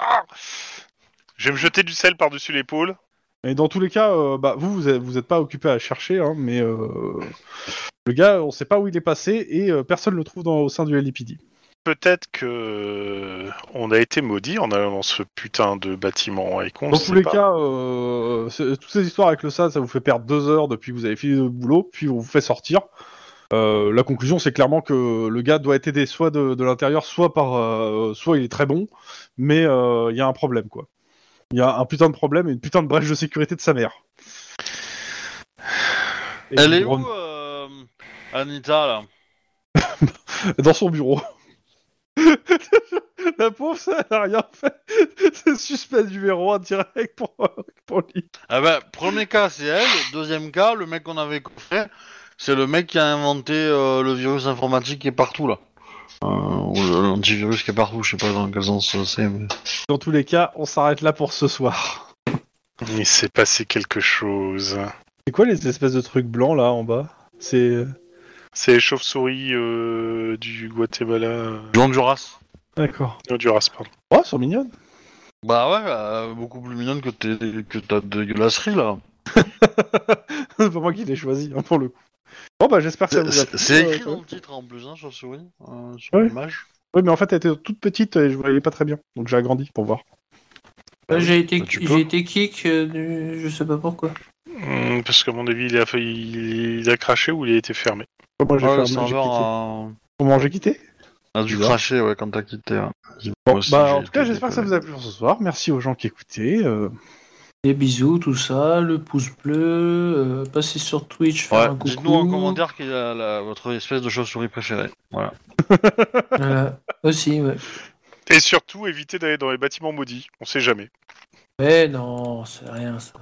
Je vais me jeter du sel par-dessus l'épaule. Et dans tous les cas, euh, bah, vous, vous êtes, vous êtes pas occupé à chercher, hein, mais euh, le gars, on sait pas où il est passé et euh, personne le trouve dans, au sein du LPD. Peut-être que on a été maudit en allant dans ce putain de bâtiment et qu'on Dans sait tous les pas. cas, euh, c'est- toutes ces histoires avec le SAD, ça vous fait perdre deux heures depuis que vous avez fini le boulot, puis on vous fait sortir. Euh, la conclusion, c'est clairement que le gars doit être aidé soit de, de l'intérieur, soit par, euh, soit il est très bon, mais euh, il y a un problème quoi. Il y a un putain de problème et une putain de brèche de sécurité de sa mère. Et Elle est il rem- où, euh, Anita, là dans son bureau. La pauvre, ça, elle a rien fait. C'est suspect numéro un direct pour, pour lui. Ah ben, premier cas, c'est elle. Deuxième cas, le mec qu'on avait coffré, c'est le mec qui a inventé euh, le virus informatique qui est partout, là. Euh, ou le- l'antivirus qui est partout, je sais pas dans quel sens euh, c'est. mais- Dans tous les cas, on s'arrête là pour ce soir. Il s'est passé quelque chose. C'est quoi les espèces de trucs blancs là en bas C'est. euh, C'est les chauves-souris euh, du Guatemala. Du Honduras. D'accord. Non, du Ras, pardon. Oh, elles sont mignonnes. Bah ouais, euh, beaucoup plus mignonne que, tes- que ta dégueulasserie, là. C'est pas moi qui l'ai choisi hein, pour le coup. Bon bah j'espère que ça vous a C'est- plu. C'est euh, écrit quand dans même. le titre, en plus, hein, sur, souris, euh, sur Ouais. l'image. Oui, mais en fait elle était toute petite et je voyais pas très bien. Donc j'ai agrandi pour voir. Là, j'ai été, bah, tu peux. j'ai été kick euh, du... Je sais pas pourquoi. Hum, parce qu'à mon avis, il a, failli- il, a craché ou il a été fermé. Moi j'ai Ouais, fait un- le j'ai serveur quitté. a- Comment j'ai quitté a dû Bizarre. cracher, ouais, quand t'as quitté. hein. Moi Bon, aussi, bah j'ai en tout cas été j'espère que ça déconnecté. vous a plu pour ce soir. Merci aux gens qui écoutaient. euh, Les bisous, tout ça, le pouce bleu, euh, passer sur Twitch, faire Ouais, un coucou. dites-nous en commentaire quelle est la- la- votre espèce de chauve-souris préférée. Voilà. Voilà. Aussi, ouais. Et surtout, éviter d'aller dans les bâtiments maudits. On sait jamais. Mais non, c'est rien ça.